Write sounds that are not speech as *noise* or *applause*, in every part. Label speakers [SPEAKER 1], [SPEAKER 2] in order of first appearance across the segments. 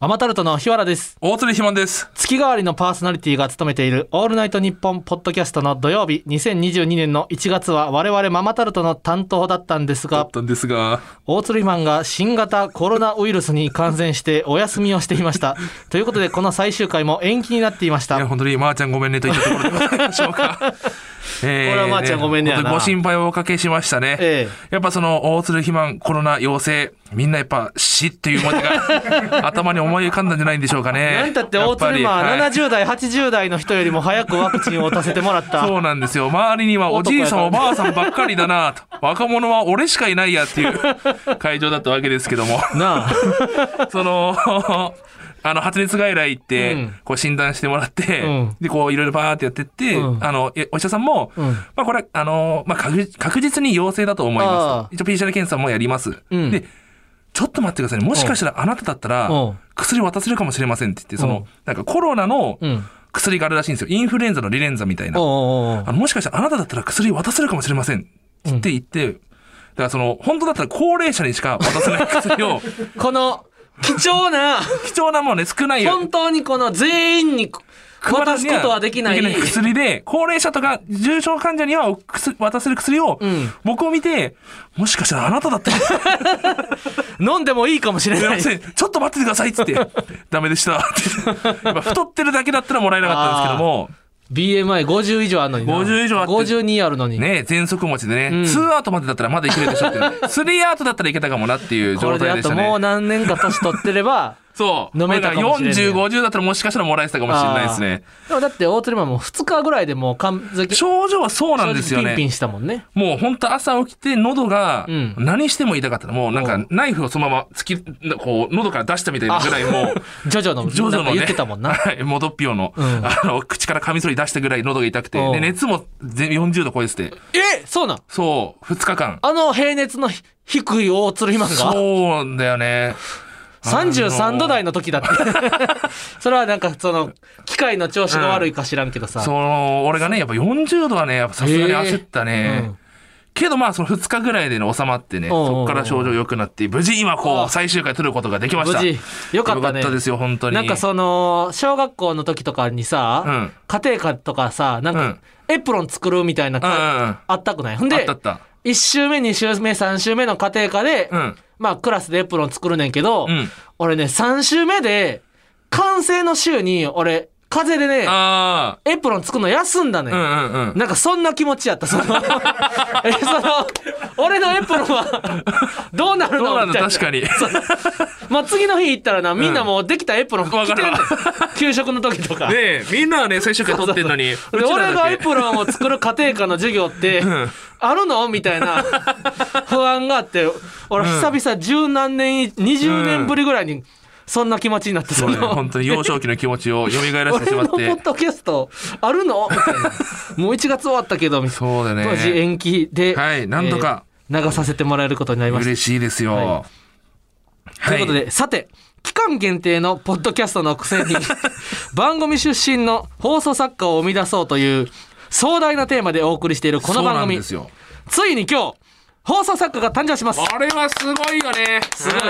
[SPEAKER 1] ママタルトの日原です。
[SPEAKER 2] 大鶴ひまんです。
[SPEAKER 1] 月替わりのパーソナリティが務めているオールナイトニッポンポッドキャストの土曜日2022年の1月は我々ママタルトの担当だったんです
[SPEAKER 2] だ
[SPEAKER 1] が
[SPEAKER 2] っ、たんですが、
[SPEAKER 1] 大鶴ひまんが新型コロナウイルスに感染してお休みをしていま *laughs* した。ということでこの最終回も延期になっていまし
[SPEAKER 2] いや
[SPEAKER 1] た。
[SPEAKER 2] 本当にまーちゃんごめんねと言ったところでございましょう
[SPEAKER 1] *laughs*
[SPEAKER 2] か。え
[SPEAKER 1] これはまーちゃんごめんねやな
[SPEAKER 2] 本当にご心配をおかけしましたね。
[SPEAKER 1] え
[SPEAKER 2] やっぱその大鶴ひまんコロナ陽性、みんなやっぱ死っていう文字
[SPEAKER 1] *laughs*
[SPEAKER 2] が頭に思い浮かんだんじゃないんでしょうかね。
[SPEAKER 1] なんたって
[SPEAKER 2] や
[SPEAKER 1] 大
[SPEAKER 2] ぱ
[SPEAKER 1] 鶴
[SPEAKER 2] り
[SPEAKER 1] ひまは
[SPEAKER 2] はい
[SPEAKER 1] 70代、80代の人よりも早くワクチンを打たせてもらった。
[SPEAKER 2] そうなんですよ。周りにはおじいさんおばあさんばっかりだなと。若者は俺しかいないやっていう会場だったわけですけども。
[SPEAKER 1] なあ。
[SPEAKER 2] その、 *laughs* あの、発熱外来行って、
[SPEAKER 1] うん
[SPEAKER 2] こう診断してもらって、
[SPEAKER 1] うん
[SPEAKER 2] で、こういろいろバーってやってって、
[SPEAKER 1] うん
[SPEAKER 2] あの、えお医者さんも、
[SPEAKER 1] うん
[SPEAKER 2] まあこれ、あの、まあ確確実に陽性だと思い
[SPEAKER 1] ああ
[SPEAKER 2] ますと。一応 PCR 検査もやります。
[SPEAKER 1] うん
[SPEAKER 2] で、ちょっと待ってくださいね。もしかしたらあなただったら
[SPEAKER 1] うん、
[SPEAKER 2] 薬渡せるかもしれませんって言って、そうの、なんかコロナ
[SPEAKER 1] *laughs*
[SPEAKER 2] の
[SPEAKER 1] うん。
[SPEAKER 2] 薬があるらしいんですよ。インフルエンザのリレンザみたいな。
[SPEAKER 1] おうおうおう
[SPEAKER 2] あの、もしかしたらあなただったら薬渡せるかもしれません。って言って、だからその、本当だったら高齢者にしか渡せない
[SPEAKER 1] *laughs*
[SPEAKER 2] 薬を、
[SPEAKER 1] この貴重な、
[SPEAKER 2] 貴重なものね、少ない
[SPEAKER 1] 本当にこの全員に渡すことはできない。
[SPEAKER 2] 薬で、高齢者とか重症患者にはお薬渡せる薬を、
[SPEAKER 1] うん
[SPEAKER 2] 僕を見て、もしかしたらあなただったら、す
[SPEAKER 1] 飲んでもいいかもしれ
[SPEAKER 2] い
[SPEAKER 1] な
[SPEAKER 2] ま
[SPEAKER 1] い。
[SPEAKER 2] せん、ちょっと待っててくださいっつって、ダメでしたって。やっぱ太ってるだけだったらもらえなかったんですけども、
[SPEAKER 1] BMI50 以上あるのにな。
[SPEAKER 2] 50以上あって
[SPEAKER 1] 52あるのに。
[SPEAKER 2] ね、全息持ちでね、ツーアウトまでだったらまだいけるでしょっていう、3アウトだ
[SPEAKER 1] *laughs*
[SPEAKER 2] ったらいけたかもなっていう
[SPEAKER 1] こ
[SPEAKER 2] 状
[SPEAKER 1] れで
[SPEAKER 2] 態
[SPEAKER 1] あ
[SPEAKER 2] でし
[SPEAKER 1] と
[SPEAKER 2] た
[SPEAKER 1] もう
[SPEAKER 2] ね。
[SPEAKER 1] 何年か年取ってれ
[SPEAKER 2] *laughs*
[SPEAKER 1] ば。
[SPEAKER 2] そう。
[SPEAKER 1] 飲めたかもしれない
[SPEAKER 2] 40、50だったらもしかしたらもらえてたかもしれないですね。
[SPEAKER 1] あーでもだって大鳥マンも2日ぐらいでもう完璧。
[SPEAKER 2] 症状はそうなんですよ
[SPEAKER 1] 正直
[SPEAKER 2] ね。
[SPEAKER 1] ピンピンしたもんね。
[SPEAKER 2] もう本当朝起きて喉が
[SPEAKER 1] うん
[SPEAKER 2] 何しても痛かったの。もうなん
[SPEAKER 1] う
[SPEAKER 2] か
[SPEAKER 1] ん
[SPEAKER 2] ナイフをそのまま突き、こう喉から出したみたいなぐらいもう、
[SPEAKER 1] ジョジョの、
[SPEAKER 2] ジョジョの
[SPEAKER 1] なん
[SPEAKER 2] ね、
[SPEAKER 1] か言ってたもんな。
[SPEAKER 2] *laughs* はい、モドッピオの、
[SPEAKER 1] うん
[SPEAKER 2] あの、口からカミソリ出したぐらい喉が痛くて、
[SPEAKER 1] うん
[SPEAKER 2] で、熱も全40度超えてて、
[SPEAKER 1] えそうなん
[SPEAKER 2] そう、2日間。
[SPEAKER 1] あの平熱のひ低い大鶴ひまんが
[SPEAKER 2] そうなんだよね。
[SPEAKER 1] 33度台の
[SPEAKER 2] の。
[SPEAKER 1] 時だって。 *laughs* それはなんかその、機械の調子が悪いか知らんけどさ。
[SPEAKER 2] その、俺がね、やっぱ40度はね、やっぱさすがに焦ったね。
[SPEAKER 1] うん
[SPEAKER 2] けどまあその2日ぐらいでね収まってね、
[SPEAKER 1] おうおうおう
[SPEAKER 2] そこから症状良くなって、無事今こ
[SPEAKER 1] あ
[SPEAKER 2] う最終回撮ることができました。
[SPEAKER 1] 無事よかったね
[SPEAKER 2] よかったですよ、本当に。
[SPEAKER 1] なんかその、小学校の時とかにさ、
[SPEAKER 2] うん
[SPEAKER 1] 家庭科とかさ、なんか、エプロン作るみたいな、
[SPEAKER 2] うんうんうん。あ
[SPEAKER 1] あったくないほん
[SPEAKER 2] っ
[SPEAKER 1] で
[SPEAKER 2] たあ、った。
[SPEAKER 1] 1週目、2週目、3週目の家庭科で、
[SPEAKER 2] うん。
[SPEAKER 1] まあクラスでエプロン作るねんけど、
[SPEAKER 2] うん
[SPEAKER 1] 俺ね、3週目で、完成の週に、俺、風邪でね、
[SPEAKER 2] あ
[SPEAKER 1] エプロン作るの休んだの
[SPEAKER 2] あ。う
[SPEAKER 1] よ。
[SPEAKER 2] んうんうん。
[SPEAKER 1] なんかそんな気持ちやった、
[SPEAKER 2] *laughs*
[SPEAKER 1] その、え、その、俺のエプロンは、どうなる
[SPEAKER 2] どうな
[SPEAKER 1] の
[SPEAKER 2] ん
[SPEAKER 1] みた
[SPEAKER 2] だ
[SPEAKER 1] いな。
[SPEAKER 2] 確かに。
[SPEAKER 1] まあ次の日行ったらな、みんなもうできたエプロン着てんねん
[SPEAKER 2] わか
[SPEAKER 1] *laughs* 給食の時とか。
[SPEAKER 2] ねえ、みんなはね、最終回撮ってんのに。
[SPEAKER 1] で
[SPEAKER 2] *laughs* うちら
[SPEAKER 1] 俺
[SPEAKER 2] だ
[SPEAKER 1] が
[SPEAKER 2] け
[SPEAKER 1] エプロンを作る家庭科の授業って、
[SPEAKER 2] ん
[SPEAKER 1] あるのみたいな *laughs* 不安があって俺久々十何年20年ぶりぐらいにそんな気持ちになって
[SPEAKER 2] そ
[SPEAKER 1] そう
[SPEAKER 2] ね
[SPEAKER 1] の
[SPEAKER 2] 本当に幼少期の気持ちを蘇ら
[SPEAKER 1] 俺
[SPEAKER 2] せてしま
[SPEAKER 1] の
[SPEAKER 2] っ
[SPEAKER 1] ポ
[SPEAKER 2] て
[SPEAKER 1] ッ。ドキャストあるのみた
[SPEAKER 2] *laughs*
[SPEAKER 1] いなもう1月終わったけどみたいな
[SPEAKER 2] そうだ
[SPEAKER 1] 当時
[SPEAKER 2] ね。
[SPEAKER 1] 延期で、
[SPEAKER 2] はいなんとか
[SPEAKER 1] えー流させてもらえることになりました
[SPEAKER 2] 嬉しいですよ。
[SPEAKER 1] は
[SPEAKER 2] は
[SPEAKER 1] ということで、さて期間限定のポッドキャストのくせ *laughs* に番組出身の放送作家を生み出そうという壮大なテーマでお送りしているこの番
[SPEAKER 2] そうなん
[SPEAKER 1] 組
[SPEAKER 2] ですよ。
[SPEAKER 1] ついに今日放送作家が誕生します
[SPEAKER 2] あれはすごいよね。す
[SPEAKER 1] ごい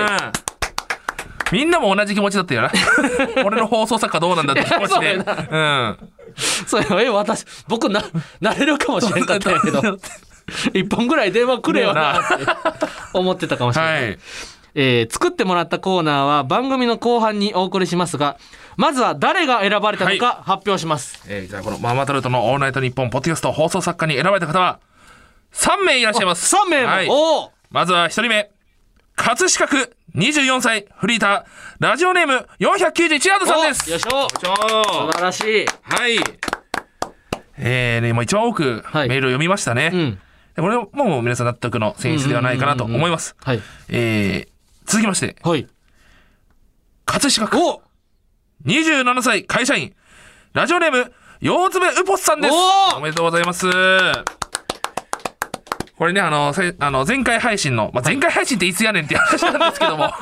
[SPEAKER 2] みんなも同じ気持ち
[SPEAKER 1] *laughs*
[SPEAKER 2] だったよな。俺の放送作家どうなんだって気持ちで。
[SPEAKER 1] いやそう
[SPEAKER 2] うん。
[SPEAKER 1] それえ私僕ななれるかもしれんかったんやけど *laughs* 一本ぐらい電話くれよなって思ってたかもしれない、
[SPEAKER 2] はい。
[SPEAKER 1] えー作ってもらったコーナーは番組の後半にお送りしますがまずは誰が選ばれたのか発表します、
[SPEAKER 2] えーじゃあこのママタルトのオールナイトニッポンポッドキャスト放送作家に選ばれた方は3名いらっしゃいます。
[SPEAKER 1] 3名も、
[SPEAKER 2] はい。
[SPEAKER 1] おー
[SPEAKER 2] まずは1人目。葛飾区24歳フリーターラジオネーム491ヤードさんです。
[SPEAKER 1] よいしょ
[SPEAKER 2] よいしょ
[SPEAKER 1] 素晴らしい
[SPEAKER 2] はい。えーね、今一番多くメー
[SPEAKER 1] い
[SPEAKER 2] ルを読みましたね。
[SPEAKER 1] うん
[SPEAKER 2] でこれももう皆さん納得の選出ではないかなと思います。
[SPEAKER 1] はい
[SPEAKER 2] えー、続きまして、
[SPEAKER 1] はい
[SPEAKER 2] 葛飾区。27歳会社員。ラジオネーム、ヨーズベウポスさんです
[SPEAKER 1] おー。
[SPEAKER 2] おめでとうございます。これね、あの、さいあの前回配信の、まあ、前回配信っていつやねんっていう話なんです
[SPEAKER 1] *laughs*
[SPEAKER 2] けども、は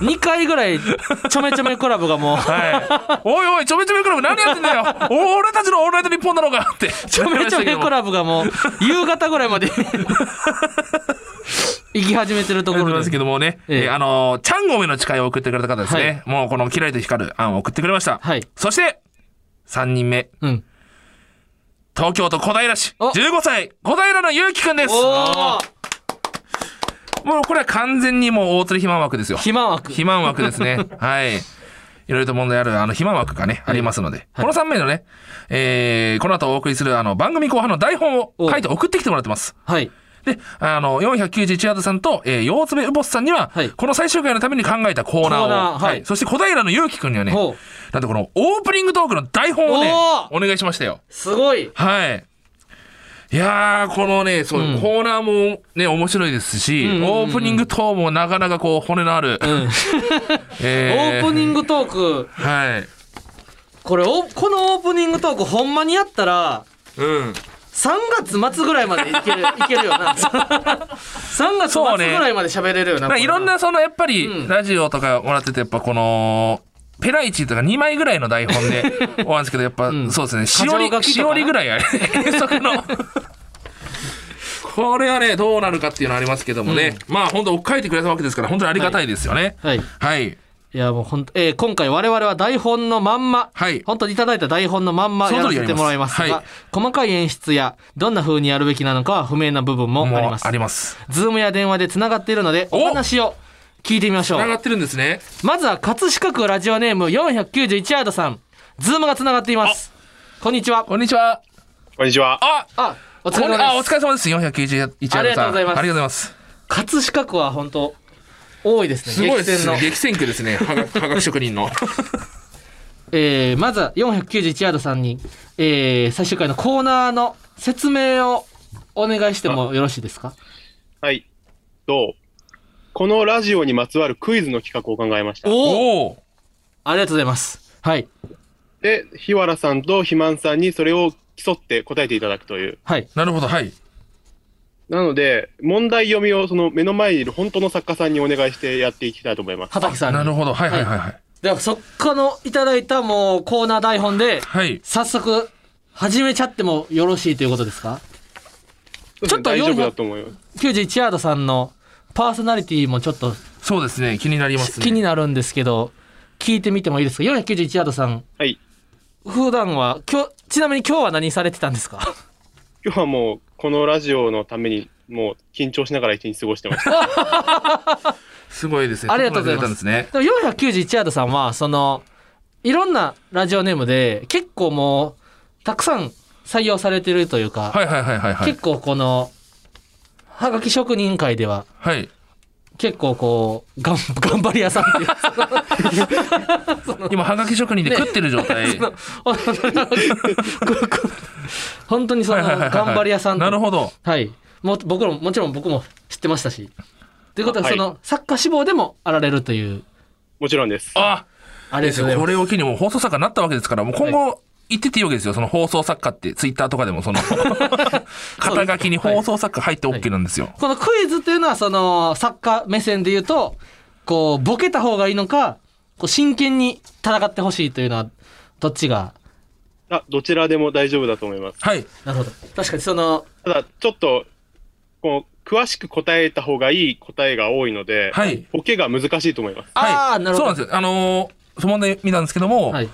[SPEAKER 1] 2回ぐらいちょめちょめコラボがもう
[SPEAKER 2] い。おいおい、ちょめちょめクラブ何やってんだよお俺たちのオールナイト日本なのかって。
[SPEAKER 1] ちょめちょめコ
[SPEAKER 2] ブ。
[SPEAKER 1] ラボがもう夕方ぐらいまで行き始めてるとこ
[SPEAKER 2] ありがとうござい
[SPEAKER 1] ろ
[SPEAKER 2] ます
[SPEAKER 1] で
[SPEAKER 2] けどもね、
[SPEAKER 1] ええ
[SPEAKER 2] えーあのー、ちゃんごめの誓いを送ってくれた方ですね。もうこの、キラリと光る案を送ってくれました。
[SPEAKER 1] はい
[SPEAKER 2] そして、3人目、
[SPEAKER 1] うん
[SPEAKER 2] 東京都小平市、
[SPEAKER 1] お
[SPEAKER 2] 15歳、小平のゆうきくんです。
[SPEAKER 1] おお
[SPEAKER 2] もうこれは完全にもう大鶴肥満枠ですよ。
[SPEAKER 1] 肥満枠
[SPEAKER 2] 肥満枠ですね。
[SPEAKER 1] *laughs*
[SPEAKER 2] はい。いろいろと問題ある、あの、肥満枠がね、ありますので、この3名のね、えー、この後お送りする、あの、番組後半の台本を書いて送ってきてもらってます。
[SPEAKER 1] はい
[SPEAKER 2] で、あの、491ヤードさんと、えー、洋爪ウボスさんには、
[SPEAKER 1] はい
[SPEAKER 2] この最終回のために考えたコーナーを、
[SPEAKER 1] コーナーはい
[SPEAKER 2] そして小平の勇気くんにはね、
[SPEAKER 1] ほう
[SPEAKER 2] なんとこのオープニングトークの台本をね、
[SPEAKER 1] お
[SPEAKER 2] お願いしましたよ。
[SPEAKER 1] すごい
[SPEAKER 2] はい。いやー、このね、そう、
[SPEAKER 1] うん
[SPEAKER 2] コーナーもね、面白いですし、
[SPEAKER 1] んうんうん
[SPEAKER 2] オープニング等もなかなかこう、骨のある、
[SPEAKER 1] うん、オ
[SPEAKER 2] *laughs*
[SPEAKER 1] ー
[SPEAKER 2] えー
[SPEAKER 1] プニングトーク
[SPEAKER 2] はい。
[SPEAKER 1] これおこのオープニングトークほんまにやったら
[SPEAKER 2] うん。
[SPEAKER 1] 3月末ぐらいまでい
[SPEAKER 2] *laughs*
[SPEAKER 1] けるいけるよな3月末
[SPEAKER 2] そう
[SPEAKER 1] ぐ
[SPEAKER 2] ね
[SPEAKER 1] らいまで喋れるよな
[SPEAKER 2] まあ、いろんなそのやっぱり、
[SPEAKER 1] うん
[SPEAKER 2] ラジオとかもらっててやっぱこのペライチとか2枚ぐらいの台本
[SPEAKER 1] *laughs*
[SPEAKER 2] で終わるんですけどやっぱ、
[SPEAKER 1] ん
[SPEAKER 2] そうですねし
[SPEAKER 1] 箇条
[SPEAKER 2] お
[SPEAKER 1] 書きとか
[SPEAKER 2] り
[SPEAKER 1] な
[SPEAKER 2] しおりぐ
[SPEAKER 1] *laughs*
[SPEAKER 2] らいあれ原則のこれはねどうなるかっていうのはありますけどもね、まあ本当書いてくれたわけですから本当にありがたいですよね
[SPEAKER 1] はい
[SPEAKER 2] はい、
[SPEAKER 1] いやもうほんと、えー今回我々は台本のまんま、
[SPEAKER 2] はい
[SPEAKER 1] 本当にいただいた台本のまんま
[SPEAKER 2] そ
[SPEAKER 1] や
[SPEAKER 2] の
[SPEAKER 1] ら
[SPEAKER 2] 通り
[SPEAKER 1] せてもらいますが、
[SPEAKER 2] やります
[SPEAKER 1] 細かい演出やどんな風にやるべきなのかは不明な部分も
[SPEAKER 2] も
[SPEAKER 1] あり
[SPEAKER 2] う
[SPEAKER 1] ます
[SPEAKER 2] あります
[SPEAKER 1] ズームや電話でつながっているので
[SPEAKER 2] お
[SPEAKER 1] お話を聞いてみましょ
[SPEAKER 2] 繋が
[SPEAKER 1] う
[SPEAKER 2] ってるんですね
[SPEAKER 1] まずは葛飾区ラジオネーム491ヤードさんズームがつながっていますこんにちは
[SPEAKER 2] こんにちは
[SPEAKER 3] こんにちは。
[SPEAKER 2] あ
[SPEAKER 1] あお
[SPEAKER 2] お
[SPEAKER 1] 疲れ様
[SPEAKER 2] あお
[SPEAKER 1] です
[SPEAKER 2] 疲れ様です491ヤードさん
[SPEAKER 1] ありがとうございます
[SPEAKER 2] ありがとうございます
[SPEAKER 1] 葛飾区は本当多いです
[SPEAKER 2] す
[SPEAKER 1] ね
[SPEAKER 2] ごい
[SPEAKER 1] 激
[SPEAKER 2] です
[SPEAKER 1] 戦の
[SPEAKER 2] ね激戦区ですねはが
[SPEAKER 1] *laughs*
[SPEAKER 2] はがき職人の
[SPEAKER 1] えーまずは491ヤードさんに、えー最終回のコーナーの説明をお願いしてもよろしいですか
[SPEAKER 3] はい。と、このラジオにまつわるクイズの企画を考えました。
[SPEAKER 1] お
[SPEAKER 2] *laughs* おお
[SPEAKER 1] ありがとうございます。はい。
[SPEAKER 3] で、日原さんと肥満さんにそれを競って答えていただくという。
[SPEAKER 1] はい。
[SPEAKER 2] なるほどはい
[SPEAKER 3] なので、問題読みをその目の前にいる本当の作家さんにお願いしてやっていきたいと思います。
[SPEAKER 1] 畑さんに。
[SPEAKER 2] なるほどはいはいはいはい
[SPEAKER 1] では、そっかのいただいたもうコーナー台本で、
[SPEAKER 2] はい。
[SPEAKER 1] 早速、始めちゃってもよろしいということですかちょっと
[SPEAKER 3] 大丈夫
[SPEAKER 1] 400
[SPEAKER 3] だと思います。
[SPEAKER 1] ?91 ヤードさんのパーソナリティもちょっと
[SPEAKER 2] そうですね。気になりますね。
[SPEAKER 1] 気になるんですけど、聞いてみてもいいですか ?491 ヤードさん、
[SPEAKER 3] はい。
[SPEAKER 1] 普段は、今日、ちなみに今日は何されてたんですか *laughs*
[SPEAKER 3] 今日はもう、このラジオのために、もう緊張しながら一日過ごしてました。
[SPEAKER 2] すごいですね。
[SPEAKER 1] ありがとうございます
[SPEAKER 2] そこまで出たんですね。
[SPEAKER 1] でも491ヤードさんは、その、いろんなラジオネームで、結構もう、たくさん採用されてるというか、
[SPEAKER 2] はいはいはいはいはい。
[SPEAKER 1] 結構この、はがき職人会では、
[SPEAKER 2] はい。
[SPEAKER 1] 結構こう、がん頑張り屋さんっていう。
[SPEAKER 2] 今、はがき職人で食ってる状態。
[SPEAKER 1] その本当にその、
[SPEAKER 2] はいはいはいはい
[SPEAKER 1] 頑張り屋さんと
[SPEAKER 2] なるほど。
[SPEAKER 1] はい。もう、僕らも、もちろん僕も知ってましたし。ということは、
[SPEAKER 3] はい
[SPEAKER 1] その、作家志望でもあられるという、
[SPEAKER 3] もちろんです。
[SPEAKER 2] あ
[SPEAKER 1] あれですね。
[SPEAKER 2] これを機にもう放送作家になったわけですから、もう今後、言ってていいわけですよ。その放送作家って、ツイッターとかでも
[SPEAKER 1] *laughs*
[SPEAKER 2] その、肩書きに放送作家入って OK なんですよ。
[SPEAKER 1] このクイズというのは、その、作家目線で言うと、こう、ボケた方がいいのか、こう真剣に戦ってほしいというのは、どっちが、
[SPEAKER 3] あ、どちらでも大丈夫だと思います。
[SPEAKER 2] はい。
[SPEAKER 1] なるほど。確かにその、
[SPEAKER 3] ただ、ちょっと、こう、詳しく答えた方がいい答えが多いので、
[SPEAKER 2] はい。
[SPEAKER 3] ボケが難しいと思います。
[SPEAKER 1] あ
[SPEAKER 2] は
[SPEAKER 1] あ、
[SPEAKER 2] い。
[SPEAKER 1] なるほど。
[SPEAKER 2] そうなんですよ。あのー、その問題見たんですけども、
[SPEAKER 1] はい。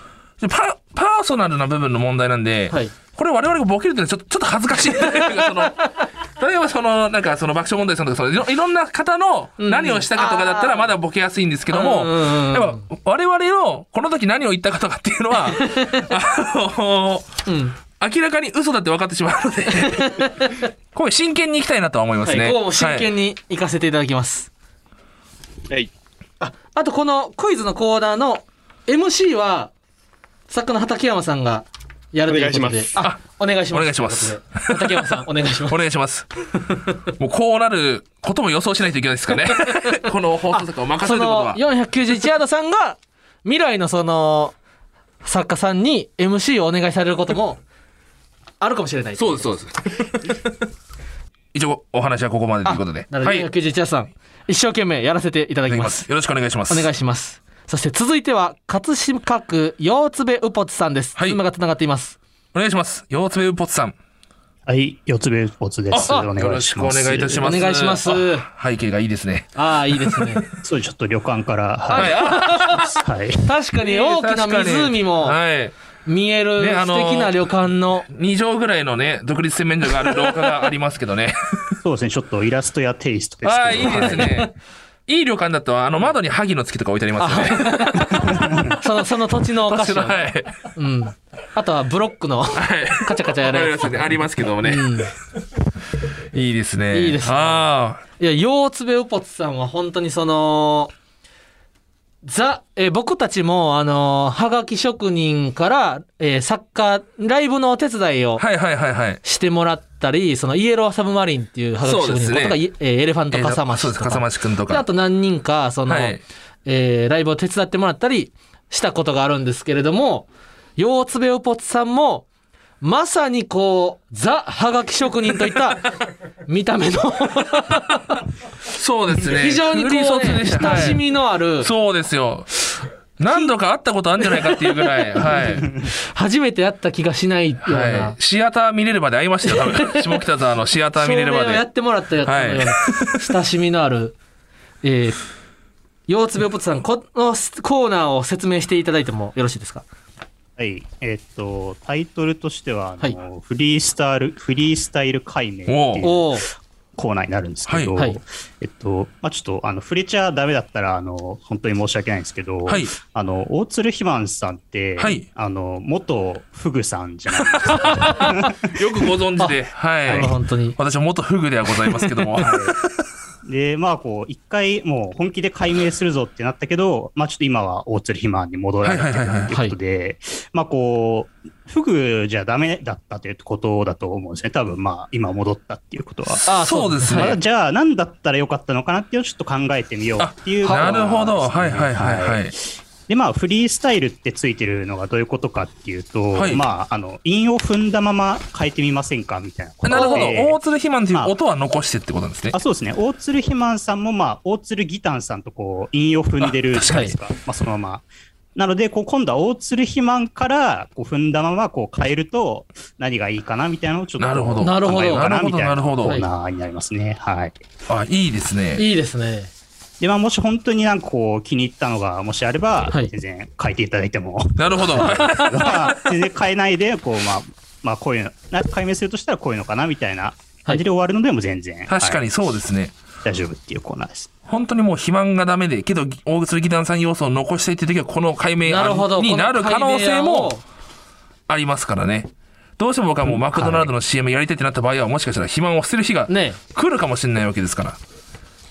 [SPEAKER 2] パパーソナルな部分の問題なんで、
[SPEAKER 1] はい
[SPEAKER 2] これ我々がボケるというのはちょっとちょっと恥ずかしい *laughs* その例えばそのなんかその爆笑問題さんとかそのいろいろんな方の
[SPEAKER 1] ん
[SPEAKER 2] 何をしたかとかだったらまだボケやすいんですけども、
[SPEAKER 1] うんうんうん
[SPEAKER 2] やっぱ我々のこの時何を言ったかとかっていう
[SPEAKER 1] *laughs*
[SPEAKER 2] のはあの
[SPEAKER 1] うん。
[SPEAKER 2] 明らかに嘘だって分かってしまうのでこういう真剣にいきたいなとは思いますね。
[SPEAKER 1] はい、ここも真
[SPEAKER 2] はい
[SPEAKER 1] 剣に行かせていただきます。
[SPEAKER 3] はい。
[SPEAKER 1] あと、このクイズのコーナーの MC は、作家の畠山さんがやるということで。
[SPEAKER 3] お願いし
[SPEAKER 1] あ、お願いします。
[SPEAKER 2] お願いしま
[SPEAKER 1] と
[SPEAKER 2] す
[SPEAKER 1] いうことで畠山さん、お願いします
[SPEAKER 2] お。願いします。もうこうなることも予想しないといけないですか
[SPEAKER 1] *laughs*
[SPEAKER 2] ね。この放送とかを任せ
[SPEAKER 1] そ
[SPEAKER 2] るってこと
[SPEAKER 1] の
[SPEAKER 2] は。
[SPEAKER 1] 491ヤードさんが、未来のその、作家さんに MC をお願いされることも、あるかもしれない。
[SPEAKER 2] そうです、そうです。一応、お話はここまでということで。
[SPEAKER 1] なの
[SPEAKER 2] はい。
[SPEAKER 1] で、491
[SPEAKER 2] い
[SPEAKER 1] ヤードさん、一生懸命やらせていただ
[SPEAKER 2] た
[SPEAKER 1] き
[SPEAKER 2] だき
[SPEAKER 1] ま。
[SPEAKER 2] ますす。よろしくお願いします。
[SPEAKER 1] お願い
[SPEAKER 2] し
[SPEAKER 1] します。そして続いては、葛飾区、八つ部うぽつさんです。
[SPEAKER 2] はい
[SPEAKER 1] 今が繋がっています。
[SPEAKER 2] お願いします。ようつべうぽつさん。
[SPEAKER 4] はい、四つ目スポーツです。
[SPEAKER 2] あ
[SPEAKER 4] お
[SPEAKER 2] よ
[SPEAKER 4] 願
[SPEAKER 2] ろ
[SPEAKER 4] い
[SPEAKER 2] し
[SPEAKER 4] し
[SPEAKER 2] くお
[SPEAKER 4] ます。
[SPEAKER 2] 願いいたします。
[SPEAKER 1] お願いします
[SPEAKER 2] あ背景がいいですね。
[SPEAKER 1] ああ、いいですね。
[SPEAKER 4] す。そう、ちょっと旅館から、
[SPEAKER 2] は。
[SPEAKER 4] はいい。
[SPEAKER 2] あ
[SPEAKER 4] はい。
[SPEAKER 1] *laughs* 確かに *laughs* 大きな湖も
[SPEAKER 2] はい。
[SPEAKER 1] 見える
[SPEAKER 2] ねあのー
[SPEAKER 1] 素敵な旅館の。
[SPEAKER 2] 2畳ぐらいのね、独立洗面所がある廊下がありますけどね。
[SPEAKER 4] そうですね、ちょっとイラストやテイストですけど。
[SPEAKER 2] ああ、いいです
[SPEAKER 4] はい。
[SPEAKER 2] ね。いい旅館だと、あの、窓に萩の月とか置いてありますよね。
[SPEAKER 1] その、その土地のお菓子をね、
[SPEAKER 2] *laughs* はい。
[SPEAKER 1] うん。あとはブロックの、カチャカチャや
[SPEAKER 2] あ
[SPEAKER 1] る
[SPEAKER 2] り
[SPEAKER 1] や
[SPEAKER 2] ま
[SPEAKER 1] つ。
[SPEAKER 2] すねありますけどもね。いいですね。
[SPEAKER 1] いいですね
[SPEAKER 2] ああ。
[SPEAKER 1] いや、ようつべうぽつさんは本当にその、ザ、えー僕たちも、あのーはがき職人から、えーサッカー、ライブのお手伝いを
[SPEAKER 2] はいはいはいはい。
[SPEAKER 1] してもらったり、その、イエローサブマリンっていうはがき職人のこと
[SPEAKER 2] そう
[SPEAKER 1] が、
[SPEAKER 2] で
[SPEAKER 1] いえーエレファントカサマ
[SPEAKER 2] え
[SPEAKER 1] シ
[SPEAKER 2] ーそうで
[SPEAKER 1] と
[SPEAKER 2] す、笠
[SPEAKER 1] か。
[SPEAKER 2] 間市くんと
[SPEAKER 1] で、あ
[SPEAKER 2] か。
[SPEAKER 1] と何人か、その、
[SPEAKER 2] はい
[SPEAKER 1] えーライブを手伝ってもらったりしたことがあるんですけれども、ようつべうぽつさんも、まさにこう、ザ・はがき職人といっ
[SPEAKER 2] *laughs*
[SPEAKER 1] た見た目の
[SPEAKER 2] そうですね。
[SPEAKER 1] 非常にこう、
[SPEAKER 2] 古い卒
[SPEAKER 1] ね、
[SPEAKER 2] でした
[SPEAKER 1] 親しみのある、
[SPEAKER 2] はいそうですよ。何度か会ったことあるんじゃないかっていうぐ
[SPEAKER 1] *laughs*
[SPEAKER 2] らい。はい。
[SPEAKER 1] 初めて会った気がしないような、
[SPEAKER 2] はい。シアター見れるまで会いましたよ、多
[SPEAKER 1] *laughs*
[SPEAKER 2] 分。下北沢のシアター
[SPEAKER 1] 照
[SPEAKER 2] 見れ
[SPEAKER 1] 明
[SPEAKER 2] る
[SPEAKER 1] を
[SPEAKER 2] まで。
[SPEAKER 1] やってもらったやつのような、親しみのある、えー、腰痛病ポツさん、このコーナーを説明していただいてもよろしいですか
[SPEAKER 4] はい。えーっと、タイトルとしては、あ
[SPEAKER 1] は
[SPEAKER 4] の、フリースタイル、フリースタイル解明っていう
[SPEAKER 1] おお
[SPEAKER 4] コーナーになるんですけど、
[SPEAKER 1] はいはい
[SPEAKER 4] えっと、まあちょっと、あの、触れちゃダメだったら、あの、本当に申し訳ないんですけど、
[SPEAKER 2] はい
[SPEAKER 4] あの、大鶴ひまんさんって、
[SPEAKER 2] はい
[SPEAKER 4] あの、元フグさんじゃないですか。
[SPEAKER 2] よくご存知で。は
[SPEAKER 1] あの
[SPEAKER 2] い。
[SPEAKER 1] 本当に。
[SPEAKER 2] 私は元フグではございますけども。
[SPEAKER 4] で、まあ、こう、一回、もう本気で解明するぞってなったけど、まあ、ちょっと今は大鶴ひまんに戻られてるっていうことで、まあ、こう、フグじゃダメだったということだと思うんですね。多分、まあ、今戻ったっていうことは。
[SPEAKER 1] *laughs* あ
[SPEAKER 2] そうです
[SPEAKER 4] まあ
[SPEAKER 2] ね。
[SPEAKER 4] じゃあ、何だったらよかったのかなっていうのをちょっと考えてみようっていう。
[SPEAKER 2] なるほど。はいはいはい
[SPEAKER 4] は
[SPEAKER 2] はいい。
[SPEAKER 4] で、まあ、フリースタイルってついてるのがどういうことかっていうと、
[SPEAKER 2] はい
[SPEAKER 4] まあ、あの、韻を踏んだまま変えてみませんかみたいなことで
[SPEAKER 2] なるほど。大鶴ひまんという音は残してってことなんですね
[SPEAKER 4] あ。そうですね、大鶴ひまんさんも、まあ、大鶴ギタンさんとこう韻を踏んでるじゃないですか、まあ、そのまま。なので、こう今度は大鶴ひまんからこう踏んだままこう変えると、何がいいかなみたいなのをちょっと
[SPEAKER 2] なるほど
[SPEAKER 4] 考えようか
[SPEAKER 2] なるほ
[SPEAKER 4] なみ
[SPEAKER 2] ど
[SPEAKER 4] たい
[SPEAKER 2] な
[SPEAKER 4] な
[SPEAKER 2] る
[SPEAKER 4] コ
[SPEAKER 2] ほど
[SPEAKER 4] ーナーになりますね。はい
[SPEAKER 2] あ、いいですね。
[SPEAKER 1] いいですね。
[SPEAKER 4] でまあ、もし本当になんかこう気に入ったのがもしあれば、
[SPEAKER 1] はい
[SPEAKER 4] 全然変えていただい
[SPEAKER 2] *laughs*
[SPEAKER 4] ても、
[SPEAKER 2] なるほ
[SPEAKER 1] *laughs*
[SPEAKER 2] ど。は
[SPEAKER 4] まあ全然変えないでこう、まあまあ、こういうの、な解明するとしたらこういうのかなみたいな感じで終わるのでも全然、
[SPEAKER 2] い確か
[SPEAKER 4] はい
[SPEAKER 2] にそうですね。
[SPEAKER 4] 大丈夫っていうコーナーです。
[SPEAKER 2] 本当にもう肥満がダメで、けど、大鶴義団さん要素を残していってる時は、この解明
[SPEAKER 1] なるほど。
[SPEAKER 2] になる可能性
[SPEAKER 1] この
[SPEAKER 2] も
[SPEAKER 1] 解
[SPEAKER 2] ありますからね。どうしても僕はもうマクドナルドの CM やりたいってなった場合は、もしかしたら肥満を捨てる日が
[SPEAKER 1] 明をね、
[SPEAKER 2] 来るかもしれないわけですから。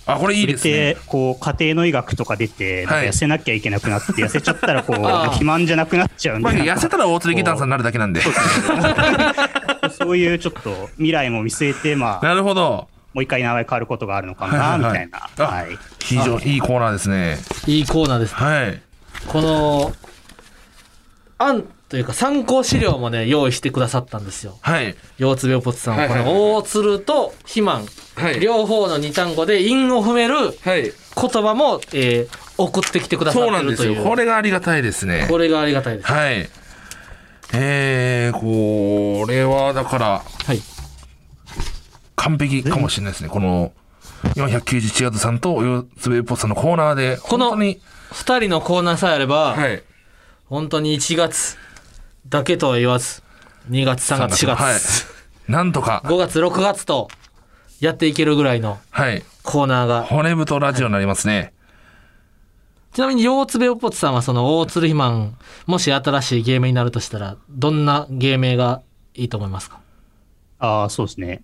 [SPEAKER 2] あ、これいい
[SPEAKER 4] それ
[SPEAKER 2] で
[SPEAKER 4] っ
[SPEAKER 2] すね
[SPEAKER 4] て。こう家庭の医学とか出てなん
[SPEAKER 2] はい
[SPEAKER 4] か痩せなきゃいけなくなって、痩せちゃったらこう
[SPEAKER 1] ああ
[SPEAKER 4] 肥満じゃなくなっちゃうん
[SPEAKER 2] ま
[SPEAKER 4] で、
[SPEAKER 2] あ、
[SPEAKER 4] なん
[SPEAKER 2] 痩
[SPEAKER 4] か
[SPEAKER 2] せたら大鶴義団さんになるだけなんで。
[SPEAKER 4] *laughs* そういうちょっと未来も見据えて、ま
[SPEAKER 2] *laughs*
[SPEAKER 4] あ、
[SPEAKER 2] なるほど。
[SPEAKER 4] もう一回名前変わることがあるのかなみたいな、
[SPEAKER 2] あ
[SPEAKER 4] はい
[SPEAKER 2] 非常にいいコーナーですね。
[SPEAKER 1] いいコーナーです。
[SPEAKER 2] はい。
[SPEAKER 1] この、案というか参考資料もね、用意してくださったんですよ。
[SPEAKER 2] はい。
[SPEAKER 1] 腰痛病ポツさんは、
[SPEAKER 2] はい
[SPEAKER 1] こ
[SPEAKER 2] はいはい
[SPEAKER 1] の大鶴と肥満、
[SPEAKER 2] はい
[SPEAKER 1] 両方の二単語で韻を踏める
[SPEAKER 2] はい。
[SPEAKER 1] 言葉も、えー送ってきてくださっ
[SPEAKER 2] そうな
[SPEAKER 1] て
[SPEAKER 2] ん
[SPEAKER 1] る
[SPEAKER 2] で
[SPEAKER 1] と
[SPEAKER 2] す
[SPEAKER 1] いう
[SPEAKER 2] よ。これがありがたいですね。
[SPEAKER 1] これがありがたいです、
[SPEAKER 2] はい。えー、これはだから
[SPEAKER 1] はい、
[SPEAKER 2] 完璧かもしれないですね。この490チアドさんとよつべぽっさんのコーナーで、
[SPEAKER 1] この
[SPEAKER 2] 本当に、
[SPEAKER 1] 2人のコーナーさえあれば、
[SPEAKER 2] はい。
[SPEAKER 1] 本当に1月だけとは言わず2月3月4月、
[SPEAKER 2] はい。なんとか、
[SPEAKER 1] 5月6月とやっていけるぐらいの
[SPEAKER 2] はい。
[SPEAKER 1] コーナーが
[SPEAKER 2] 骨太ラジオになりますね。
[SPEAKER 1] ちなみに腰痛病ポツさんはその大鶴肥満もし新しい芸名になるとしたらどんな芸名がいいと思いますか
[SPEAKER 4] ああそうですね、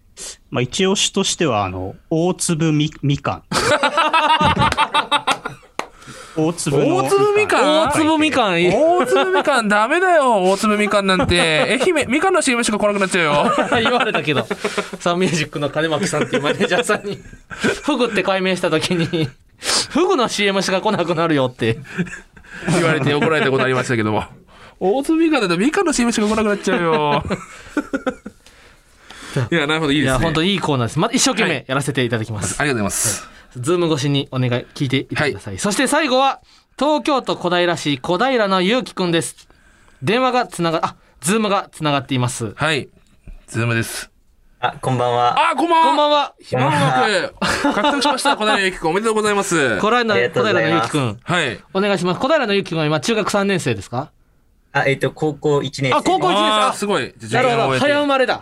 [SPEAKER 4] まあ、一押しとしてはあの大粒み
[SPEAKER 2] *laughs*
[SPEAKER 4] みかん大粒の
[SPEAKER 2] 大粒みかん
[SPEAKER 1] 大粒みかんいい
[SPEAKER 2] 大粒みかんダメだよ。大粒みかんなんて。愛媛、みかんの CM しか来なくなっちゃうよ。
[SPEAKER 1] *laughs* 言われたけど、サンミュージックの金巻さんっていうマネージャーさんに、フグって解明した時に、フグの CM しか来なくなるよって。
[SPEAKER 2] 言われて怒られたことありましたけども。大粒みかんだとみかんの CM しか来なくなっちゃうよ。いや、なるほど、いい
[SPEAKER 1] い
[SPEAKER 2] ですね。
[SPEAKER 1] や、本当
[SPEAKER 2] に。
[SPEAKER 1] にいいコーナーです。ま、一生懸
[SPEAKER 2] は
[SPEAKER 1] 命やらせていただきます。
[SPEAKER 2] ありがとうございます。
[SPEAKER 1] ズーム越しにお願い、聞いていてください。そして最後は、東京都小平市小平のゆうきくんです。電話がつなが、あ、ズームがつながっています。
[SPEAKER 2] はい。ズームです。
[SPEAKER 5] あ、こんばんは。
[SPEAKER 2] あ、こんばんは。
[SPEAKER 1] こんばんは。
[SPEAKER 2] ひまわく、 *laughs* 獲得しました。小平ゆきくん、おめでとうございます。
[SPEAKER 1] 小平の
[SPEAKER 5] ありがとうござい
[SPEAKER 1] ゆ
[SPEAKER 5] ま
[SPEAKER 1] き
[SPEAKER 5] す
[SPEAKER 1] くん。
[SPEAKER 2] はい。
[SPEAKER 1] お願いします。小平のゆきくんは今中学3年生ですか
[SPEAKER 5] あ、えっ、と、高校1年生。
[SPEAKER 1] あ高校一年生
[SPEAKER 2] あーすごい。じゃあ受験を終えて。
[SPEAKER 1] 早生まれだ。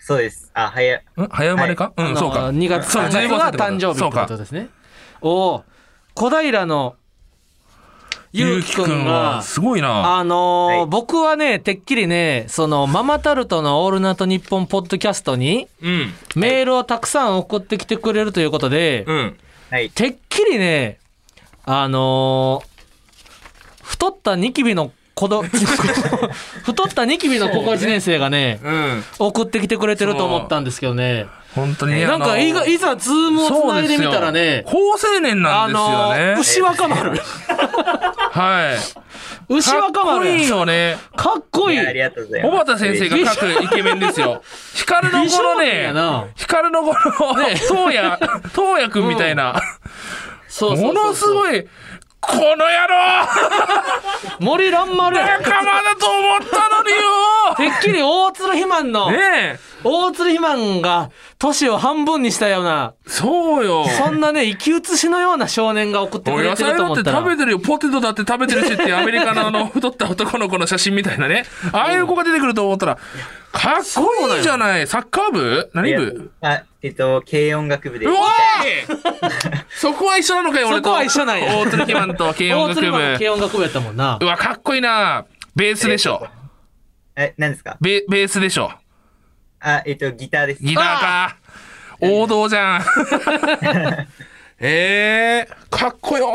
[SPEAKER 5] そうです。あ、早い。
[SPEAKER 2] ん早生まれか、うん、そうか。
[SPEAKER 1] 2月
[SPEAKER 2] そう
[SPEAKER 1] 3月
[SPEAKER 2] 15歳
[SPEAKER 1] が
[SPEAKER 2] ってこと
[SPEAKER 1] 誕生日って
[SPEAKER 2] そう
[SPEAKER 1] こ
[SPEAKER 2] か
[SPEAKER 1] とですね。おお、小平のゆ
[SPEAKER 2] ゆ
[SPEAKER 1] う
[SPEAKER 2] う
[SPEAKER 1] き
[SPEAKER 2] き
[SPEAKER 1] く
[SPEAKER 2] く
[SPEAKER 1] ん
[SPEAKER 2] ん
[SPEAKER 1] が
[SPEAKER 2] は、、すごいな。
[SPEAKER 1] あのー
[SPEAKER 5] はい
[SPEAKER 1] 僕はね、てっきりね、その、ママタルトのオールナイトニッポンポッドキャストに、
[SPEAKER 2] うん。
[SPEAKER 1] メールをたくさん送ってきてくれるということで、
[SPEAKER 2] うん。
[SPEAKER 5] はい。
[SPEAKER 1] てっきりね、あのー太ったニキビの子ど、 *laughs* 太ったニキビの高校1年生がね、
[SPEAKER 2] うん。
[SPEAKER 1] 送ってきてくれてると思ったんですけどね。
[SPEAKER 2] 本当にね。
[SPEAKER 1] なん
[SPEAKER 2] あ
[SPEAKER 1] か
[SPEAKER 2] の
[SPEAKER 1] いざ、いざズームを繋いでみたらね、
[SPEAKER 2] そうですよ好青年な
[SPEAKER 1] あ
[SPEAKER 2] んですよ
[SPEAKER 1] の
[SPEAKER 2] ね。
[SPEAKER 1] ー、牛若 *laughs* 丸。
[SPEAKER 2] はい。
[SPEAKER 1] 牛若
[SPEAKER 2] かっこいい
[SPEAKER 1] 丸。
[SPEAKER 2] よね。
[SPEAKER 1] かっこいい。
[SPEAKER 5] ありがとうございま
[SPEAKER 2] 小
[SPEAKER 5] す。
[SPEAKER 2] 畑先生が書くイケメンですよ。光の
[SPEAKER 1] 美少
[SPEAKER 2] 頃
[SPEAKER 1] 年や
[SPEAKER 2] ね、
[SPEAKER 1] な。
[SPEAKER 2] 光の頃、東野、東野くんみたいな、
[SPEAKER 1] そうそうそう
[SPEAKER 2] ものす
[SPEAKER 1] い。
[SPEAKER 2] ごい、この野郎
[SPEAKER 1] 森蘭丸や。
[SPEAKER 2] 仲間だと思ったのによ
[SPEAKER 1] てっきり大鶴肥満の、 *laughs*
[SPEAKER 2] ねえ、
[SPEAKER 1] 大鶴肥満が年を半分にしたような、
[SPEAKER 2] そうよ。
[SPEAKER 1] そんなね、生き写しのような少年が送って
[SPEAKER 2] お
[SPEAKER 1] くれ
[SPEAKER 2] 野
[SPEAKER 1] てる
[SPEAKER 2] 菜
[SPEAKER 1] と
[SPEAKER 2] だっ
[SPEAKER 1] 思
[SPEAKER 2] て
[SPEAKER 1] ったら
[SPEAKER 2] 食。べてるよ。ポテトだって食べてるしっていうアメリカのあの太った男の子の写真みたいなね。ああいう子が出てくると思ったら、かっこいいじゃない。サッカー部何部
[SPEAKER 5] あ、えっ、と、軽音楽部で
[SPEAKER 2] う。わーい *laughs* そこは一緒なのかよ、俺と。
[SPEAKER 1] そこは一緒なんや
[SPEAKER 2] 大鶴キマンと軽音
[SPEAKER 1] 大
[SPEAKER 2] 楽
[SPEAKER 1] 鶴肥満の
[SPEAKER 2] 部。
[SPEAKER 1] 軽音楽部やったもんな
[SPEAKER 2] う。わ、かっこいいな。ベースでしょ。
[SPEAKER 5] え、何ですか
[SPEAKER 2] ベベースでしょ。
[SPEAKER 5] あ、えっ、と、ギターです。
[SPEAKER 2] ギターか。王道じゃん。 *laughs* ええー、かっこよ。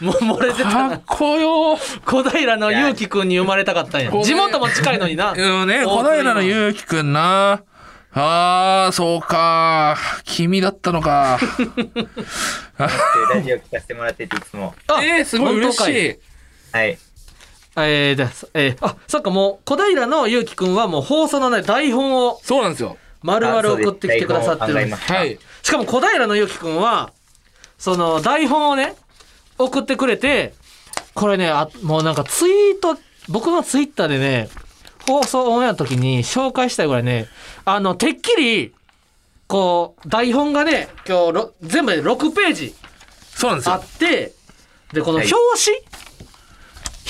[SPEAKER 1] もう漏れてた
[SPEAKER 2] か
[SPEAKER 1] な
[SPEAKER 2] っ。こよ。
[SPEAKER 1] 小平のゆうきくんに生まれたかったんや
[SPEAKER 2] ご。めん
[SPEAKER 1] 地元も近いのにな。
[SPEAKER 2] うんね、
[SPEAKER 1] 大
[SPEAKER 2] 小
[SPEAKER 1] 鶴肥満
[SPEAKER 2] 平のゆうきくんな。あー、そうか。君だったのか。
[SPEAKER 5] ラジオ聞かせてもらってて、いつも。
[SPEAKER 1] あ
[SPEAKER 2] *laughs* えー、すごい嬉し
[SPEAKER 1] 本当か
[SPEAKER 2] い。
[SPEAKER 5] はい。
[SPEAKER 1] えー、じゃあ、えーあ、そっか、もう、小平のゆうきくんはもう放送のね、台本を
[SPEAKER 2] そうなんですよ。
[SPEAKER 1] 丸々
[SPEAKER 5] あそうです
[SPEAKER 1] 送ってきてくださってるん
[SPEAKER 5] 台本を考え
[SPEAKER 1] で。
[SPEAKER 5] ますす
[SPEAKER 2] はい。
[SPEAKER 1] しかも小平のゆうきくんは、その、台本をね、送ってくれて、これね、あもうなんかツイート、僕のツイッターでね、放送オンエアの時に紹介したいぐらいね、あの、てっきり、こう、台本がね、今日ろ、全部で6ページ。
[SPEAKER 2] そうなんです
[SPEAKER 1] あ
[SPEAKER 2] よ。
[SPEAKER 1] ってでこの
[SPEAKER 5] は
[SPEAKER 1] 表
[SPEAKER 5] い
[SPEAKER 1] 紙、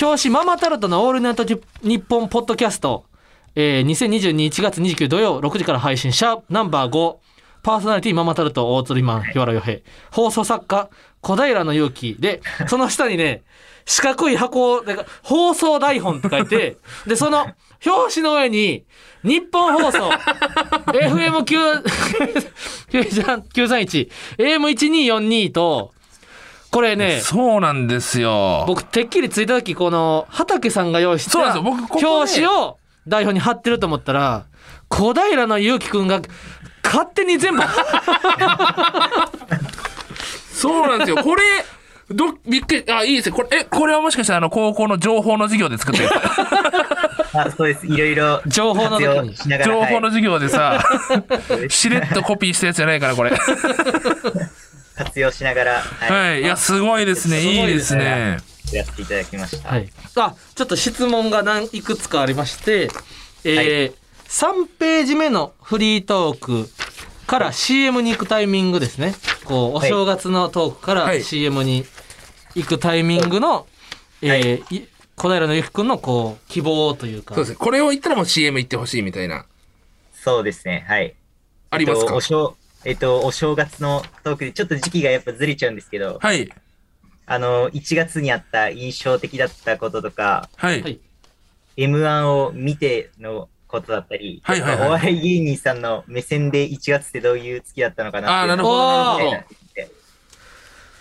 [SPEAKER 1] 表紙ママタルトの「オールナイトニッポン」ポッドキャスト、えー、20221月29土曜6時から配信シャープナンバー5パーソナリティママタルト大鶴マン日原洋平放送作家小平の勇気でその下にね四角い箱をなんか放送台本って書い
[SPEAKER 2] *laughs*
[SPEAKER 1] てでその表紙の上に日本放
[SPEAKER 2] *laughs*
[SPEAKER 1] 送 FM931 AM1242 とこれね
[SPEAKER 2] そうなんですよ。
[SPEAKER 1] 僕てっきりついた時この畑さんが用意し
[SPEAKER 2] そうなん
[SPEAKER 1] た
[SPEAKER 2] ですよ僕ここね
[SPEAKER 1] 表紙を台本に貼ってると思ったら小平の勇気くんが勝手に全部
[SPEAKER 2] そうなんですよ。これ、ど、びっくり、あ、いいですね。これ、え、これはもしかしたら、あの、高校の情報の授業で作って *laughs* る。
[SPEAKER 5] あ、そうです。いろいろ
[SPEAKER 1] 情報の時
[SPEAKER 5] 活
[SPEAKER 1] に
[SPEAKER 5] 用しながら。
[SPEAKER 2] 情報の
[SPEAKER 5] はい
[SPEAKER 2] 授業でさ、 *laughs* しれっとコピーしたやつじゃないかな、これ。
[SPEAKER 5] 活用しながら、はい。
[SPEAKER 2] はい。いや、すごいですね。
[SPEAKER 1] すごい
[SPEAKER 2] いい
[SPEAKER 1] で
[SPEAKER 2] ですす
[SPEAKER 1] ね
[SPEAKER 2] ね。
[SPEAKER 5] やっていただきました。
[SPEAKER 1] はいあちょっと質問が何いくつかありましてえー3ページ目のフリートークから CM に行くタイミングですねこうお
[SPEAKER 5] はい
[SPEAKER 1] 正月のトークか
[SPEAKER 2] は
[SPEAKER 1] ら
[SPEAKER 2] い
[SPEAKER 1] CM に行くタイミングの、えーい小平のゆきくんのこう希望というか
[SPEAKER 2] そうですね。これを言ったらもう CM 行ってほしいみたいな。
[SPEAKER 5] そうですね。はい。
[SPEAKER 2] あります
[SPEAKER 5] えっと
[SPEAKER 2] か
[SPEAKER 5] お正えっと、お正月のトークで、ちょっと時期がやっぱずれちゃうんですけど、
[SPEAKER 2] はい。
[SPEAKER 5] あの、1月にあった印象的だったこととか、
[SPEAKER 2] は
[SPEAKER 1] はい
[SPEAKER 2] い。
[SPEAKER 5] M1 を見てのことだったり、
[SPEAKER 2] はいはいはい
[SPEAKER 5] お笑い芸人さんの目線で1月ってどういう月だったのかな
[SPEAKER 2] あー、
[SPEAKER 5] ってい
[SPEAKER 2] な
[SPEAKER 5] う
[SPEAKER 2] る
[SPEAKER 5] のを
[SPEAKER 2] ほど、なる
[SPEAKER 5] み
[SPEAKER 2] ほ
[SPEAKER 5] たい
[SPEAKER 2] ど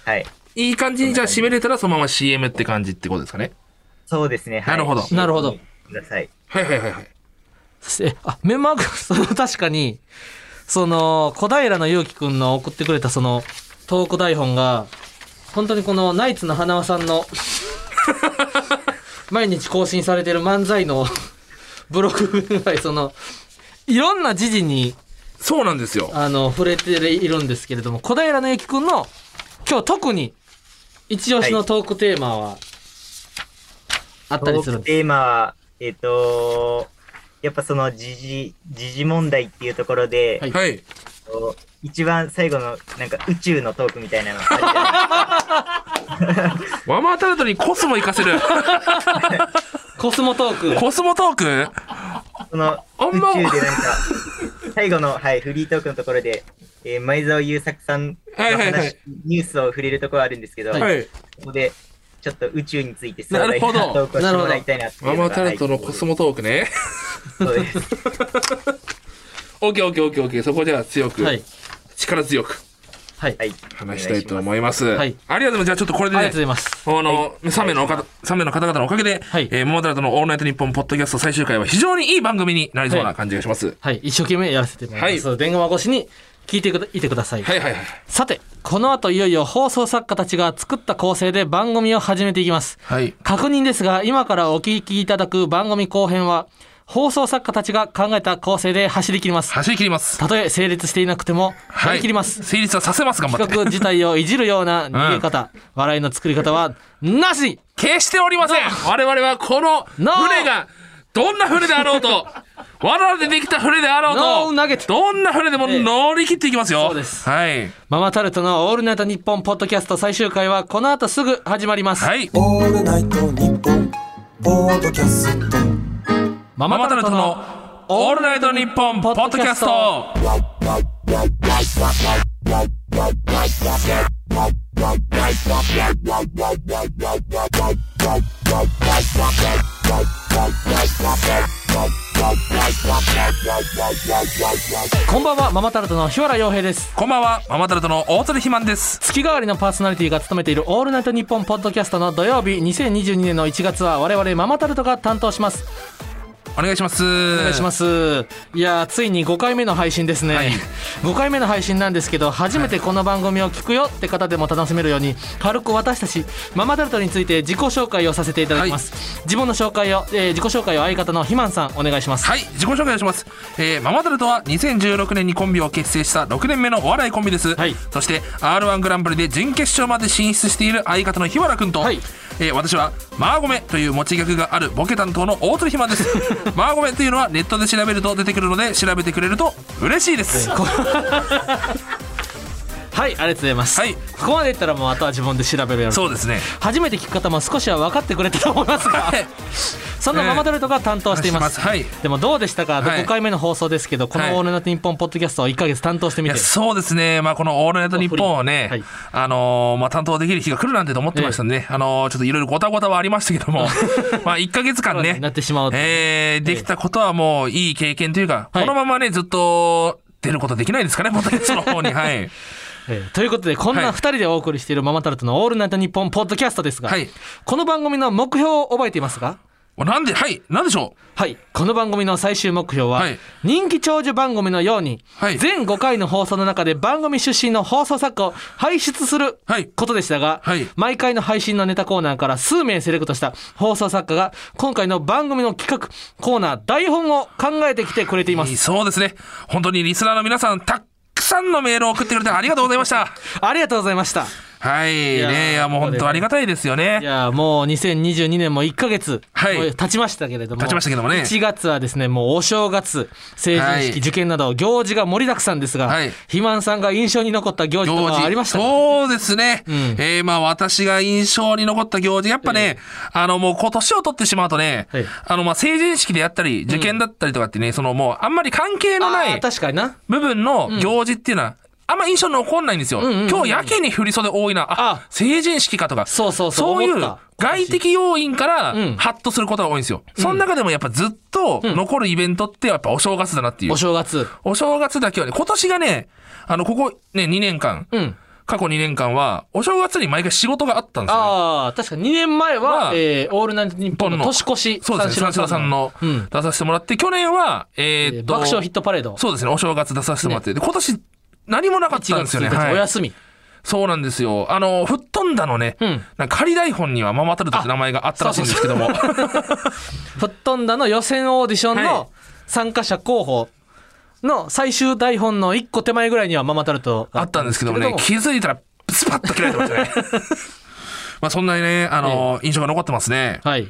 [SPEAKER 5] な。はい。
[SPEAKER 2] いい感じに、じゃあ締めれたら、そのまま CM って感じってことですかね。
[SPEAKER 5] そうですね。はい
[SPEAKER 2] なるほど
[SPEAKER 1] なるほど。
[SPEAKER 5] ください。
[SPEAKER 2] はいはいはいはい。
[SPEAKER 1] えあメモマーク *laughs* その確かにその小平の勇気くんの送ってくれたその投稿台本が本当にこのナイツの花輪さんの *laughs* 毎日更新されてる漫才の *laughs* ブログぐらいそのいろんな時事に
[SPEAKER 2] そうなんですよ。
[SPEAKER 1] あの触れているんですけれども小平の勇気くんの今日特に一押しのトークテーマはあったりするんです
[SPEAKER 5] トークテーマは、えっ、とやっぱその時事、時事問題っていうところで、
[SPEAKER 1] はい
[SPEAKER 2] はい。
[SPEAKER 5] こう一番最後のなんか宇宙のトークみたいなのがあるじゃないですか
[SPEAKER 2] ママタルトにコスモ行か *laughs* せる。
[SPEAKER 1] コスモトーク。
[SPEAKER 2] コスモトーク
[SPEAKER 5] その
[SPEAKER 2] あん
[SPEAKER 5] 宇
[SPEAKER 2] ま
[SPEAKER 5] 宙でなんか、最後の、はい、フリートークのところで、えー前澤友作さんの
[SPEAKER 2] はいはいはい。
[SPEAKER 5] 話、ニュースを触れるところあるんですけど、
[SPEAKER 1] はい
[SPEAKER 5] ここで、ちょっと宇宙について壮大
[SPEAKER 2] なるほ
[SPEAKER 5] な
[SPEAKER 2] ど
[SPEAKER 5] トークをしてもらいたいなっていう
[SPEAKER 2] マ
[SPEAKER 5] のが
[SPEAKER 2] マタルトのコスモトークね。
[SPEAKER 5] はいそうです。
[SPEAKER 2] オッケーオッケーオッケーオッケー。そこじゃあ強く、
[SPEAKER 1] はい。
[SPEAKER 2] 力強く
[SPEAKER 1] はい。
[SPEAKER 5] はい。
[SPEAKER 2] 話したいと
[SPEAKER 5] お願し
[SPEAKER 2] 思います。
[SPEAKER 1] はい
[SPEAKER 2] ありがとうございます。じゃあちょっとこれで
[SPEAKER 1] ありがとう
[SPEAKER 2] ね
[SPEAKER 1] ござ。います。
[SPEAKER 2] あの、3名のお方、3名の方々のおかげで、
[SPEAKER 1] はい
[SPEAKER 2] えーモーダルトのオールナイトニッポンポッドキャスト最終回は非常にいい番組になりそうな感じがします。
[SPEAKER 1] はい。一生懸命やらせてもらいます。電話越しに聞いてくだいてください。
[SPEAKER 2] はいはいはい。
[SPEAKER 1] さて、この後いよいよ放送作家たちが作った構成で番組を始めていきます。
[SPEAKER 2] はい。
[SPEAKER 1] 確認ですが、今からお聞きいただく番組後編は、放送作家たちが考えた構成で走り切ります。
[SPEAKER 2] 走り切ります。
[SPEAKER 1] たとえ成立していなくても、
[SPEAKER 2] は
[SPEAKER 1] 張
[SPEAKER 2] い。
[SPEAKER 1] り切ります。
[SPEAKER 2] 成立はさせます、頑張って
[SPEAKER 1] 企。画自体をいじるような逃げ
[SPEAKER 2] *laughs*
[SPEAKER 1] 方、笑いの作り方は、なし
[SPEAKER 2] 決しておりません我々はこの
[SPEAKER 1] No
[SPEAKER 2] 船がどんな船であろうと罠でできた船であろう
[SPEAKER 1] No 投げて
[SPEAKER 2] とどんな船でも
[SPEAKER 1] ええ
[SPEAKER 2] 乗り切っていきますよ
[SPEAKER 1] そうです
[SPEAKER 2] はい
[SPEAKER 1] ママタルトのオールナイトニッポンポッドキャスト最終回は、この後すぐ始まります。
[SPEAKER 2] はい
[SPEAKER 6] オールナイトニッポンポッドキャスト
[SPEAKER 1] マ
[SPEAKER 2] ママタルトのオールナイトニッポンポッドキャスト
[SPEAKER 1] こんばんは、ママタルトの日原洋平です。
[SPEAKER 2] こんばんはママタルトの大鳥ひまんです
[SPEAKER 1] 月替わりのパーソナリティが務めているオールナイトニッポンポッドキャストの土曜日2022年の1月は我々ママタルトが担当します。
[SPEAKER 2] お願いします
[SPEAKER 1] お願いします。いやー、ついに5回目の配信ですね。
[SPEAKER 2] はい
[SPEAKER 1] 5回目の配信なんですけど、初めてこの番組を聞くよって方でも楽しめるように、軽く私たち、ママタルトについて自己紹介をさせていただきます。自分の紹介を、えー自己紹介を相方のひまんさん、お願いします。
[SPEAKER 2] はい自己紹介をします、えーママタルトは2016年にコンビを結成した6年目のお笑いコンビです、
[SPEAKER 1] はい
[SPEAKER 2] そして r 1グランプリで準決勝まで進出している相方の日原君と、
[SPEAKER 1] はい
[SPEAKER 2] えー私はマーゴメという持ち逆があるボケ担当の大鳥ひまです
[SPEAKER 1] *laughs*
[SPEAKER 2] マーゴメというのはネットで調べると出てくるので調べてくれると嬉しいですは
[SPEAKER 1] はい、ありがとうございます。
[SPEAKER 2] い
[SPEAKER 1] ここまでいったらもうあとは自分で調べるやろ
[SPEAKER 2] そうですね
[SPEAKER 1] 初めて聞く方も少しは分かってくれたと思いますがそんなママタルトが担当しています,、
[SPEAKER 2] はいい
[SPEAKER 1] でもどうでしたか、
[SPEAKER 2] はい
[SPEAKER 1] 5回目の放送ですけどこ
[SPEAKER 2] はい
[SPEAKER 1] の「オールナイトニッポン」ポッドキャストを1か月担当してみ
[SPEAKER 2] や
[SPEAKER 1] て、
[SPEAKER 2] そうですね、まあ、この「オールナイトニッポン」をね、
[SPEAKER 1] はい
[SPEAKER 2] あのーまあ、担当できる日が来るなんてと思ってましたんで、ねあのーちょっといろいろごたごたはありましたけ
[SPEAKER 1] *laughs*
[SPEAKER 2] どもまあ1か月間ね
[SPEAKER 1] なってしまうと
[SPEAKER 2] えー、できたことはもういい経験というか、
[SPEAKER 1] はい
[SPEAKER 2] このままね、ずっと出ることできない
[SPEAKER 1] *laughs*
[SPEAKER 2] ですかね、ポッドキャストの方に。はい。
[SPEAKER 1] えーということでこん
[SPEAKER 2] は
[SPEAKER 1] ない2人でお送りしている「ママタルトのオールナイトニッポン」ポッドキャストですが、
[SPEAKER 2] はい
[SPEAKER 1] この番組の目標を覚えていますか
[SPEAKER 2] おなんで、はい、なんでしょ
[SPEAKER 1] はいこの番組の最終目標は、
[SPEAKER 2] はい
[SPEAKER 1] 人気長寿番組のように、
[SPEAKER 2] はい
[SPEAKER 1] 全5回の放送の中で番組出身の放送作家を輩出する
[SPEAKER 2] はい
[SPEAKER 1] ことでしたが、
[SPEAKER 2] はい
[SPEAKER 1] 毎回の配信のネタコーナーから数名セレクトした放送作家が今回の番組の企画コーナー台本を考えてきてくれていうま
[SPEAKER 2] いい
[SPEAKER 1] す
[SPEAKER 2] そうですね。本当にリスナーの皆さん、たっくさんのメールを送ってくれてありがとうございました。
[SPEAKER 1] ありがとうございました
[SPEAKER 2] はい。
[SPEAKER 1] やー
[SPEAKER 2] ねいや、もう本当ありがたいですよ
[SPEAKER 1] い
[SPEAKER 2] ね。
[SPEAKER 1] やーもう2022年も1ヶ月、
[SPEAKER 2] はい
[SPEAKER 1] もう経ちましたけれども
[SPEAKER 2] 経ちましたけどもね
[SPEAKER 1] 1月はですねもうお正月成人式、
[SPEAKER 2] はい
[SPEAKER 1] 受験など行事が盛りだくさんですが、
[SPEAKER 2] はい
[SPEAKER 1] 肥満さんが印象に残った行事と
[SPEAKER 2] 行
[SPEAKER 1] か
[SPEAKER 2] 事。
[SPEAKER 1] ありましたか
[SPEAKER 2] そうですね。
[SPEAKER 1] ん
[SPEAKER 2] えーまあ私が印象に残った行事、やっぱね、あのもうこう年を取ってしまうとね、
[SPEAKER 1] はい
[SPEAKER 2] あのまあ成人式でやったり、受験だったりとかってね、そのもうあんまり関係のな
[SPEAKER 1] あー
[SPEAKER 2] い、
[SPEAKER 1] 確かにな
[SPEAKER 2] 部分の行事っていうのは、あんま印象に残んないんですよ。
[SPEAKER 1] んうんうん
[SPEAKER 2] 今日やけに振り袖多いな。あ、
[SPEAKER 1] あ
[SPEAKER 2] 成人式かとか。
[SPEAKER 1] そうそうそう
[SPEAKER 2] い
[SPEAKER 1] 思っ
[SPEAKER 2] う
[SPEAKER 1] た
[SPEAKER 2] 外的要因から
[SPEAKER 1] うん、
[SPEAKER 2] ハッとすることが多いんですよ。その中でもやっぱずっと残るイベントってやっぱお正月だなっていう。
[SPEAKER 1] お正月
[SPEAKER 2] お正月だけはね、今年がね、あの、ここね、2年間、
[SPEAKER 1] うん
[SPEAKER 2] 過去2年間は、お正月に毎回仕事があったんですよ、ね。
[SPEAKER 1] ああ確か2年前は、
[SPEAKER 2] まあ
[SPEAKER 1] えーオールナイトニッポンの年越し
[SPEAKER 2] そうですね、三四郎さんの
[SPEAKER 1] うん
[SPEAKER 2] 出させてもらって、去年は、
[SPEAKER 1] え
[SPEAKER 2] えー
[SPEAKER 1] ー
[SPEAKER 2] っと、
[SPEAKER 1] 爆笑ヒットパレード
[SPEAKER 2] そうですね、お正月出させてもらって、で今年何もなかっ
[SPEAKER 1] 1
[SPEAKER 2] たんです
[SPEAKER 1] 月
[SPEAKER 2] よね。
[SPEAKER 1] 1日、お休み
[SPEAKER 2] そうなんですよ。あの、吹っ飛んだのね、
[SPEAKER 1] うん
[SPEAKER 2] なんか仮台本にはママタルトって名前があったらしいんですけども、
[SPEAKER 1] 吹っ飛んだの予選オーディション
[SPEAKER 2] はい
[SPEAKER 1] の参加者候補の最終台本の1個手前ぐらいにはママタルトが
[SPEAKER 2] *laughs* あったんですけども
[SPEAKER 1] あった
[SPEAKER 2] ね
[SPEAKER 1] ん、です
[SPEAKER 2] 気づいたら
[SPEAKER 1] *laughs*
[SPEAKER 2] スパッと切られてましたね。まあそんなにね、あの、印象が残ってますね。
[SPEAKER 1] はい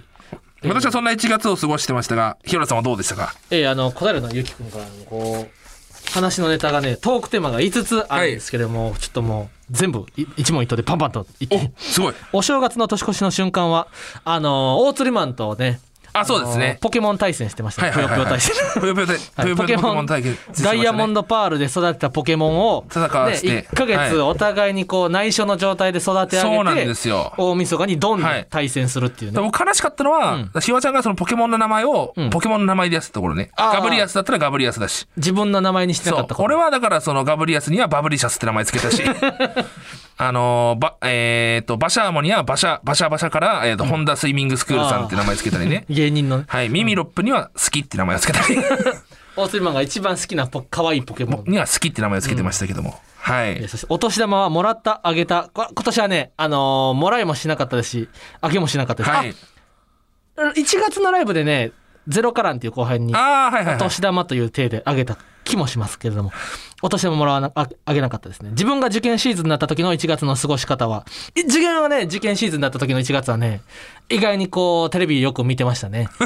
[SPEAKER 2] 私はそんな1月を過ごしてましたが、ヒロラさんはどうでしたか
[SPEAKER 1] えーあの、小平のゆきくんからの、こう、話のネタがね、トークテーマが5つあるんですけれども、ちょっともう、全部い、一問一答でパンパンといって。
[SPEAKER 2] すごい。
[SPEAKER 1] お正月の年越しの瞬間は、あのー、大釣りマンとね、
[SPEAKER 2] あ、そうです
[SPEAKER 1] あのー
[SPEAKER 2] ね。
[SPEAKER 1] ポケモン対戦してました、
[SPEAKER 2] はいはいはい
[SPEAKER 1] ぷよぷよ
[SPEAKER 2] はい
[SPEAKER 1] 対戦。。
[SPEAKER 2] ぷよぷよで
[SPEAKER 1] は
[SPEAKER 2] ぷ
[SPEAKER 1] い
[SPEAKER 2] よ
[SPEAKER 1] ポ
[SPEAKER 2] ぷよ
[SPEAKER 1] ケ
[SPEAKER 2] でポケ
[SPEAKER 1] モ
[SPEAKER 2] モ
[SPEAKER 1] ン
[SPEAKER 2] ン対決しましたね
[SPEAKER 1] ダイヤモンドパールで育てたポケモンを、
[SPEAKER 2] 戦わせて
[SPEAKER 1] 1ヶ月お互いにこう内緒の状態で育て上げて、
[SPEAKER 2] そうなんですよ
[SPEAKER 1] 大晦日にドン
[SPEAKER 2] は
[SPEAKER 1] で
[SPEAKER 2] い
[SPEAKER 1] 対戦するっていう
[SPEAKER 2] で
[SPEAKER 1] ね。
[SPEAKER 2] も悲しかったのは、
[SPEAKER 1] う
[SPEAKER 2] シワちゃんがそのポケモンの名前を、
[SPEAKER 1] ん
[SPEAKER 2] ポケモンの名前でやってたところね。
[SPEAKER 1] あー
[SPEAKER 2] ガブリアスだったらガブリアスだし。
[SPEAKER 1] 自分の名前にしてな
[SPEAKER 2] そ
[SPEAKER 1] か
[SPEAKER 2] う
[SPEAKER 1] った。こと
[SPEAKER 2] 俺はだからそのガブリアスにはバブリシャスって名前つけたし。
[SPEAKER 1] *laughs*
[SPEAKER 2] あのーば、えっ、と、バシャーモにはバシャ、バシャバシャから、えっ、と、ホンダスイミングスクールさんって名前つけたりね。
[SPEAKER 1] 芸人のね
[SPEAKER 2] はい。ミミロップには好きって名前をつけた
[SPEAKER 1] *laughs*
[SPEAKER 2] り。
[SPEAKER 1] 大釣りマンが一番好きなポ可愛いポケモン。
[SPEAKER 2] には好きって名前をつけてましたけども。はい
[SPEAKER 1] えー。そしてお年玉はもらったあげたこ今年はね、あのーもらいもしなかったですしあげもしなかったです、
[SPEAKER 2] はい。
[SPEAKER 1] あ1月のライブでねゼロカランっていう後輩にお
[SPEAKER 2] ああー、はいはい、はい。
[SPEAKER 1] 年玉という体であげた気もしますけれどもお年玉もらわなああげなかったですね自分が受験シーズンになった時の1月の過ごし方はい受験はね受験シーズンになった時の1月はね意外にこうテレビよく見てましたね、う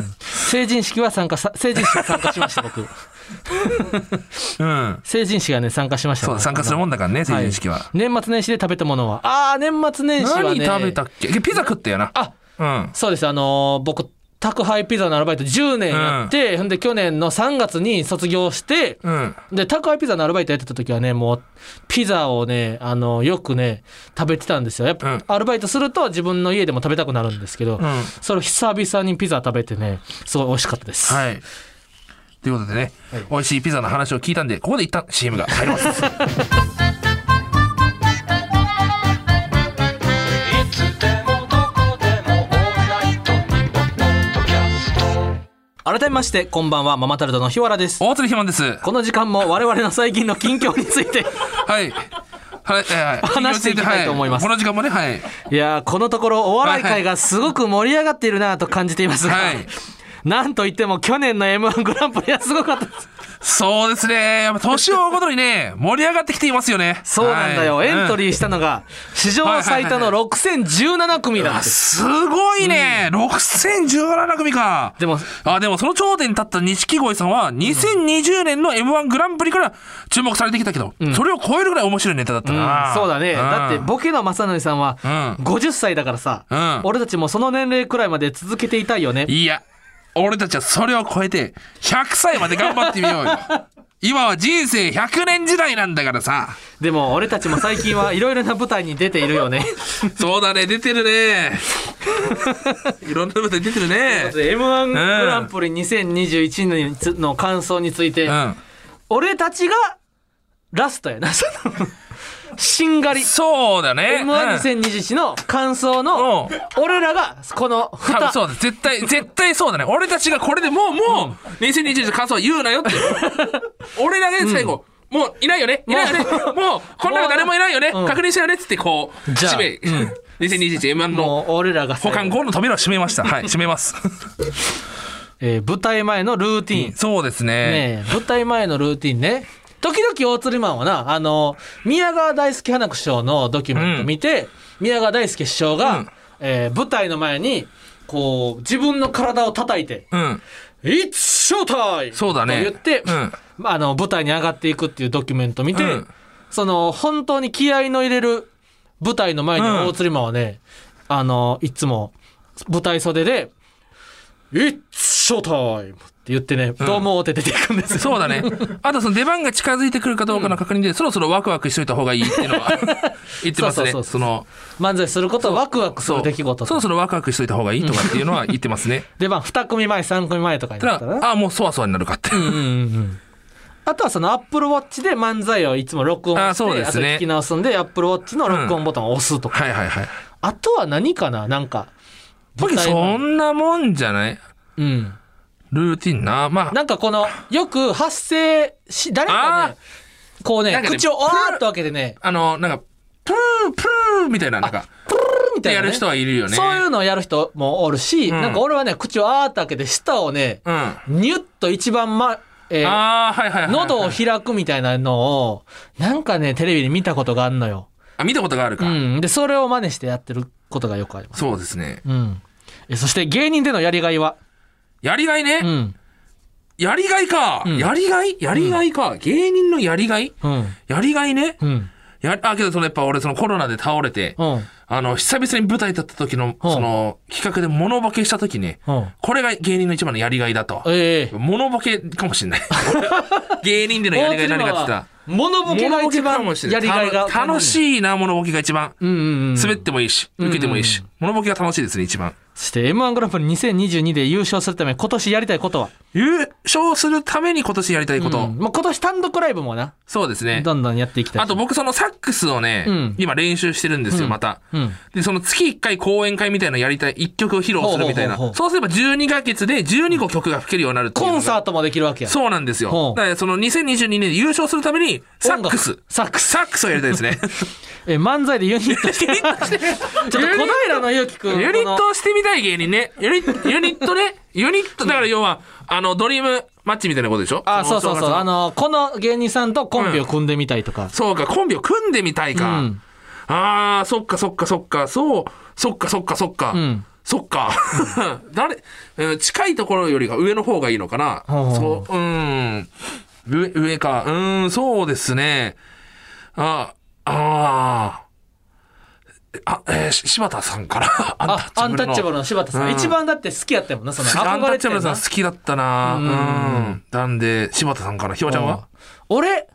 [SPEAKER 1] ん、成人式は参加さ成人式は参加しました僕
[SPEAKER 2] うん。
[SPEAKER 1] 成人式がね参加しました
[SPEAKER 2] そう、参加するもんだからね、成人式は。
[SPEAKER 1] い年末年始で食べたものはああ年末年始は
[SPEAKER 2] 何
[SPEAKER 1] ね
[SPEAKER 2] 食べたっけピザ食ったよな。
[SPEAKER 1] あ
[SPEAKER 2] うん。
[SPEAKER 1] そうですあのー僕宅配ピザのアルバイト10年やって、ほんで去年の3月に卒業して、
[SPEAKER 2] うん。
[SPEAKER 1] で宅配ピザのアルバイトやってた時はねもうピザをねあのよくね食べてたんですよやっぱ、
[SPEAKER 2] うん
[SPEAKER 1] アルバイトすると自分の家でも食べたくなるんですけど、
[SPEAKER 2] ん
[SPEAKER 1] それを久々にピザ食べてねすごい美味しかったです、
[SPEAKER 2] はい。ということでね、美味しいピザの話を聞いたんで、ここで一旦 CM が入り
[SPEAKER 1] *laughs*
[SPEAKER 2] ます。
[SPEAKER 1] 改めましてこんばんはママタルトの日原です
[SPEAKER 2] 大鶴ひまんです。
[SPEAKER 1] この時間も我々の最近の近況につい
[SPEAKER 2] *laughs*
[SPEAKER 1] て
[SPEAKER 2] はい。はい、はい、
[SPEAKER 1] 話していきたいと思います
[SPEAKER 2] はこの時間もね、はい。
[SPEAKER 1] いやーこのところお笑い界がすごく盛り上がっているなと感じていますが、
[SPEAKER 2] はい
[SPEAKER 1] なんといっても去年の m 1グランプリはすごかったです
[SPEAKER 2] そうですね。やっぱ年を追うごとにね、盛り上がってきていますよね。
[SPEAKER 1] そうなんだよ、
[SPEAKER 2] はい
[SPEAKER 1] エントリーしたのが史上最多の6017組なん
[SPEAKER 2] あ
[SPEAKER 1] です、
[SPEAKER 2] すごいね、6017組か
[SPEAKER 1] でも
[SPEAKER 2] あでもその頂点に立った錦鯉さんは2020年の m 1グランプリから注目されてきたけど、それを超えるぐらい面白いネタだったな、
[SPEAKER 1] うんそうだね、
[SPEAKER 2] ん
[SPEAKER 1] だってボケの正則さんは
[SPEAKER 2] うん
[SPEAKER 1] 50歳だからさ、
[SPEAKER 2] うん
[SPEAKER 1] 俺たちもその年齢くらいまで続けていたいよね
[SPEAKER 2] いや俺たちはそれを超えて100歳まで頑張ってみ *laughs* ようよ今は人生100年時代なんだからさ
[SPEAKER 1] でも俺たちも最近はいろいろな舞台に出ているよ
[SPEAKER 2] *laughs*
[SPEAKER 1] ね
[SPEAKER 2] そうだね出てる *laughs* ねいろんな舞台出てるね
[SPEAKER 1] m 1グランプリ2021年の感想について、
[SPEAKER 2] うん
[SPEAKER 1] 俺たちがラストやなそ *laughs* のしんがり
[SPEAKER 2] そうだね
[SPEAKER 1] m 1 2 0 2 1の感想の
[SPEAKER 2] うん
[SPEAKER 1] 俺らがこの
[SPEAKER 2] 多分そ
[SPEAKER 1] 蓋
[SPEAKER 2] うだ絶対絶対そうだね俺たちがこれでもうもう、2021の感想は言うなよって
[SPEAKER 1] *laughs*
[SPEAKER 2] 俺らで最後、もういないよねいないよねもうこんなの誰もいないよね、
[SPEAKER 1] うん
[SPEAKER 2] 確認したよねっつってこう
[SPEAKER 1] じゃあ
[SPEAKER 2] 締め、2021 *laughs* M1 の
[SPEAKER 1] もう俺らが
[SPEAKER 2] 保
[SPEAKER 1] 最後
[SPEAKER 2] 管後の扉を閉めましたはい閉めます
[SPEAKER 1] えー舞台前のルーティン、
[SPEAKER 2] そうですね
[SPEAKER 1] ねえ舞台前のルーティンね時々大鶴マンはなあの宮川大輔花子師匠のドキュメント見て、宮川大輔師匠が、
[SPEAKER 2] うん
[SPEAKER 1] えー舞台の前にこう自分の体を叩いて
[SPEAKER 2] うん
[SPEAKER 1] 「It's showtime!」
[SPEAKER 2] そうだね
[SPEAKER 1] と言って、
[SPEAKER 2] うん
[SPEAKER 1] まあ、あの舞台に上がっていくっていうドキュメント見て、
[SPEAKER 2] うん
[SPEAKER 1] その本当に気合いの入れる舞台の前に
[SPEAKER 2] うん
[SPEAKER 1] 大釣りマンはね、あのいつも舞台袖で「It's showtime!」って言ってね、どうもって出ていくんですよ
[SPEAKER 2] そうだね。あとその出番が近づいてくるかどうかの確認で、そろそろワクワクしといた方がいいっていうの
[SPEAKER 1] *laughs*
[SPEAKER 2] は言って
[SPEAKER 1] そうそう
[SPEAKER 2] ますね。
[SPEAKER 1] そうそう
[SPEAKER 2] その
[SPEAKER 1] 漫才することをワクワクす
[SPEAKER 2] そう
[SPEAKER 1] る出来事
[SPEAKER 2] そろ
[SPEAKER 1] と
[SPEAKER 2] そろワクワクしといた方がいいとかっていうのは言ってます
[SPEAKER 1] *laughs*
[SPEAKER 2] ね。
[SPEAKER 1] 出番2組前3組前とかにな
[SPEAKER 2] た
[SPEAKER 1] ったら
[SPEAKER 2] だ、
[SPEAKER 1] な
[SPEAKER 2] ああ、もうそわそわになるかって。
[SPEAKER 1] うんうんうんあとはそのアップルウォッチで漫才をいつも録音して
[SPEAKER 2] あそうですね
[SPEAKER 1] 後聞き直すんでアップルウォッチの録音ボタンを押すとか、
[SPEAKER 2] はいはいはい。
[SPEAKER 1] あとは何かななんか
[SPEAKER 2] 僕
[SPEAKER 1] 舞台前
[SPEAKER 2] そんなもんじゃない
[SPEAKER 1] うん
[SPEAKER 2] ルーティンな。まあ、
[SPEAKER 1] なんかこのよく発声し誰かねこうね
[SPEAKER 2] なんかね
[SPEAKER 1] 口をおーっと開けてね
[SPEAKER 2] あの、なんか、プープーみたいな、なんか、
[SPEAKER 1] みたいな、
[SPEAKER 2] や
[SPEAKER 1] ね、
[SPEAKER 2] る人はいるよね。
[SPEAKER 1] そういうのをやる人もおるし、
[SPEAKER 2] ん
[SPEAKER 1] なんか俺はね口をあーっと開けて舌をね
[SPEAKER 2] うん。
[SPEAKER 1] ニュッと一番まえー
[SPEAKER 2] ああ、
[SPEAKER 1] *laughs*
[SPEAKER 2] はいはいはい。
[SPEAKER 1] 喉を開くみたいなのを、なんかね、テレビで見たことがあんのよ。
[SPEAKER 2] あ、見たことがある
[SPEAKER 1] う
[SPEAKER 2] か。
[SPEAKER 1] ん。で、それを真似してやってることがよくあります。
[SPEAKER 2] そうですね。
[SPEAKER 1] うん。えそして芸人でのやりがいは
[SPEAKER 2] やりがいね、
[SPEAKER 1] うん
[SPEAKER 2] やりがいか、
[SPEAKER 1] うん
[SPEAKER 2] やりがいやりがいか、芸人のやりがい
[SPEAKER 1] うん
[SPEAKER 2] やりがいね、
[SPEAKER 1] うん
[SPEAKER 2] やあけどそのやっぱ俺そのコロナで倒れて、
[SPEAKER 1] うん
[SPEAKER 2] あの久々に舞台立った時の
[SPEAKER 1] うん
[SPEAKER 2] その企画でモボケした時に
[SPEAKER 1] うん
[SPEAKER 2] これが芸人の一番のやりがいだと
[SPEAKER 1] ええ
[SPEAKER 2] モボケかも
[SPEAKER 1] *laughs*
[SPEAKER 2] しれない芸人でのやりがい何かって言ったら
[SPEAKER 1] 物ボケが一番やりがいが
[SPEAKER 2] 楽楽
[SPEAKER 1] い
[SPEAKER 2] しいなモボケが一番
[SPEAKER 1] うんうんうん
[SPEAKER 2] 滑ってもいいし、
[SPEAKER 1] ん
[SPEAKER 2] 受けてもいいし、モボケが楽しいですね一番
[SPEAKER 1] そして m 1グランプリ2022で優勝するため今年やりたいことは、
[SPEAKER 2] 優勝するために今年やりたいこと、
[SPEAKER 1] うんまあ、今年単独ライブもな
[SPEAKER 2] そうですね
[SPEAKER 1] どんどんやっていきたい
[SPEAKER 2] あと僕そのサックスをね、
[SPEAKER 1] うん
[SPEAKER 2] 今練習してるんですよ、また。
[SPEAKER 1] うん
[SPEAKER 2] で、その月1回講演会みたいなのやりたい、1曲を披露するみたいな。
[SPEAKER 1] ほうほうほうほう
[SPEAKER 2] そうすれば12ヶ月で12個曲が吹けるようになるっていうの
[SPEAKER 1] コ
[SPEAKER 2] が
[SPEAKER 1] ンサートもできるわけや
[SPEAKER 2] そうなんです
[SPEAKER 1] ほ
[SPEAKER 2] よ
[SPEAKER 1] う。
[SPEAKER 2] だからその2022年で優勝するために、サック
[SPEAKER 1] 音
[SPEAKER 2] ス
[SPEAKER 1] 楽。サックス
[SPEAKER 2] サックスをやりたいですね。
[SPEAKER 1] え漫才でユニットしてちょっと小平のゆうきくん
[SPEAKER 2] ユニッ
[SPEAKER 1] こ
[SPEAKER 2] トをしてみたい芸人ね。ユニユニットね。ユニット、だから要は、あの、ドリームマッチみたいなことでしょ
[SPEAKER 1] のあそうそうそうあ
[SPEAKER 2] の
[SPEAKER 1] のこの芸人さんとコンビを組んでみたいとか、
[SPEAKER 2] そうか、コンビを組んでみたいか。
[SPEAKER 1] うん
[SPEAKER 2] あー、そっかそっかそっか、そう、そっかそっかそっか。
[SPEAKER 1] ん
[SPEAKER 2] そっか。 *laughs* 誰、うん近いところよりが上の方がいいのかな。
[SPEAKER 1] ほうほう
[SPEAKER 2] そう、うん。上、上か。うん、そうですね。あ、あーあ、えーし柴田さんから
[SPEAKER 1] あアンタッチャブル
[SPEAKER 2] の
[SPEAKER 1] の柴田さん、
[SPEAKER 2] うん
[SPEAKER 1] 一番だって好きやったもんなその
[SPEAKER 2] アンタ
[SPEAKER 1] 憧
[SPEAKER 2] ッ
[SPEAKER 1] れ
[SPEAKER 2] チ
[SPEAKER 1] て
[SPEAKER 2] ャブル
[SPEAKER 1] る
[SPEAKER 2] さん
[SPEAKER 1] な
[SPEAKER 2] 好きだったな
[SPEAKER 1] うん
[SPEAKER 2] うん。なんで、柴田さんかな。ひわちゃんは
[SPEAKER 1] 俺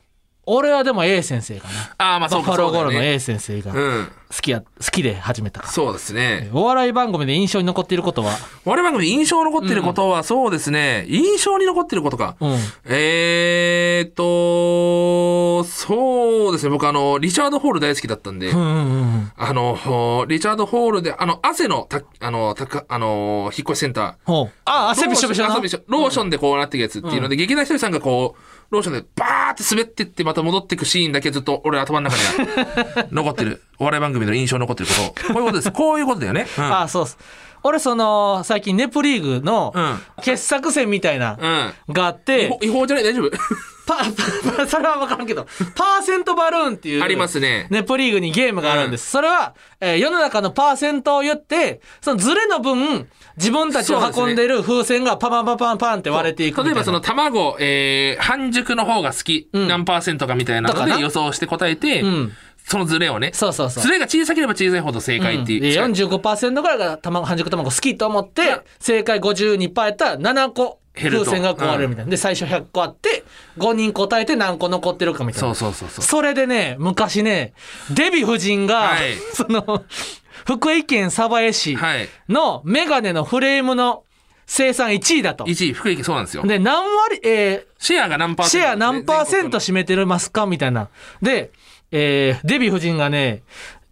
[SPEAKER 1] 俺はでも A 先生かな
[SPEAKER 2] ああ、まあそ
[SPEAKER 1] バ
[SPEAKER 2] う
[SPEAKER 1] フ
[SPEAKER 2] か
[SPEAKER 1] ァロ
[SPEAKER 2] そ
[SPEAKER 1] ー
[SPEAKER 2] う
[SPEAKER 1] ゴロ
[SPEAKER 2] だよ
[SPEAKER 1] の
[SPEAKER 2] ね。
[SPEAKER 1] A 先生が好
[SPEAKER 2] うん。
[SPEAKER 1] きや好きで始めたから
[SPEAKER 2] そうですね。
[SPEAKER 1] お笑い番組で印象に残っていることは
[SPEAKER 2] 我々番組印象に残ってることは、そうですね、印象に残ってることか。
[SPEAKER 1] うん
[SPEAKER 2] えーっと、そうですね、僕あの、リチャード・ホール大好きだったんで、
[SPEAKER 1] うんうんうん
[SPEAKER 2] あの、リチャード・ホールで、あの、汗の、たあの、たか、あの、引っ越しセンター。
[SPEAKER 1] ほうあ汗びしょびしょな
[SPEAKER 2] ローションローションでこうなっていくやつっていうので、劇団ひとりさんがこう、ローションでバーって滑ってってまた戻ってくシーンだけずっと俺頭の中に
[SPEAKER 1] *laughs*
[SPEAKER 2] は残ってる。お笑い番組の印象に残ってること。こういうことです。こういうことだよね。うん
[SPEAKER 1] あそうっす俺その最近ネプリーグの
[SPEAKER 2] うん
[SPEAKER 1] 傑作戦みたいな
[SPEAKER 2] うん。
[SPEAKER 1] があって、
[SPEAKER 2] 違法違法じゃない大丈夫 *laughs*
[SPEAKER 1] パ *laughs* パパそれは分からんけどパーセントバルーンっていう
[SPEAKER 2] ありますね
[SPEAKER 1] ネプリーグにゲームがあるんです、それは、えー世の中のパーセントを言ってそのズレの分自分たちを運んでる風船がパパパパンパンって割れていくみた
[SPEAKER 2] 例
[SPEAKER 1] い
[SPEAKER 2] え
[SPEAKER 1] な
[SPEAKER 2] ばその卵、えー、半熟の方が好き、
[SPEAKER 1] ん
[SPEAKER 2] 何パーセントかみたいな
[SPEAKER 1] と
[SPEAKER 2] の
[SPEAKER 1] かな
[SPEAKER 2] で予想して答えて、
[SPEAKER 1] うん
[SPEAKER 2] そのズレをね。
[SPEAKER 1] そうそうそう
[SPEAKER 2] ズレが小さければ小さいほど正解っていう。
[SPEAKER 1] で45%ぐらいが卵半熟卵好きと思って正解52%やったら7個
[SPEAKER 2] 減ると
[SPEAKER 1] 風船が壊れるみたいな、で最初100個あって5人答えて何個残ってるかみたいな
[SPEAKER 2] そうそうそうそう。
[SPEAKER 1] それでね、昔ね、デヴィ夫人が、
[SPEAKER 2] はい
[SPEAKER 1] その、福井県鯖江市
[SPEAKER 2] はい
[SPEAKER 1] のメガネのフレームの生産1位だと。
[SPEAKER 2] 1位、福井県そうなんですよ。
[SPEAKER 1] で、何割、え
[SPEAKER 2] シェアが何
[SPEAKER 1] ー
[SPEAKER 2] パーセ
[SPEAKER 1] シ
[SPEAKER 2] ント
[SPEAKER 1] ェア何パーセント
[SPEAKER 2] 全
[SPEAKER 1] 占めてますかみたいな。で、えーデヴィ夫人がね、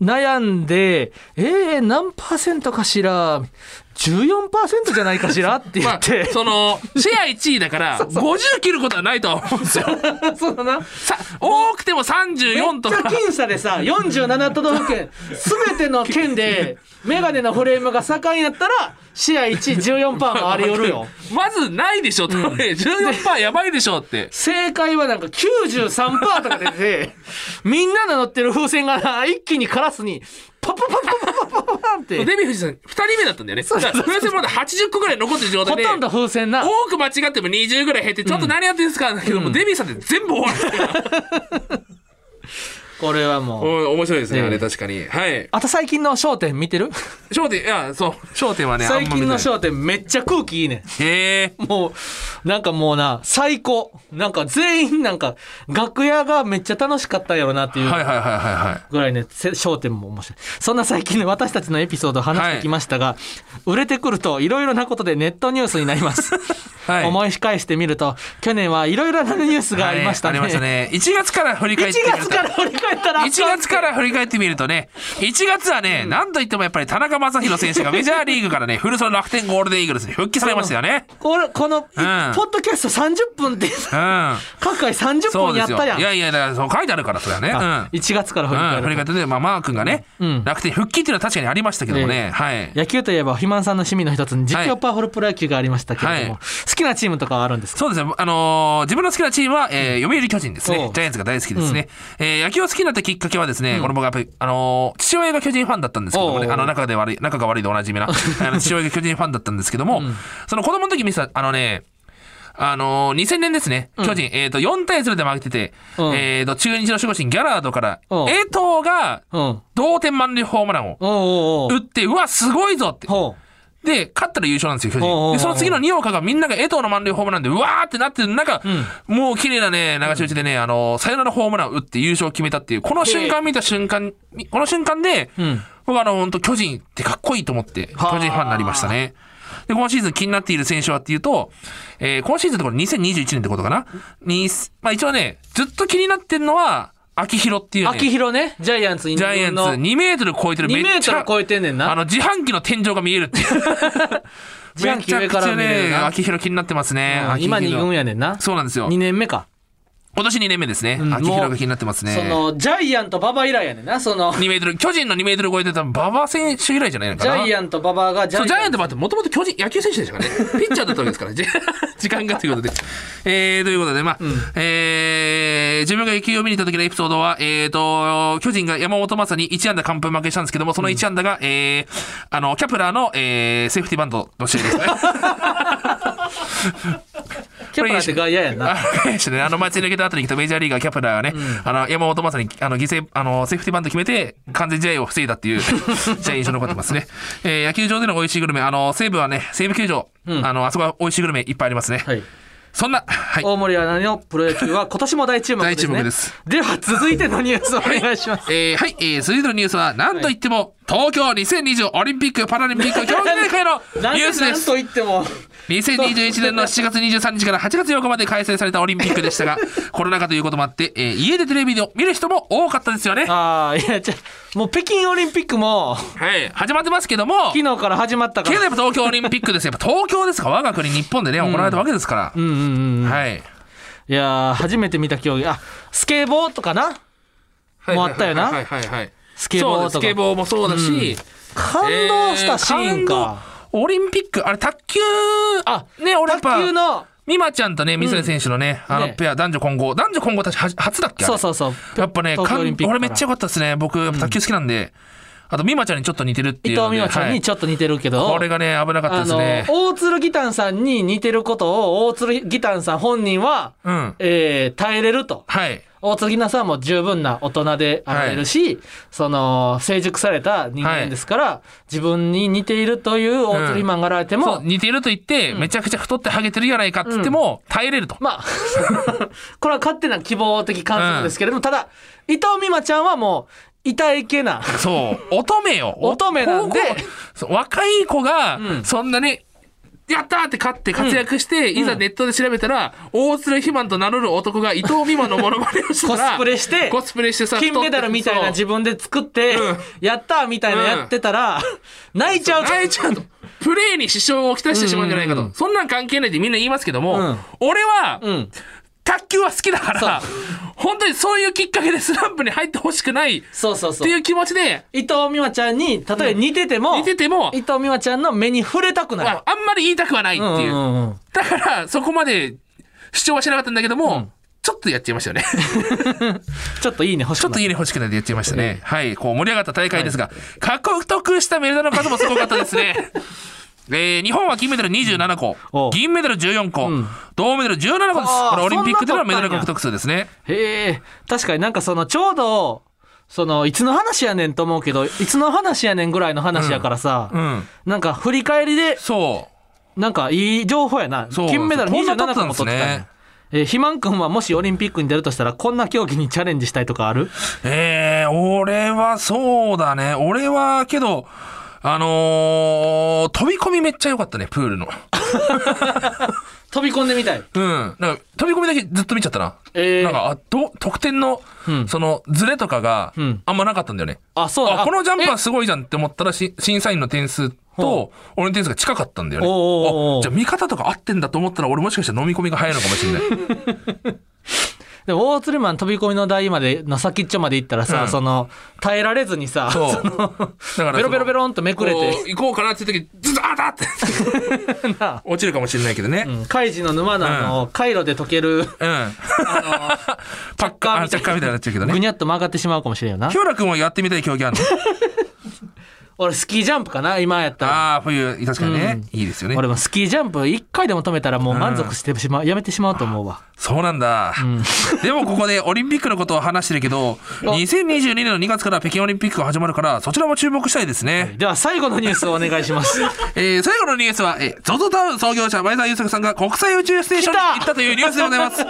[SPEAKER 1] 悩んで、えー、何パーセントかしら ?14% じゃないかしらって
[SPEAKER 2] 国
[SPEAKER 1] 言
[SPEAKER 2] の
[SPEAKER 1] って。
[SPEAKER 2] まあ、その、シェア1位
[SPEAKER 1] *laughs*
[SPEAKER 2] だから、50切ることはないとは思うんですよ。
[SPEAKER 1] そうだな。
[SPEAKER 2] さ *laughs* 多くても34と
[SPEAKER 1] めっちゃ
[SPEAKER 2] か。
[SPEAKER 1] 僅差でさ47都道府県全ての県でメガネのフレームが盛んやったら試合114パーもあり得る
[SPEAKER 2] *laughs*
[SPEAKER 1] よ
[SPEAKER 2] まずないでしょ、多分14%やばいでしょって。
[SPEAKER 1] 正解はなんか93パーとか出てみんなの乗ってる風船がな一気にカラスにパパパパパパパパパンっ
[SPEAKER 2] デ
[SPEAKER 1] て
[SPEAKER 2] ヴィ夫人さん、2人目だったんだよね。だから、フランスまだ80個ぐらい残ってる状態
[SPEAKER 1] ほ
[SPEAKER 2] で。
[SPEAKER 1] とんど風船な
[SPEAKER 2] 多く間違っても20ぐらい減って、ちょっと何やってんですか、だけども、デビューさんって全部終わ
[SPEAKER 1] *laughs*
[SPEAKER 2] る。
[SPEAKER 1] これはもう
[SPEAKER 2] お面白いですね、
[SPEAKER 1] ええ
[SPEAKER 2] あれ確かに。はい。
[SPEAKER 1] あと最近の『笑点』見てる
[SPEAKER 2] 焦点、いや、そう、焦点はね、
[SPEAKER 1] 最近の『
[SPEAKER 2] 焦
[SPEAKER 1] 笑点』めっちゃ空気いいねん
[SPEAKER 2] 点。へえ。
[SPEAKER 1] もう、なんかもうな、最高。なんか全員なんか、楽屋がめっちゃ楽しかったんやろなってい
[SPEAKER 2] はいうはいはいはいはい。
[SPEAKER 1] ぐらいね、せ焦点も面白い。そんな最近の私たちのエピソードを話してきましたが、売れてくるといろいろなことでネットニュースになります。
[SPEAKER 2] *laughs* はい
[SPEAKER 1] 思い返してみると、去年はいろいろなニュースがありましたね。
[SPEAKER 2] はいありましたね。1月から振り返
[SPEAKER 1] 1
[SPEAKER 2] ってみる
[SPEAKER 1] 月
[SPEAKER 2] と。
[SPEAKER 1] から振り返ったら、
[SPEAKER 2] 1月から振り返ってみるとね、1月はね、なんといってもやっぱり田中将大選手がメジャーリーグからね、古ル楽天ゴールデンイーグルスに復帰されましたよね。
[SPEAKER 1] これこの、ポッドキャスト30分って、
[SPEAKER 2] うん。
[SPEAKER 1] 各回30
[SPEAKER 2] そう
[SPEAKER 1] 分
[SPEAKER 2] で
[SPEAKER 1] やっ
[SPEAKER 2] すよ。
[SPEAKER 1] た
[SPEAKER 2] い
[SPEAKER 1] やん。
[SPEAKER 2] やいや、だからそう書いてあるから、それはね。うん。
[SPEAKER 1] 1月から振り返
[SPEAKER 2] う
[SPEAKER 1] ると
[SPEAKER 2] ん、振り方で、まあ、マー君がね、
[SPEAKER 1] うん
[SPEAKER 2] 楽天復帰っていうのは確かにありましたけどもね、はい。
[SPEAKER 1] 野球といえば肥満さんの趣味の一つに実況パワフルプロ野球がありましたけれども、
[SPEAKER 2] はい
[SPEAKER 1] 好好きなチームとかはあるんですか
[SPEAKER 2] そうですね。あのー自分の好きなチームは、えー読売巨人です
[SPEAKER 1] お
[SPEAKER 2] ね
[SPEAKER 1] う。
[SPEAKER 2] ジャイアンツが大好きですね。えー野球を好きになったきっかけはですね、これ僕はやっぱり、あのー父親が巨人ファンだったんですけども
[SPEAKER 1] おうお
[SPEAKER 2] ね、
[SPEAKER 1] う
[SPEAKER 2] あの、仲で悪い、仲が悪いでおなじみ
[SPEAKER 1] *laughs*
[SPEAKER 2] な、あの父親が巨人ファンだったんですけども、その子供の時見せた、あのね、あのー2000年ですね、巨人、えっ、と、4対0で負けてて、
[SPEAKER 1] うん
[SPEAKER 2] えっ、と、中日の守護神ギャラードから、
[SPEAKER 1] おう
[SPEAKER 2] 江藤が
[SPEAKER 1] うん。おう
[SPEAKER 2] 同点満塁ホームランを
[SPEAKER 1] おうおう
[SPEAKER 2] 打って、うわ、すごいぞって。
[SPEAKER 1] ほ
[SPEAKER 2] で、勝ったら優勝なんですよ、巨
[SPEAKER 1] おうおうおう
[SPEAKER 2] 人。で、その次の2岡がみんなが江藤の満塁ホームランで、うわーってなってる中、もう綺麗なね、流し打ちでね、あの、サヨナラホームラン打って優勝を決めたっていう、この瞬間見た瞬間、この瞬間で、
[SPEAKER 1] う。うん。
[SPEAKER 2] 僕あの、本当巨人ってかっこいいと思って、巨
[SPEAKER 1] はあ
[SPEAKER 2] 人ファンになりましたね。で、今シーズン気になっている選手はっていうと、えー今シーズンってこれ2021年ってことかなに、まあ一応ね、ずっと気になってるのは、秋広っていう、ね、
[SPEAKER 1] *laughs* 秋広ね、ジャイアンツに
[SPEAKER 2] ジャイアンツ2メートル超えてる
[SPEAKER 1] 2メ
[SPEAKER 2] っ
[SPEAKER 1] ートル超えてんねん
[SPEAKER 2] あ
[SPEAKER 1] な。
[SPEAKER 2] の、自販機の天井が見えるっていう。
[SPEAKER 1] 自販機上から見れる
[SPEAKER 2] めちゃくちゃね
[SPEAKER 1] な。
[SPEAKER 2] 秋広気になってます
[SPEAKER 1] う
[SPEAKER 2] ね。
[SPEAKER 1] ん今
[SPEAKER 2] 秋
[SPEAKER 1] 2
[SPEAKER 2] 広
[SPEAKER 1] 軍やねんな。
[SPEAKER 2] そうなんですよ
[SPEAKER 1] 2。年目か。
[SPEAKER 2] 今年2年目ですね。
[SPEAKER 1] ん
[SPEAKER 2] 秋広が気になってますね。
[SPEAKER 1] その、ジャイアント馬場以来やねんな。そ
[SPEAKER 2] *laughs*
[SPEAKER 1] の、
[SPEAKER 2] 2メートル、巨人の2メートル超えてた馬場選手以来じゃないのか
[SPEAKER 1] ジ
[SPEAKER 2] な。
[SPEAKER 1] ャイアント馬場がジ
[SPEAKER 2] そう、ジャイア
[SPEAKER 1] ト。
[SPEAKER 2] ントもあって、もともと巨人、野球選手でした
[SPEAKER 1] *laughs*
[SPEAKER 2] からね。ピッチャーだったわけですから、じ *laughs* 時間がということで。えー、ということで、まあ、えー、自分が野球を見に行った時のエピソードは、えーと、巨人が山本正に1安打完封負けしたんですけども、その1安打が、えー、あの、キャプラーの、えー、セーフティーバントの試合ですね。
[SPEAKER 1] キャプラーって外野やんな。
[SPEAKER 2] あのねあの、街抜けた後に来たメジャーリーガー、キャプラーがね、あの、山本まさに、あの、犠牲、あの、セーフティーバント決めて、完全試合を防いだっ
[SPEAKER 1] *laughs*
[SPEAKER 2] ていう、試合印象に残ってますね。えー野球場での美味しいグルメ、あの、西武はね、西武球場、
[SPEAKER 1] ん
[SPEAKER 2] あの、あそこは美味しいグルメいっぱいありますね。
[SPEAKER 1] はい。
[SPEAKER 2] そんな、はい。
[SPEAKER 1] 大森アナのプロ野球は今年も大注目です、ね。
[SPEAKER 2] 大注目です。
[SPEAKER 1] では続いてのニュースをお願いします。
[SPEAKER 2] えーはい、えー、続いてのニュースは、なんといっても、東京2020オリンピック・パラリンピック競技大会の
[SPEAKER 1] *laughs* なん
[SPEAKER 2] *laughs* ニュースで
[SPEAKER 1] なん
[SPEAKER 2] す
[SPEAKER 1] と。言っても。
[SPEAKER 2] 2021年
[SPEAKER 1] *laughs*
[SPEAKER 2] の7月23日から8月8日まで開催されたオリンピックでしたが、コロナ禍ということもあって、えー家でテレビを見る人も多かったですよね。
[SPEAKER 1] ああ、いや、じゃもう北京オリンピックも、
[SPEAKER 2] はい、始まってますけども、
[SPEAKER 1] 昨日から始まったか
[SPEAKER 2] けど
[SPEAKER 1] ら。
[SPEAKER 2] やっぱ東京オリンピックですよやっぱ東京ですか、我が国、日本でね、行われたわけですから。
[SPEAKER 1] うんうんうんうん。
[SPEAKER 2] はい。
[SPEAKER 1] いやー、初めて見た競技。あ、スケボーとかなもうあったよな
[SPEAKER 2] はいはいはいはい。
[SPEAKER 1] スケボーとか
[SPEAKER 2] そうですスケボーもそうだし、
[SPEAKER 1] 感動したシーンか。
[SPEAKER 2] えー。感動オリンピック、あれ、卓球、
[SPEAKER 1] あ
[SPEAKER 2] ね、俺やっぱ、
[SPEAKER 1] 卓球の、
[SPEAKER 2] 美馬ちゃんとね、水谷選手のね、あの
[SPEAKER 1] ね
[SPEAKER 2] ペア、男女混合、男女混合確か初だっけあれ
[SPEAKER 1] そうそうそう。
[SPEAKER 2] やっぱね、
[SPEAKER 1] 東京
[SPEAKER 2] か
[SPEAKER 1] オリン
[SPEAKER 2] ん
[SPEAKER 1] ピックか
[SPEAKER 2] 俺
[SPEAKER 1] ら
[SPEAKER 2] めっちゃ良かったですね。僕、やっぱ卓球好きなんで、あと、美馬ちゃんにちょっと似てるって
[SPEAKER 1] 伊
[SPEAKER 2] いう
[SPEAKER 1] 藤
[SPEAKER 2] ので。
[SPEAKER 1] 美誠ちゃんにちょっと似てるけど、
[SPEAKER 2] はいこれがね、危なかった
[SPEAKER 1] あ
[SPEAKER 2] ですね。
[SPEAKER 1] の、大鶴ギタンさんに似てることを、大鶴ギタンさん本人は、
[SPEAKER 2] うん。
[SPEAKER 1] えー耐えれると。
[SPEAKER 2] はい。
[SPEAKER 1] 大鶴ギタンさんはもう十分な大人であられるし、その、成熟された人間ですから、自分に似ているという大鶴マンがられても、
[SPEAKER 2] そう、似てると言って、めちゃくちゃ太ってハゲてるやないかって言っても、耐えれると。
[SPEAKER 1] まあ、 *laughs* これは勝手な希望的観測ですけれども、ただ、伊藤美誠ちゃんはもう、痛い
[SPEAKER 2] *laughs*
[SPEAKER 1] けな。
[SPEAKER 2] そう、乙女よ。
[SPEAKER 1] *laughs* 乙女なんで
[SPEAKER 2] 高校そう若い子が
[SPEAKER 1] ん、
[SPEAKER 2] そんなね、やったーって勝って活躍して、いざネットで調べたら、大鶴ひまんと名乗る男が伊藤美誠のモノマネをしてたら
[SPEAKER 1] コスプレして
[SPEAKER 2] コスプレしてさ、
[SPEAKER 1] 金メダルみたいな
[SPEAKER 2] 太って
[SPEAKER 1] 自分で作って、やったーみたいなやってたら、 *laughs* 泣いちゃう。
[SPEAKER 2] そう泣いちゃうと。プレーに支障をきたしてしまうんじゃないかと。
[SPEAKER 1] うんうんうん
[SPEAKER 2] そんなん関係ないってみんな言いますけども、
[SPEAKER 1] うん
[SPEAKER 2] 俺は、
[SPEAKER 1] うん。
[SPEAKER 2] 卓球は好きだから
[SPEAKER 1] そ、
[SPEAKER 2] 本当にそういうきっかけでスランプに入ってほしくないっ
[SPEAKER 1] そうそうそ
[SPEAKER 2] て
[SPEAKER 1] う。
[SPEAKER 2] い
[SPEAKER 1] 伊
[SPEAKER 2] う気持ちで、
[SPEAKER 1] 藤美誠ちゃんに、たとえ似てても、
[SPEAKER 2] 似てても
[SPEAKER 1] 伊、藤美誠ちゃんの目に触れたくない。
[SPEAKER 2] ああんまり言いたくはないってい
[SPEAKER 1] う
[SPEAKER 2] う。
[SPEAKER 1] んうんうん
[SPEAKER 2] だから、そこまで主張はしなかったんだけども、ちょっとやっちゃいましたよね。
[SPEAKER 1] ちょっといいね、欲し
[SPEAKER 2] *laughs* ちょ
[SPEAKER 1] く
[SPEAKER 2] っ
[SPEAKER 1] な
[SPEAKER 2] と
[SPEAKER 1] い。
[SPEAKER 2] 家に欲しくないでやっちゃいましたね。はい、こう盛り上がった大会ですが、獲得したメダルの数もすごかったです *laughs* ね。えー日本は金メダル27
[SPEAKER 1] おう、
[SPEAKER 2] 個銀メダル14個、
[SPEAKER 1] うん
[SPEAKER 2] 銅メダル17個です
[SPEAKER 1] あー。
[SPEAKER 2] これオリンピックでの
[SPEAKER 1] そんな
[SPEAKER 2] メ
[SPEAKER 1] 取ったんや
[SPEAKER 2] ダル獲得数ですね。
[SPEAKER 1] へえ、確かになんかその、ちょうど、その、いつの話やねんと思うけど、いつの話やねんぐらいの話やからさ、
[SPEAKER 2] うん。
[SPEAKER 1] なんか振り返りで、
[SPEAKER 2] そ
[SPEAKER 1] なんかいい情報やな。
[SPEAKER 2] そう
[SPEAKER 1] 金メダル
[SPEAKER 2] こんな
[SPEAKER 1] 27個も
[SPEAKER 2] 取
[SPEAKER 1] 取
[SPEAKER 2] っ
[SPEAKER 1] っててた
[SPEAKER 2] たんです
[SPEAKER 1] ね
[SPEAKER 2] ね。
[SPEAKER 1] えー、ひまんくんはもしオリンピックに出るとしたら、こんな競技にチャレンジしたいとかある
[SPEAKER 2] う。えー、俺はそうだね。俺は、けど、あのー飛び込みめっちゃ良かったね、プールの。
[SPEAKER 1] 飛び込んでみたい。
[SPEAKER 2] うん。なんか、飛び込みだけずっと見ちゃったな。
[SPEAKER 1] えー
[SPEAKER 2] なんか、あ、ど、得点の、
[SPEAKER 1] うん
[SPEAKER 2] その、ズレとかが
[SPEAKER 1] うん、
[SPEAKER 2] あんまなかったんだよね。
[SPEAKER 1] あ、そう
[SPEAKER 2] あ、このジャンプは
[SPEAKER 1] え
[SPEAKER 2] すごいじゃんって思ったらし、審査員の点数と
[SPEAKER 1] ほ、
[SPEAKER 2] 俺の点数が近かったんだよね。
[SPEAKER 1] おうおうおう
[SPEAKER 2] あじゃあ、見方とか合ってんだと思ったら、俺もしかしたら飲み込みが早いのかもしれない。
[SPEAKER 1] でも大鶴マン飛び込みの台まで、の先っちょまで行ったらさ、
[SPEAKER 2] うん
[SPEAKER 1] その、耐えられずにさ、
[SPEAKER 2] そう。だ
[SPEAKER 1] ベロベロベ
[SPEAKER 2] ロ
[SPEAKER 1] ロンとめくれて、
[SPEAKER 2] 行こうかなって時、ずっと、あまだって
[SPEAKER 1] *laughs* なあ
[SPEAKER 2] 落ちるかもしれないけどね。
[SPEAKER 1] うん、カイジの沼のあの、回路で溶ける、
[SPEAKER 2] うん。
[SPEAKER 1] あ
[SPEAKER 2] パッカー、あ
[SPEAKER 1] チ
[SPEAKER 2] チ
[SPEAKER 1] ャッカ
[SPEAKER 2] ャッカ
[SPEAKER 1] ー
[SPEAKER 2] ー
[SPEAKER 1] み
[SPEAKER 2] み
[SPEAKER 1] たい
[SPEAKER 2] たいになっちゃうけど
[SPEAKER 1] の、ぐ
[SPEAKER 2] ね。
[SPEAKER 1] にゃっと曲がってしまうかもしれんよな
[SPEAKER 2] ヒ。ョラ君もやってみたい競技
[SPEAKER 1] *laughs*
[SPEAKER 2] あるの
[SPEAKER 1] 俺、スキージャンプかな、今やったら。
[SPEAKER 2] ああ、冬、確かにね。いいですよね。
[SPEAKER 1] 俺もスキージャンプ一回でも止めたらもう満足してしまう、やめてしまうと思うわ。
[SPEAKER 2] そうなんだ。 *laughs* でもここでオリンピックのことを話してるけど、2022年の2月から北京オリンピックが始まるから、そちらも注目したいですね。
[SPEAKER 1] では最後のニュースをお願いします。
[SPEAKER 2] えー最後のニュースは、えー、ゾゾタウン創業者前澤友作さんが国際宇宙ステーションに
[SPEAKER 1] 来た
[SPEAKER 2] 行ったというニュースでござ
[SPEAKER 1] *laughs*
[SPEAKER 2] います。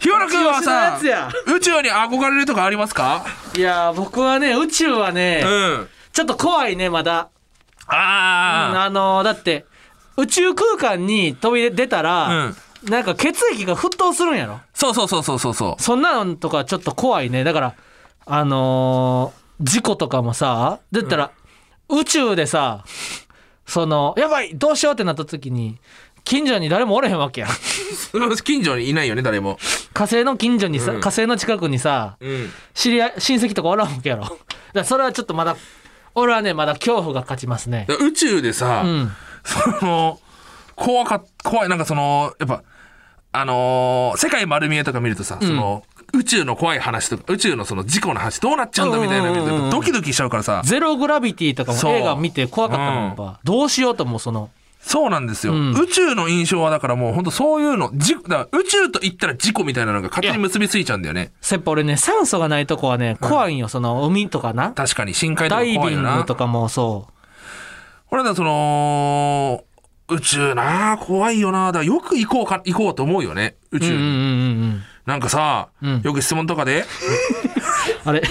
[SPEAKER 2] 日原君は
[SPEAKER 1] う
[SPEAKER 2] さ
[SPEAKER 1] ちのやつ、
[SPEAKER 2] 宇宙に憧れるとかありますか
[SPEAKER 1] いやー、僕はね、宇宙はね
[SPEAKER 2] う、ん。
[SPEAKER 1] ちょっと怖いね、まだ。
[SPEAKER 2] あ
[SPEAKER 1] あのーだって、宇宙空間に飛び出た
[SPEAKER 2] あ。う
[SPEAKER 1] ら
[SPEAKER 2] ん、。
[SPEAKER 1] なんか血液が沸騰するんやろ。
[SPEAKER 2] そうそうそうそうそうそう。
[SPEAKER 1] そんなのとかちょっと怖いね。だから、あのー事故とかもさ、だったら、宇宙でさ、その、やばいどうしようってなった時に、近所に誰もおれへんわけやん。 *laughs*
[SPEAKER 2] 近所にいないよね、誰も。
[SPEAKER 1] 火星の近所にさ、
[SPEAKER 2] うん
[SPEAKER 1] 火星の近くにさ、
[SPEAKER 2] うん。
[SPEAKER 1] 知り合い、親戚とかおらんわけやろ。だからそれはちょっとまだ、俺はね、まだ恐怖が勝ちますね。
[SPEAKER 2] 宇宙でさ、
[SPEAKER 1] うん。
[SPEAKER 2] その、怖か、怖い、なんかその、やっぱ、あのー世界丸見えとか見るとさ、その、宇宙の怖い話とか、宇宙のその事故の話どうなっちゃうんだみたいなの見る
[SPEAKER 1] う
[SPEAKER 2] と、
[SPEAKER 1] んうんうんうん
[SPEAKER 2] やっぱドキドキしちゃうからさ、
[SPEAKER 1] ゼログラビティとかも
[SPEAKER 2] そう
[SPEAKER 1] 映画見て怖かったもん、やっぱ。どうしようとも、その、
[SPEAKER 2] そうなんですよ。
[SPEAKER 1] うん
[SPEAKER 2] 宇宙の印象はだからもう本当そういうの、じだから宇宙と言ったら事故みたいなのが勝手に結びついちゃうんだよね。
[SPEAKER 1] やっぱ俺ね、酸素がないとこはね、怖いんよ、その、海とかな。
[SPEAKER 2] 確かに深海と
[SPEAKER 1] ダ
[SPEAKER 2] か
[SPEAKER 1] イ
[SPEAKER 2] 怖
[SPEAKER 1] ビ
[SPEAKER 2] いよ
[SPEAKER 1] ング
[SPEAKER 2] な
[SPEAKER 1] と。かもそう。
[SPEAKER 2] 俺だその、宇宙なあ怖いよなあだからよく行こうか、行こうと思うよね。宇宙に。
[SPEAKER 1] うんうんうんうん。
[SPEAKER 2] なんかさ、
[SPEAKER 1] うん
[SPEAKER 2] よく質問とかで、
[SPEAKER 1] あれ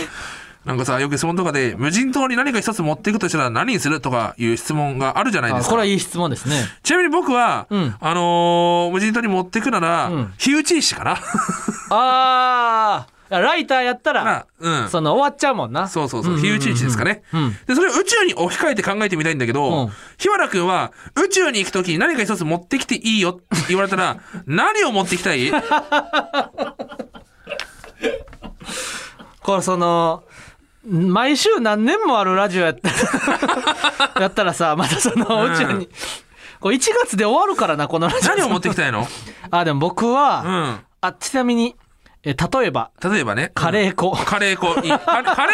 [SPEAKER 2] なんかさ、よく質問とかで、無人島に何か一つ持っていくとしたら何にするとかいう質問があるじゃないで
[SPEAKER 1] あ
[SPEAKER 2] す
[SPEAKER 1] こ
[SPEAKER 2] か。
[SPEAKER 1] れはいい質問ですね。
[SPEAKER 2] ちなみに僕は、
[SPEAKER 1] うん
[SPEAKER 2] あのー無人島に持っていくなら、
[SPEAKER 1] うん
[SPEAKER 2] 火打ち石かな。
[SPEAKER 1] あー、ライターやったら、
[SPEAKER 2] なうん。
[SPEAKER 1] その、終わっちゃうもんな。
[SPEAKER 2] そうそう
[SPEAKER 1] う
[SPEAKER 2] そ
[SPEAKER 1] ん
[SPEAKER 2] う、
[SPEAKER 1] うんうん
[SPEAKER 2] 火
[SPEAKER 1] うん
[SPEAKER 2] 打ち石ですかね。
[SPEAKER 1] うん
[SPEAKER 2] で、それを宇宙に置き換えて考えてみたいんだけど、
[SPEAKER 1] うん
[SPEAKER 2] 日原くんは、宇宙に行くときに何か一つ持ってきていいよって言われたら、
[SPEAKER 1] *laughs*
[SPEAKER 2] 何を持ってきたい
[SPEAKER 1] これその毎週何年もあるラジオやった
[SPEAKER 2] *laughs*
[SPEAKER 1] やったらさまたその
[SPEAKER 2] うん
[SPEAKER 1] 宇宙に、これ1月で終わるからなこのラジオ
[SPEAKER 2] 何を持ってきたいの
[SPEAKER 1] *laughs* あでも僕
[SPEAKER 2] う
[SPEAKER 1] は、
[SPEAKER 2] ん。
[SPEAKER 1] あちなみにえ例えば
[SPEAKER 2] 例えばね。
[SPEAKER 1] カレー粉、
[SPEAKER 2] ー。カレー粉。いいカカレー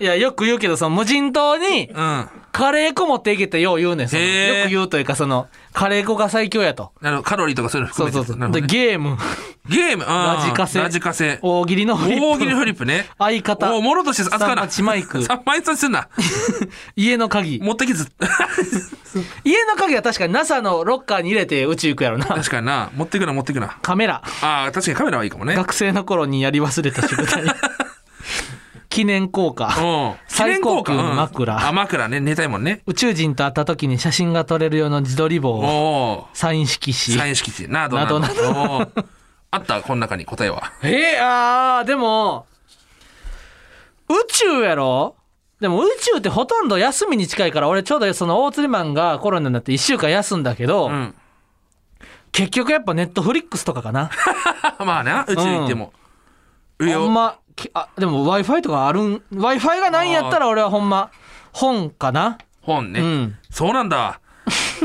[SPEAKER 1] いやよく言うけどその無人島に
[SPEAKER 2] 粉うん。
[SPEAKER 1] カレー粉持っていけってよう言うねんその
[SPEAKER 2] へー
[SPEAKER 1] よく言うというかそのカレー粉が最強やと
[SPEAKER 2] なるほどカロリーとかそういうの
[SPEAKER 1] そう
[SPEAKER 2] 含めて
[SPEAKER 1] そうそう、
[SPEAKER 2] なるほ
[SPEAKER 1] で
[SPEAKER 2] どね
[SPEAKER 1] ゲーム
[SPEAKER 2] ゲーム、あー
[SPEAKER 1] ラジカセ
[SPEAKER 2] ラジカセ。
[SPEAKER 1] 大喜利のフリップ
[SPEAKER 2] 大喜利フリップね。
[SPEAKER 1] 相方
[SPEAKER 2] おもろとして扱う
[SPEAKER 1] 三
[SPEAKER 2] な。
[SPEAKER 1] 八マイ
[SPEAKER 2] *laughs*
[SPEAKER 1] ク
[SPEAKER 2] 三枚差す
[SPEAKER 1] *laughs*
[SPEAKER 2] んな。
[SPEAKER 1] 家の鍵
[SPEAKER 2] 持ってきず。
[SPEAKER 1] 家の鍵は確かに NASA のロッカーに入れて宇宙行くやろな
[SPEAKER 2] 確かにな。持ってくな、持ってくな。
[SPEAKER 1] カメラ
[SPEAKER 2] ああ、確かにカメラはいいかもね。
[SPEAKER 1] 学生の頃にやり忘れた仕事
[SPEAKER 2] *laughs*
[SPEAKER 1] に記念硬貨
[SPEAKER 2] うん。
[SPEAKER 1] 最高級の
[SPEAKER 2] 記念硬貨
[SPEAKER 1] 枕
[SPEAKER 2] あ、枕ね。寝たいもんね。
[SPEAKER 1] 宇宙人と会った時に写真が撮れる用の自撮り
[SPEAKER 2] お
[SPEAKER 1] 棒
[SPEAKER 2] お
[SPEAKER 1] サイン色
[SPEAKER 2] ー。
[SPEAKER 1] 紙
[SPEAKER 2] サイン色紙。などなど。
[SPEAKER 1] など
[SPEAKER 2] おーあった、この中に答えは。
[SPEAKER 1] えー、あーでも宇宙やろでも宇宙ってほとんど休みに近いから俺ちょうどその大釣りマンがコロナになって1週間休んだけど、
[SPEAKER 2] うん。 *laughs*
[SPEAKER 1] 結局やっぱネットフリックスとかかな
[SPEAKER 2] まあな、宇宙行っても。う
[SPEAKER 1] ほんまきあでも w i f i とかあるん w i f i がないんやったら俺はほんま本かな
[SPEAKER 2] 本ね、
[SPEAKER 1] うん
[SPEAKER 2] そうなんだ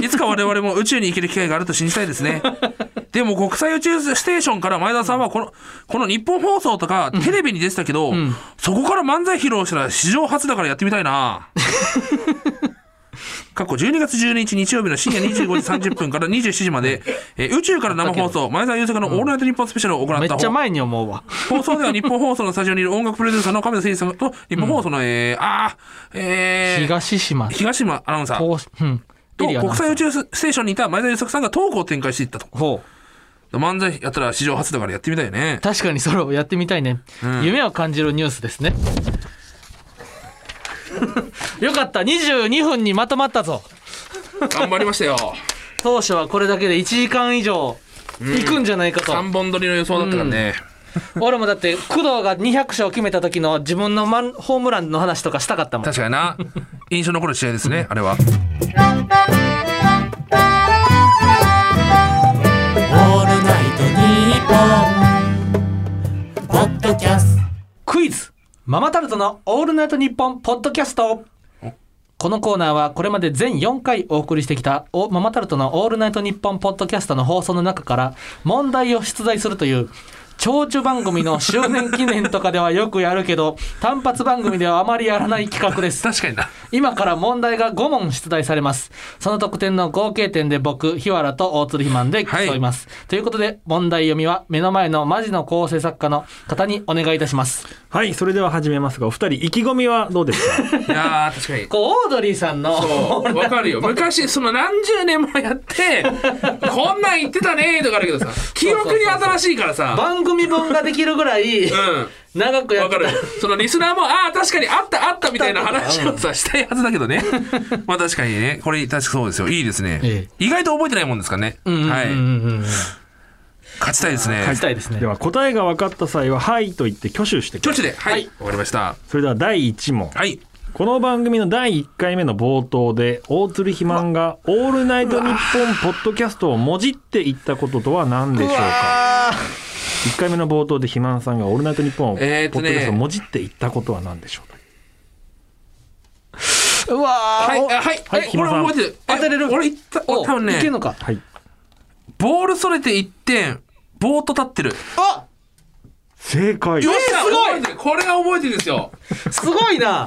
[SPEAKER 2] いつか我々も宇宙に行ける機会があると信じたいで
[SPEAKER 1] *laughs*
[SPEAKER 2] すねでも国際宇宙ステーションから前田さんはこのこの日本放送とかテレビに出てたけど、
[SPEAKER 1] ん
[SPEAKER 2] そこから漫才披露したら史上初だからやってみたい
[SPEAKER 1] *laughs*
[SPEAKER 2] な過去12月12日日曜日の深夜25時30分から27時まで、えー宇宙から生放送前澤友作の「オールナイトニッポンスペシャル」を行った
[SPEAKER 1] めっちゃ
[SPEAKER 2] ほ
[SPEAKER 1] 前に思うわ
[SPEAKER 2] 放送では日本放送のスタジオにいる音楽プロデューサーの亀田誠二さんと日本放送の、えー、あーえー、
[SPEAKER 1] 東島
[SPEAKER 2] 東島アナウンサー
[SPEAKER 1] こううん
[SPEAKER 2] と
[SPEAKER 1] エリアな
[SPEAKER 2] 国際宇宙ステーションにいた前田優作さんがトークを展開していったと。
[SPEAKER 1] ほう
[SPEAKER 2] 漫才やったら史上初だからやってみたいね。
[SPEAKER 1] 確かにそれをやってみたいね、
[SPEAKER 2] ん
[SPEAKER 1] 夢を感じるニュースですね *laughs* よかった22分にまとまったぞ
[SPEAKER 2] 頑張りまし
[SPEAKER 1] *laughs*
[SPEAKER 2] たよ。
[SPEAKER 1] 当初はこれだけで1時間以上いくんじゃないかと、
[SPEAKER 2] 3本撮りの予想だったからね。
[SPEAKER 1] 俺もだって工藤が200勝決めた時の自分のマンホームランの話とかしたかったもん
[SPEAKER 2] 確かにな。印象残る試合ですね、あれは。
[SPEAKER 6] オールナイトニッポン」ポッドキャスト
[SPEAKER 1] クイズママタルトの「オールナイトニッポン」ポッドキャスト
[SPEAKER 2] お
[SPEAKER 1] このコーナーはこれまで全4回お送りしてきたおママタルトの「オールナイトニッポン」ポッドキャストの放送の中から問題を出題するという長寿番組の周年記念とかではよくやるけど単発番組ではあまりやらない企画です
[SPEAKER 2] 確かにな。
[SPEAKER 1] 今から問題が5問出題されますその得点の合計点で僕日原と大鶴ひまんで競います、ということで問題読みは目の前のマジの構成作家の方にお願いいたします
[SPEAKER 7] はい、それでは始めますが、お二人、意気込みはどうです
[SPEAKER 2] *laughs*
[SPEAKER 7] か
[SPEAKER 2] いやー、確かに。
[SPEAKER 1] こうオードリーさんの
[SPEAKER 2] そう、わかるよ。昔、その何十年もやって、こんなん言ってたねーとかあるけどさ、記憶に新しいからさ、
[SPEAKER 1] 番組本ができるぐらい
[SPEAKER 2] うん。
[SPEAKER 1] 長くや
[SPEAKER 2] わ
[SPEAKER 1] って
[SPEAKER 2] か
[SPEAKER 1] た *laughs*
[SPEAKER 2] る。そのリスナーも、ああ、確かにあったあったみたいな話をさ、したいはずだ
[SPEAKER 1] *laughs*
[SPEAKER 2] けどね。まあ確かにね、これ確かそうですよ。いいですね
[SPEAKER 1] え。
[SPEAKER 2] 意外と覚えてないもんですからね。
[SPEAKER 1] うんうん
[SPEAKER 2] は
[SPEAKER 1] う
[SPEAKER 2] い。
[SPEAKER 1] んうんうん
[SPEAKER 2] 勝ちたいですね。
[SPEAKER 1] 勝ちたいですね
[SPEAKER 7] では、答えが分かった際は、はいと言って挙手してくだ
[SPEAKER 2] 挙
[SPEAKER 7] さい。
[SPEAKER 2] 手で。はい。わかりました。
[SPEAKER 7] それでは第1問。
[SPEAKER 2] はい。
[SPEAKER 7] この番組の第1回目の冒頭で、大鶴ひまんが、オールナイトニッポンポッドキャストをもじって言ったこととは何でしょうか ?1 回目の冒頭でひまんさんが、オールナイトニッポンをポ
[SPEAKER 2] えー
[SPEAKER 7] ッ
[SPEAKER 2] と
[SPEAKER 7] ド
[SPEAKER 2] ね
[SPEAKER 7] キャストをもじって言ったことは何でしょうか、
[SPEAKER 1] うわ
[SPEAKER 2] はい。
[SPEAKER 1] ー
[SPEAKER 2] あはい。
[SPEAKER 7] はい
[SPEAKER 2] え
[SPEAKER 7] ひま
[SPEAKER 2] 俺
[SPEAKER 7] さん
[SPEAKER 2] 覚えてる。え
[SPEAKER 1] 当てれる
[SPEAKER 2] 俺言った。
[SPEAKER 1] お
[SPEAKER 2] 俺多分ね
[SPEAKER 1] いけん、のか
[SPEAKER 7] はい。
[SPEAKER 2] ボールそれて1点、ボート立ってる。
[SPEAKER 1] あ
[SPEAKER 7] 正解。
[SPEAKER 2] よっし
[SPEAKER 1] す
[SPEAKER 2] ゃ
[SPEAKER 1] ごい
[SPEAKER 2] 覚えてるこれが覚えてるんですよ。
[SPEAKER 1] すごいな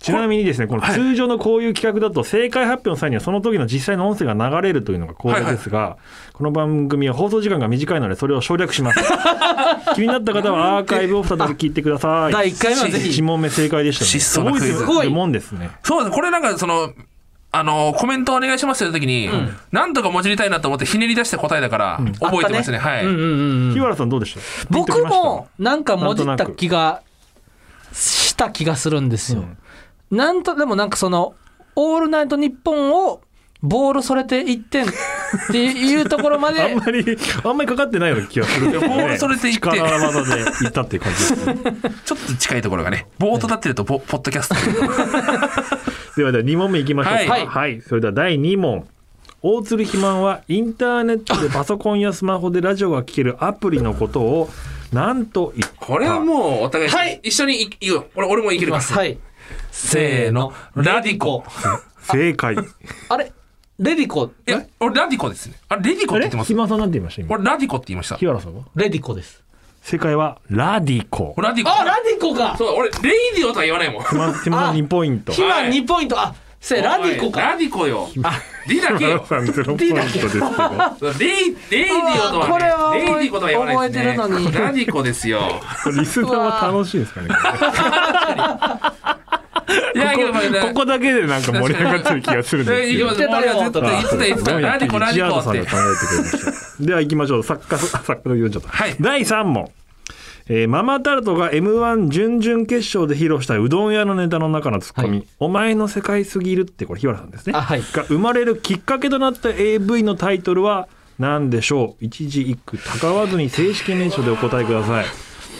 [SPEAKER 7] ちなみにですね、この通常のこういう企画だと、正解発表の際にはその時の実際の音声が流れるというのが好評ですが、この番組は放送時間が短いので、それを省略します。気になった方はアーカイブを再び聞いてください。
[SPEAKER 1] 第1回目はぜひ
[SPEAKER 7] 1問目正解でしたね。
[SPEAKER 2] 質素なクイズ
[SPEAKER 7] す
[SPEAKER 1] すご
[SPEAKER 7] ご
[SPEAKER 1] い
[SPEAKER 7] いもんですね。
[SPEAKER 2] そうです。これなんか、その、あの、コメントお願いしますって時に、なんとかもじりたいなと思ってひねり出した答えだから、覚えてますね。はい。
[SPEAKER 1] うんうんうん
[SPEAKER 7] 日原さんどうでしたピンとき
[SPEAKER 1] 僕
[SPEAKER 7] ました
[SPEAKER 1] もなんかもじった気がした気がするんですよ。なんとでもなんかその「オールナイトニッポン」をボールそれて1点っていうところま
[SPEAKER 2] *laughs*
[SPEAKER 7] あん
[SPEAKER 1] で
[SPEAKER 7] まり、あんまりかかってないような気がするんですよね。
[SPEAKER 2] ボールそれていって
[SPEAKER 7] 力技でいったっていう感じですね。
[SPEAKER 2] ちょっと近いところがね、ボート立ってるとポ、ポッドキャスト。
[SPEAKER 7] ではでは2問目いきましょうか
[SPEAKER 2] はい
[SPEAKER 7] はい、それでは第2問大鶴ひまんはインターネットでパソコンやスマホでラジオが聴けるアプリのことを何と言った
[SPEAKER 2] *laughs* これはもう、お互い、
[SPEAKER 1] はい
[SPEAKER 2] 一緒にいいいよ。俺、俺もいけるます。
[SPEAKER 1] はい
[SPEAKER 2] せーの、ラディコ。
[SPEAKER 7] 正解
[SPEAKER 1] あれレディコ
[SPEAKER 2] いや、俺、ラディコですね。あ、レディコって言
[SPEAKER 7] あれ
[SPEAKER 2] ってま
[SPEAKER 7] ひ
[SPEAKER 2] す。
[SPEAKER 7] まさんなんて言いました今
[SPEAKER 2] 俺、ラディコって言いました。
[SPEAKER 7] 日原さんは
[SPEAKER 1] レディコです
[SPEAKER 7] 正解はラディコ
[SPEAKER 2] ラディコ。
[SPEAKER 1] あラディコか
[SPEAKER 2] そう、俺、レイディオとは言わない *laughs* もん。
[SPEAKER 7] ひまひまさん2ポイント
[SPEAKER 1] 今2ポイントあせラディコ
[SPEAKER 2] おい
[SPEAKER 1] か
[SPEAKER 2] ラディコよ。あ、リだけ
[SPEAKER 7] 日
[SPEAKER 2] よ
[SPEAKER 7] 原。
[SPEAKER 2] *laughs*
[SPEAKER 7] さん0ポイントですけど
[SPEAKER 2] レイ、レイディオとは、ね、
[SPEAKER 1] これは覚え
[SPEAKER 2] レイディコとは言わないです、ね。
[SPEAKER 1] 覚えてるのに
[SPEAKER 2] ラディコですよ。
[SPEAKER 7] リスナー *laughs* は楽しいですかね
[SPEAKER 2] いや、けど、まあ
[SPEAKER 7] ここだけでなんか盛り上がってる気がするんです
[SPEAKER 2] い
[SPEAKER 7] け
[SPEAKER 2] や行
[SPEAKER 7] ど
[SPEAKER 2] きます。俺は絶対言ってた、言って
[SPEAKER 7] すご
[SPEAKER 2] た。
[SPEAKER 7] いな
[SPEAKER 2] ラディコ、ラディコっ
[SPEAKER 7] ジアード
[SPEAKER 2] て
[SPEAKER 7] さ。んが考えてくれました。では行きましょう。作家、作家の読んじゃった。
[SPEAKER 2] はい
[SPEAKER 7] 第3問。えーママタルトが M1 準々決勝で披露したうどん屋のネタの中のツッコミ、
[SPEAKER 1] は
[SPEAKER 7] お前の世界すぎるって、これ日原さんですね。
[SPEAKER 1] あはい
[SPEAKER 7] が生まれるきっかけとなった AV のタイトルは何でしょう一字一句、たかわずに正式名称でお答えください。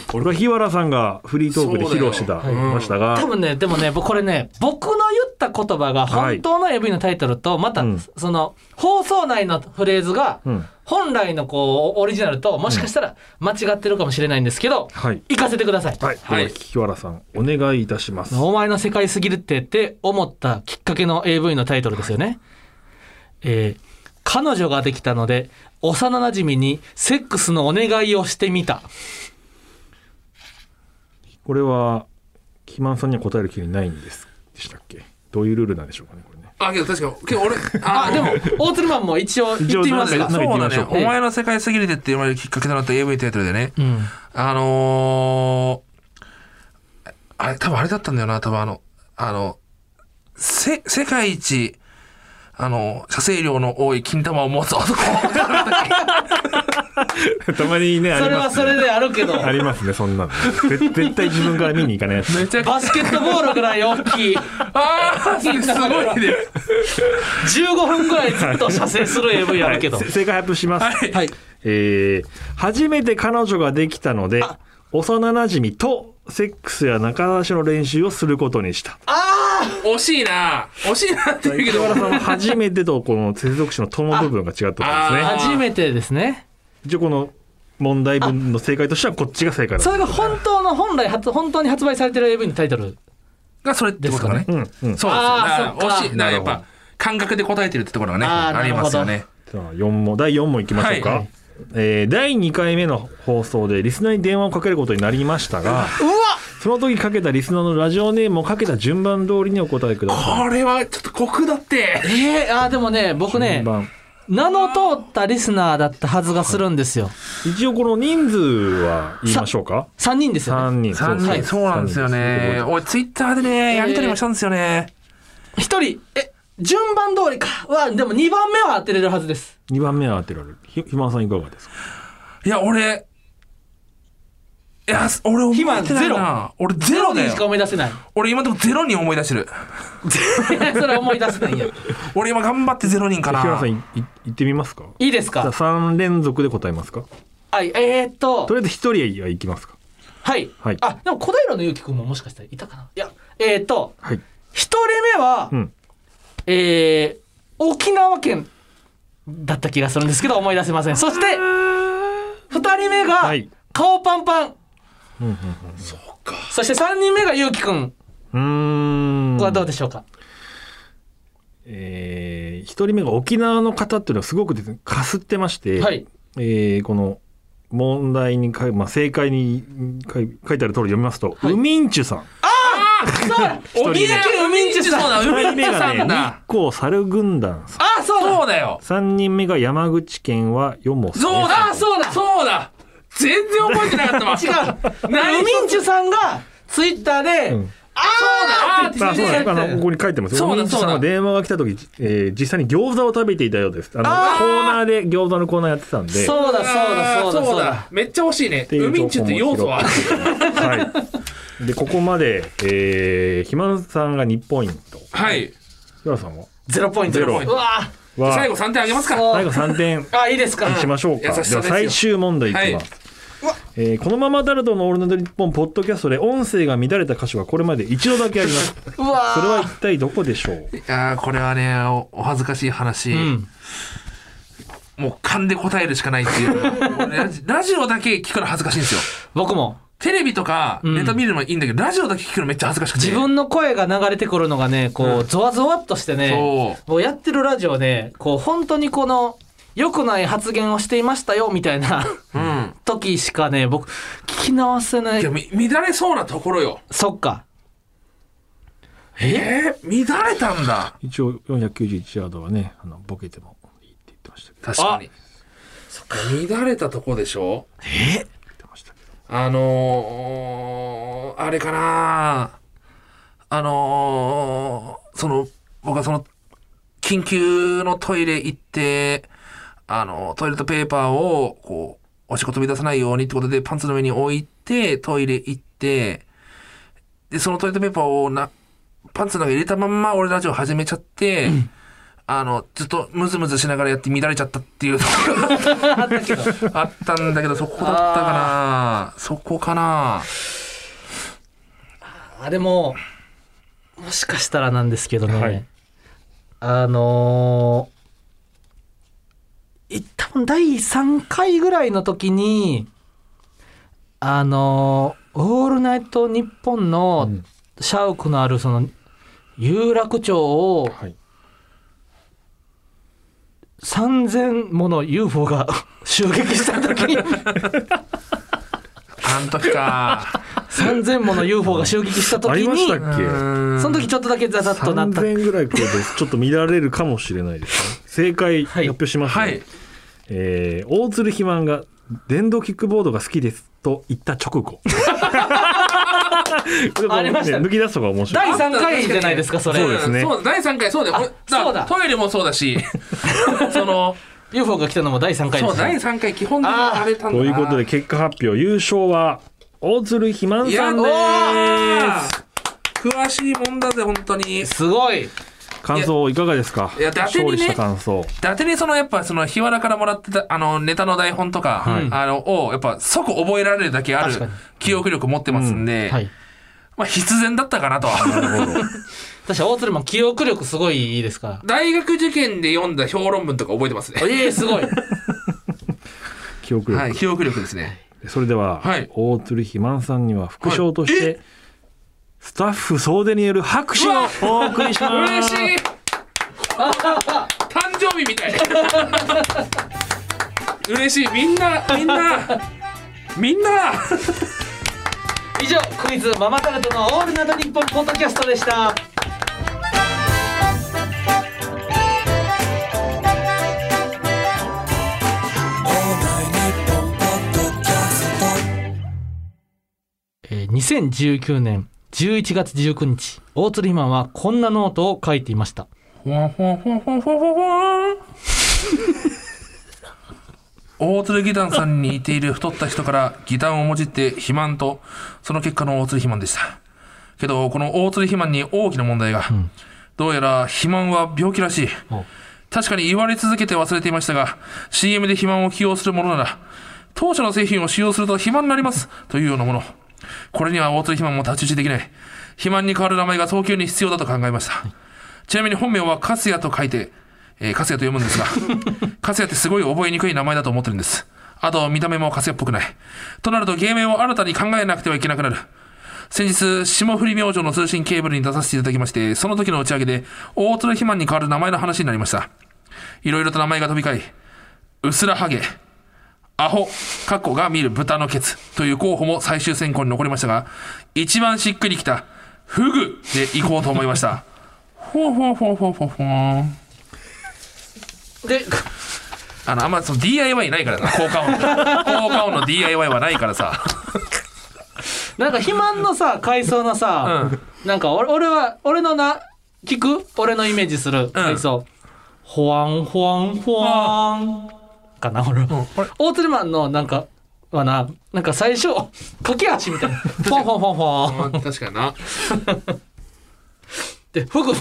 [SPEAKER 7] これが日原さんがフリートークで披露してた、
[SPEAKER 2] そうだよ
[SPEAKER 7] ましたが、
[SPEAKER 1] 多分ねでもね僕これね僕の言った言葉が本当の AV のタイトルとまた
[SPEAKER 7] うん
[SPEAKER 1] その放送内のフレーズが
[SPEAKER 7] うん
[SPEAKER 1] 本来のこうオリジナルともしかしたら間違ってるかもしれないんですけど、
[SPEAKER 7] はい。
[SPEAKER 1] 行かせてください、
[SPEAKER 7] はい。では日原さん、お願いいたします。
[SPEAKER 1] お前の世界すぎるってって思ったきっかけの AV のタイトルですよね、えー彼女ができたので幼なじみにセックスのお願いをしてみた
[SPEAKER 7] これは、キマンさんには答える権利ないんです。でしたっけどういうルールなんでしょうかね、これね。
[SPEAKER 2] あ、けど確かに、けど俺、あ
[SPEAKER 1] あ
[SPEAKER 7] *laughs*
[SPEAKER 1] でも、大鶴マンも一応言ってみます
[SPEAKER 7] 一応
[SPEAKER 1] か
[SPEAKER 7] な
[SPEAKER 2] そうだ
[SPEAKER 7] なんか言ってみましょ
[SPEAKER 2] ね。
[SPEAKER 7] う
[SPEAKER 2] お前の世界すぎるでって言われるきっかけとなった AV タイトルでね。
[SPEAKER 1] うん
[SPEAKER 2] あのーあれ、多分あれだったんだよな、多分あの、あの、せ、世界一、あの、射精量の多い金玉を持つ男。
[SPEAKER 7] *laughs* たまにね、あ
[SPEAKER 1] そ
[SPEAKER 7] り
[SPEAKER 1] れ
[SPEAKER 7] ま
[SPEAKER 1] は
[SPEAKER 7] す。
[SPEAKER 1] それであるけど
[SPEAKER 7] ありますね、そんなの。ぜ絶対自分から見に行かないやつ。
[SPEAKER 2] めちゃくちゃ、
[SPEAKER 1] バスケットボールぐらい大きい15
[SPEAKER 2] ああ、それすごいね。
[SPEAKER 1] 分ぐらいずっと射精する AV あるけど、
[SPEAKER 7] はいせ正解発表します。
[SPEAKER 2] はい
[SPEAKER 1] はい
[SPEAKER 7] えー初めて彼女ができたので、幼馴染と、セックスや仲出しの練習をすることにした。
[SPEAKER 2] 惜しいな惜しいなって言うけ
[SPEAKER 7] 日
[SPEAKER 2] ど
[SPEAKER 7] 原さんは初めてとこの接続詞のとの部分が違ったんです
[SPEAKER 2] あ
[SPEAKER 7] ね。
[SPEAKER 1] 初めてですね
[SPEAKER 7] 一応この問題文の正解としてはこっちが正解だった
[SPEAKER 1] それが本当の本来発本当に発売されてる AV のタイトル
[SPEAKER 2] がそれってことだね。
[SPEAKER 7] うんうん
[SPEAKER 2] そうですよ。
[SPEAKER 1] あー
[SPEAKER 2] だから
[SPEAKER 1] そっか
[SPEAKER 2] 惜しい。だからやっ
[SPEAKER 7] なる
[SPEAKER 2] ぱ、感覚で答えてるってところがね、
[SPEAKER 1] あー
[SPEAKER 2] ありますよね。
[SPEAKER 7] じゃあ4問第4問いきましょうか、
[SPEAKER 2] はい
[SPEAKER 7] えー第2回目の放送でリスナーに電話をかけることになりましたがその時かけたリスナーのラジオネームをかけた順番通りにお答えくださ
[SPEAKER 2] これはちょっと酷だって。
[SPEAKER 1] えー、あーでもね僕
[SPEAKER 7] い
[SPEAKER 1] ね
[SPEAKER 7] 順番
[SPEAKER 1] 名の通ったリスナーだったはずがするんですよ、
[SPEAKER 7] 一応この人数は言いましょうか
[SPEAKER 1] 三3人ですよ、ね、
[SPEAKER 7] 3人
[SPEAKER 2] 三
[SPEAKER 7] そう
[SPEAKER 2] 人、そうなんですよね。俺、ツイッターでね、やりとりもしたんですよね。
[SPEAKER 1] 1人え順番通りかはでも2番目は当てれるはずです
[SPEAKER 7] 2番目は当てられるひひまわさんいかがですか
[SPEAKER 2] いや、俺、いや、俺思い
[SPEAKER 1] 今
[SPEAKER 2] てないな。俺ゼロだ
[SPEAKER 1] にしか
[SPEAKER 2] よ。
[SPEAKER 1] 思い出せない *laughs*
[SPEAKER 2] 俺今でもゼロ人思い出してる。
[SPEAKER 1] それ思い出せないんや
[SPEAKER 2] 俺今頑張ってゼロ人か
[SPEAKER 7] ひ
[SPEAKER 2] な。
[SPEAKER 7] まわさんいい行ってみますか
[SPEAKER 1] いいです
[SPEAKER 7] じゃ
[SPEAKER 1] か
[SPEAKER 7] あ3連続で答えますか
[SPEAKER 1] はいえー、っと
[SPEAKER 7] とりあえず1人は行きますか
[SPEAKER 1] はい、
[SPEAKER 7] はい
[SPEAKER 1] あでも小平の勇気くんももしかしたらいたかないやえー、っと
[SPEAKER 7] はい
[SPEAKER 1] 1人目は、
[SPEAKER 7] うん
[SPEAKER 1] えー、沖縄県だった気がするんですけど思い出せませんそして2人目が、
[SPEAKER 7] はい
[SPEAKER 1] 顔パンパン
[SPEAKER 7] うんうん
[SPEAKER 1] そして3人目がゆうきくん
[SPEAKER 7] うんうーん
[SPEAKER 1] これはどうでしょうか、
[SPEAKER 7] えー、一人目が沖縄の方っていうのはすごくですねかすってまして、
[SPEAKER 1] はい
[SPEAKER 7] えーこの問題にか、まあ、正解に書い書いてある通り読みますと、ウミンチュさん
[SPEAKER 1] 沖縄県海んちゅ
[SPEAKER 2] そう
[SPEAKER 1] さん
[SPEAKER 2] だ、海
[SPEAKER 7] 一人目
[SPEAKER 2] 人
[SPEAKER 7] が
[SPEAKER 2] さ
[SPEAKER 7] ね
[SPEAKER 2] んだ。
[SPEAKER 7] 日光猿軍団さん
[SPEAKER 1] あそうだ
[SPEAKER 2] そうだよ。
[SPEAKER 7] 三人目が山口県はよもさん
[SPEAKER 2] そうだ
[SPEAKER 1] あそうだ
[SPEAKER 2] そうだ全然覚えてなかったわ
[SPEAKER 1] 違
[SPEAKER 7] *laughs*
[SPEAKER 1] う海んちゅさんがツイッターで、
[SPEAKER 7] うん
[SPEAKER 1] ああって
[SPEAKER 2] そう
[SPEAKER 1] 言
[SPEAKER 2] だ
[SPEAKER 7] あ
[SPEAKER 1] っ
[SPEAKER 7] そう
[SPEAKER 1] て
[SPEAKER 7] だあ
[SPEAKER 1] たや
[SPEAKER 7] のこ
[SPEAKER 1] つ
[SPEAKER 7] こに書いてます
[SPEAKER 2] そうだ
[SPEAKER 7] ウミンチュさん
[SPEAKER 2] そうだ
[SPEAKER 7] が電話が来た時、えー実際に餃子を食べていたようですあの
[SPEAKER 1] あー
[SPEAKER 7] コーナーで餃子のコーナーやってたんで
[SPEAKER 1] そうだそうだそうだそうだ
[SPEAKER 2] めっちゃ惜しいね
[SPEAKER 7] ていう
[SPEAKER 2] 海んちゅって要素は
[SPEAKER 7] はい。で、ここまで、えー、ひまさんが2ポイント。
[SPEAKER 2] はい
[SPEAKER 7] ひまさんは
[SPEAKER 1] ゼロポイント
[SPEAKER 2] ゼロポイント
[SPEAKER 1] うわー
[SPEAKER 7] は
[SPEAKER 2] 最後3点あげますか
[SPEAKER 1] そう
[SPEAKER 7] 最後3点
[SPEAKER 1] あいいですか
[SPEAKER 7] しましょうか。
[SPEAKER 2] 優し
[SPEAKER 7] で
[SPEAKER 2] さ
[SPEAKER 7] は
[SPEAKER 2] ですよ
[SPEAKER 7] 最終問題いきます。
[SPEAKER 2] はい
[SPEAKER 7] えーこのままダルトのオールナイト日本ポッドキャストで音声が乱れた箇所がこれまで一度だけあります。
[SPEAKER 1] うわー
[SPEAKER 7] それは一体どこでしょう
[SPEAKER 2] いやーこれはねおお恥ずかしい話、
[SPEAKER 1] ん
[SPEAKER 2] もう勘で答えるしかないっていう俺ラジ *laughs* ラジオだけ聞くの恥ずかしいんですよ
[SPEAKER 1] 僕も
[SPEAKER 2] テレビとか
[SPEAKER 1] ん
[SPEAKER 2] ネタ見るのはいいんだけど、ラジオだけ聞くのめっちゃ恥ずかしくて
[SPEAKER 1] 自分の声が流れてくるのがねこうゾワゾワっとしてね、
[SPEAKER 2] そう
[SPEAKER 1] もうやってるラジオで、こう、本当にこの、良くない発言をしていましたよ、みたいな *laughs*
[SPEAKER 2] うん
[SPEAKER 1] 時しかね、僕、聞き直せない
[SPEAKER 2] いや
[SPEAKER 1] い。
[SPEAKER 2] み乱れそうなところよ
[SPEAKER 1] そっか。 *laughs*
[SPEAKER 2] えー、乱れたんだ
[SPEAKER 7] 一応491ヤードはね、あの、ボケてもいいって言ってましたけど。
[SPEAKER 2] 確かにそっか乱れたとこでしょ
[SPEAKER 7] 言ってましたけど
[SPEAKER 2] あのー、あれかなあのー、その、僕はその、緊急のトイレ行って、あの、トイレットペーパーを、こう、お仕事飛び出さないようにってことで、パンツの上に置いて、トイレ行って、で、そのトイレットペーパーをな、パンツの中に入れたまんま俺ラジオ始めちゃって、あの、ずっとムズムズしながらやって乱れちゃったっていうところが
[SPEAKER 1] あったけど。
[SPEAKER 2] あったんだけど、そこだったかなそこかな
[SPEAKER 1] あ、でも、もしかしたらなんですけどね、
[SPEAKER 7] はい
[SPEAKER 1] あのー、い多分第3回ぐらいの時に、あのーオールナイトニッポンの
[SPEAKER 7] うん
[SPEAKER 1] 社屋のあるその、有楽町を、
[SPEAKER 7] はい。
[SPEAKER 1] 3000もの UFO が *laughs* 襲撃した
[SPEAKER 7] *laughs*
[SPEAKER 1] 時
[SPEAKER 2] あん時か。
[SPEAKER 1] 3000もの UFO が襲撃した
[SPEAKER 7] あ
[SPEAKER 1] 時
[SPEAKER 7] りま
[SPEAKER 1] に
[SPEAKER 7] したっけ
[SPEAKER 1] その時ちょっとだけザザッとなった
[SPEAKER 7] 3000ぐらいこうですちょっと見られるかもしれないですね正解発表しますね、
[SPEAKER 2] はい。
[SPEAKER 7] えー大鶴肥満が電動キックボードが好きですと言った
[SPEAKER 2] *laughs*
[SPEAKER 7] 直後
[SPEAKER 1] ありました
[SPEAKER 7] ね抜き出すのが面白
[SPEAKER 1] 第
[SPEAKER 7] い
[SPEAKER 1] 3回じゃないですかそれ
[SPEAKER 7] そうですね
[SPEAKER 2] そう第3回、そうだよ。
[SPEAKER 1] あ
[SPEAKER 2] ほら
[SPEAKER 1] そうだ
[SPEAKER 2] トイレもそう
[SPEAKER 1] *laughs*
[SPEAKER 2] だし、その、
[SPEAKER 1] UFO が来たのも第3回で
[SPEAKER 2] そう、
[SPEAKER 1] す
[SPEAKER 2] 第
[SPEAKER 1] ね
[SPEAKER 2] 3回基本的にあれたんだな。
[SPEAKER 7] ということで、結果発表優勝は大鶴肥満
[SPEAKER 2] い
[SPEAKER 7] さ
[SPEAKER 2] や、
[SPEAKER 7] ん
[SPEAKER 2] お
[SPEAKER 7] で
[SPEAKER 2] ー詳しいもんだぜ、本当に。伊
[SPEAKER 1] すごい
[SPEAKER 7] 感想いかがですか
[SPEAKER 2] いや伊達にね
[SPEAKER 7] 勝利した感想
[SPEAKER 2] 達にその、やっぱ、その、日原からもらってた、あの、ネタの台本とか、
[SPEAKER 1] はい
[SPEAKER 2] あの、を、やっぱ、即覚えられるだけある
[SPEAKER 1] 確かに
[SPEAKER 2] 記憶力持ってますんで、
[SPEAKER 1] はい
[SPEAKER 2] まあ、必然だったかなと。
[SPEAKER 1] 確か大鶴マン記憶力すごいいいですから
[SPEAKER 2] 大学受験で読んだ評論文と *laughs* か覚えてますね。
[SPEAKER 1] ええすごい
[SPEAKER 7] 記憶力、
[SPEAKER 2] はい、記憶力ですね。
[SPEAKER 7] それでは、
[SPEAKER 2] はい
[SPEAKER 7] 大鶴肥満さんには副賞として、スタッフ総出による拍手をお送りしま
[SPEAKER 2] 嬉
[SPEAKER 7] す
[SPEAKER 2] しい誕生日みた *laughs* い嬉しいみんなみんなみんな
[SPEAKER 1] 以上クイズママタルトのオールナイトニッポンポッドキャストでしたえー2019年11月19日大鶴ひまんはこんなノートを書いていました
[SPEAKER 2] 大鶴義団さんに似ている太った人から義団をもじって肥満とその結果の大鶴肥満でしたけどこの大鶴肥満に大きな問題が、どうやら肥満は病気らしい
[SPEAKER 1] お
[SPEAKER 2] 確かに言われ続けて忘れていましたが CM で肥満を起用するものなら当社の製品を使用すると肥満になりますというようなものこれには大鶴肥満も太刀打ちできない肥満に代わる名前が早急に必要だと考えました、ちなみに本名はカスヤと書いて、えー、カスヤと読むんですが、カスヤってすごい覚えにくい名前だと思ってるんです。あと、見た目もカスヤっぽくない。となると、芸名を新たに考えなくてはいけなくなる。先日、霜降り明星の通信ケーブルに出させていただきまして、その時の打ち上げで、大鶴肥満に代わる名前の話になりました。いろいろと名前が飛び交い、うすらハゲ、アホ、カッコが見る豚のケツという候補も最終選考に残りましたが、一番しっくりきた、フグで行こうと思いました。ほうほうほうほうほうほうあ
[SPEAKER 1] で
[SPEAKER 2] のあんまその DIY ないからな効果音効果音の DIY はないからさ
[SPEAKER 1] なんか肥満のさ海藻のさ、なんか俺俺は俺のな聞く俺のイメージする海藻、ほわんほわんほわんかな俺は、大鶴マンのなんかはななんか最初駆け足み
[SPEAKER 2] *laughs*
[SPEAKER 1] たいなフォンフォンフォンフォン
[SPEAKER 2] 確かにな
[SPEAKER 1] でフ
[SPEAKER 2] *laughs*
[SPEAKER 1] グ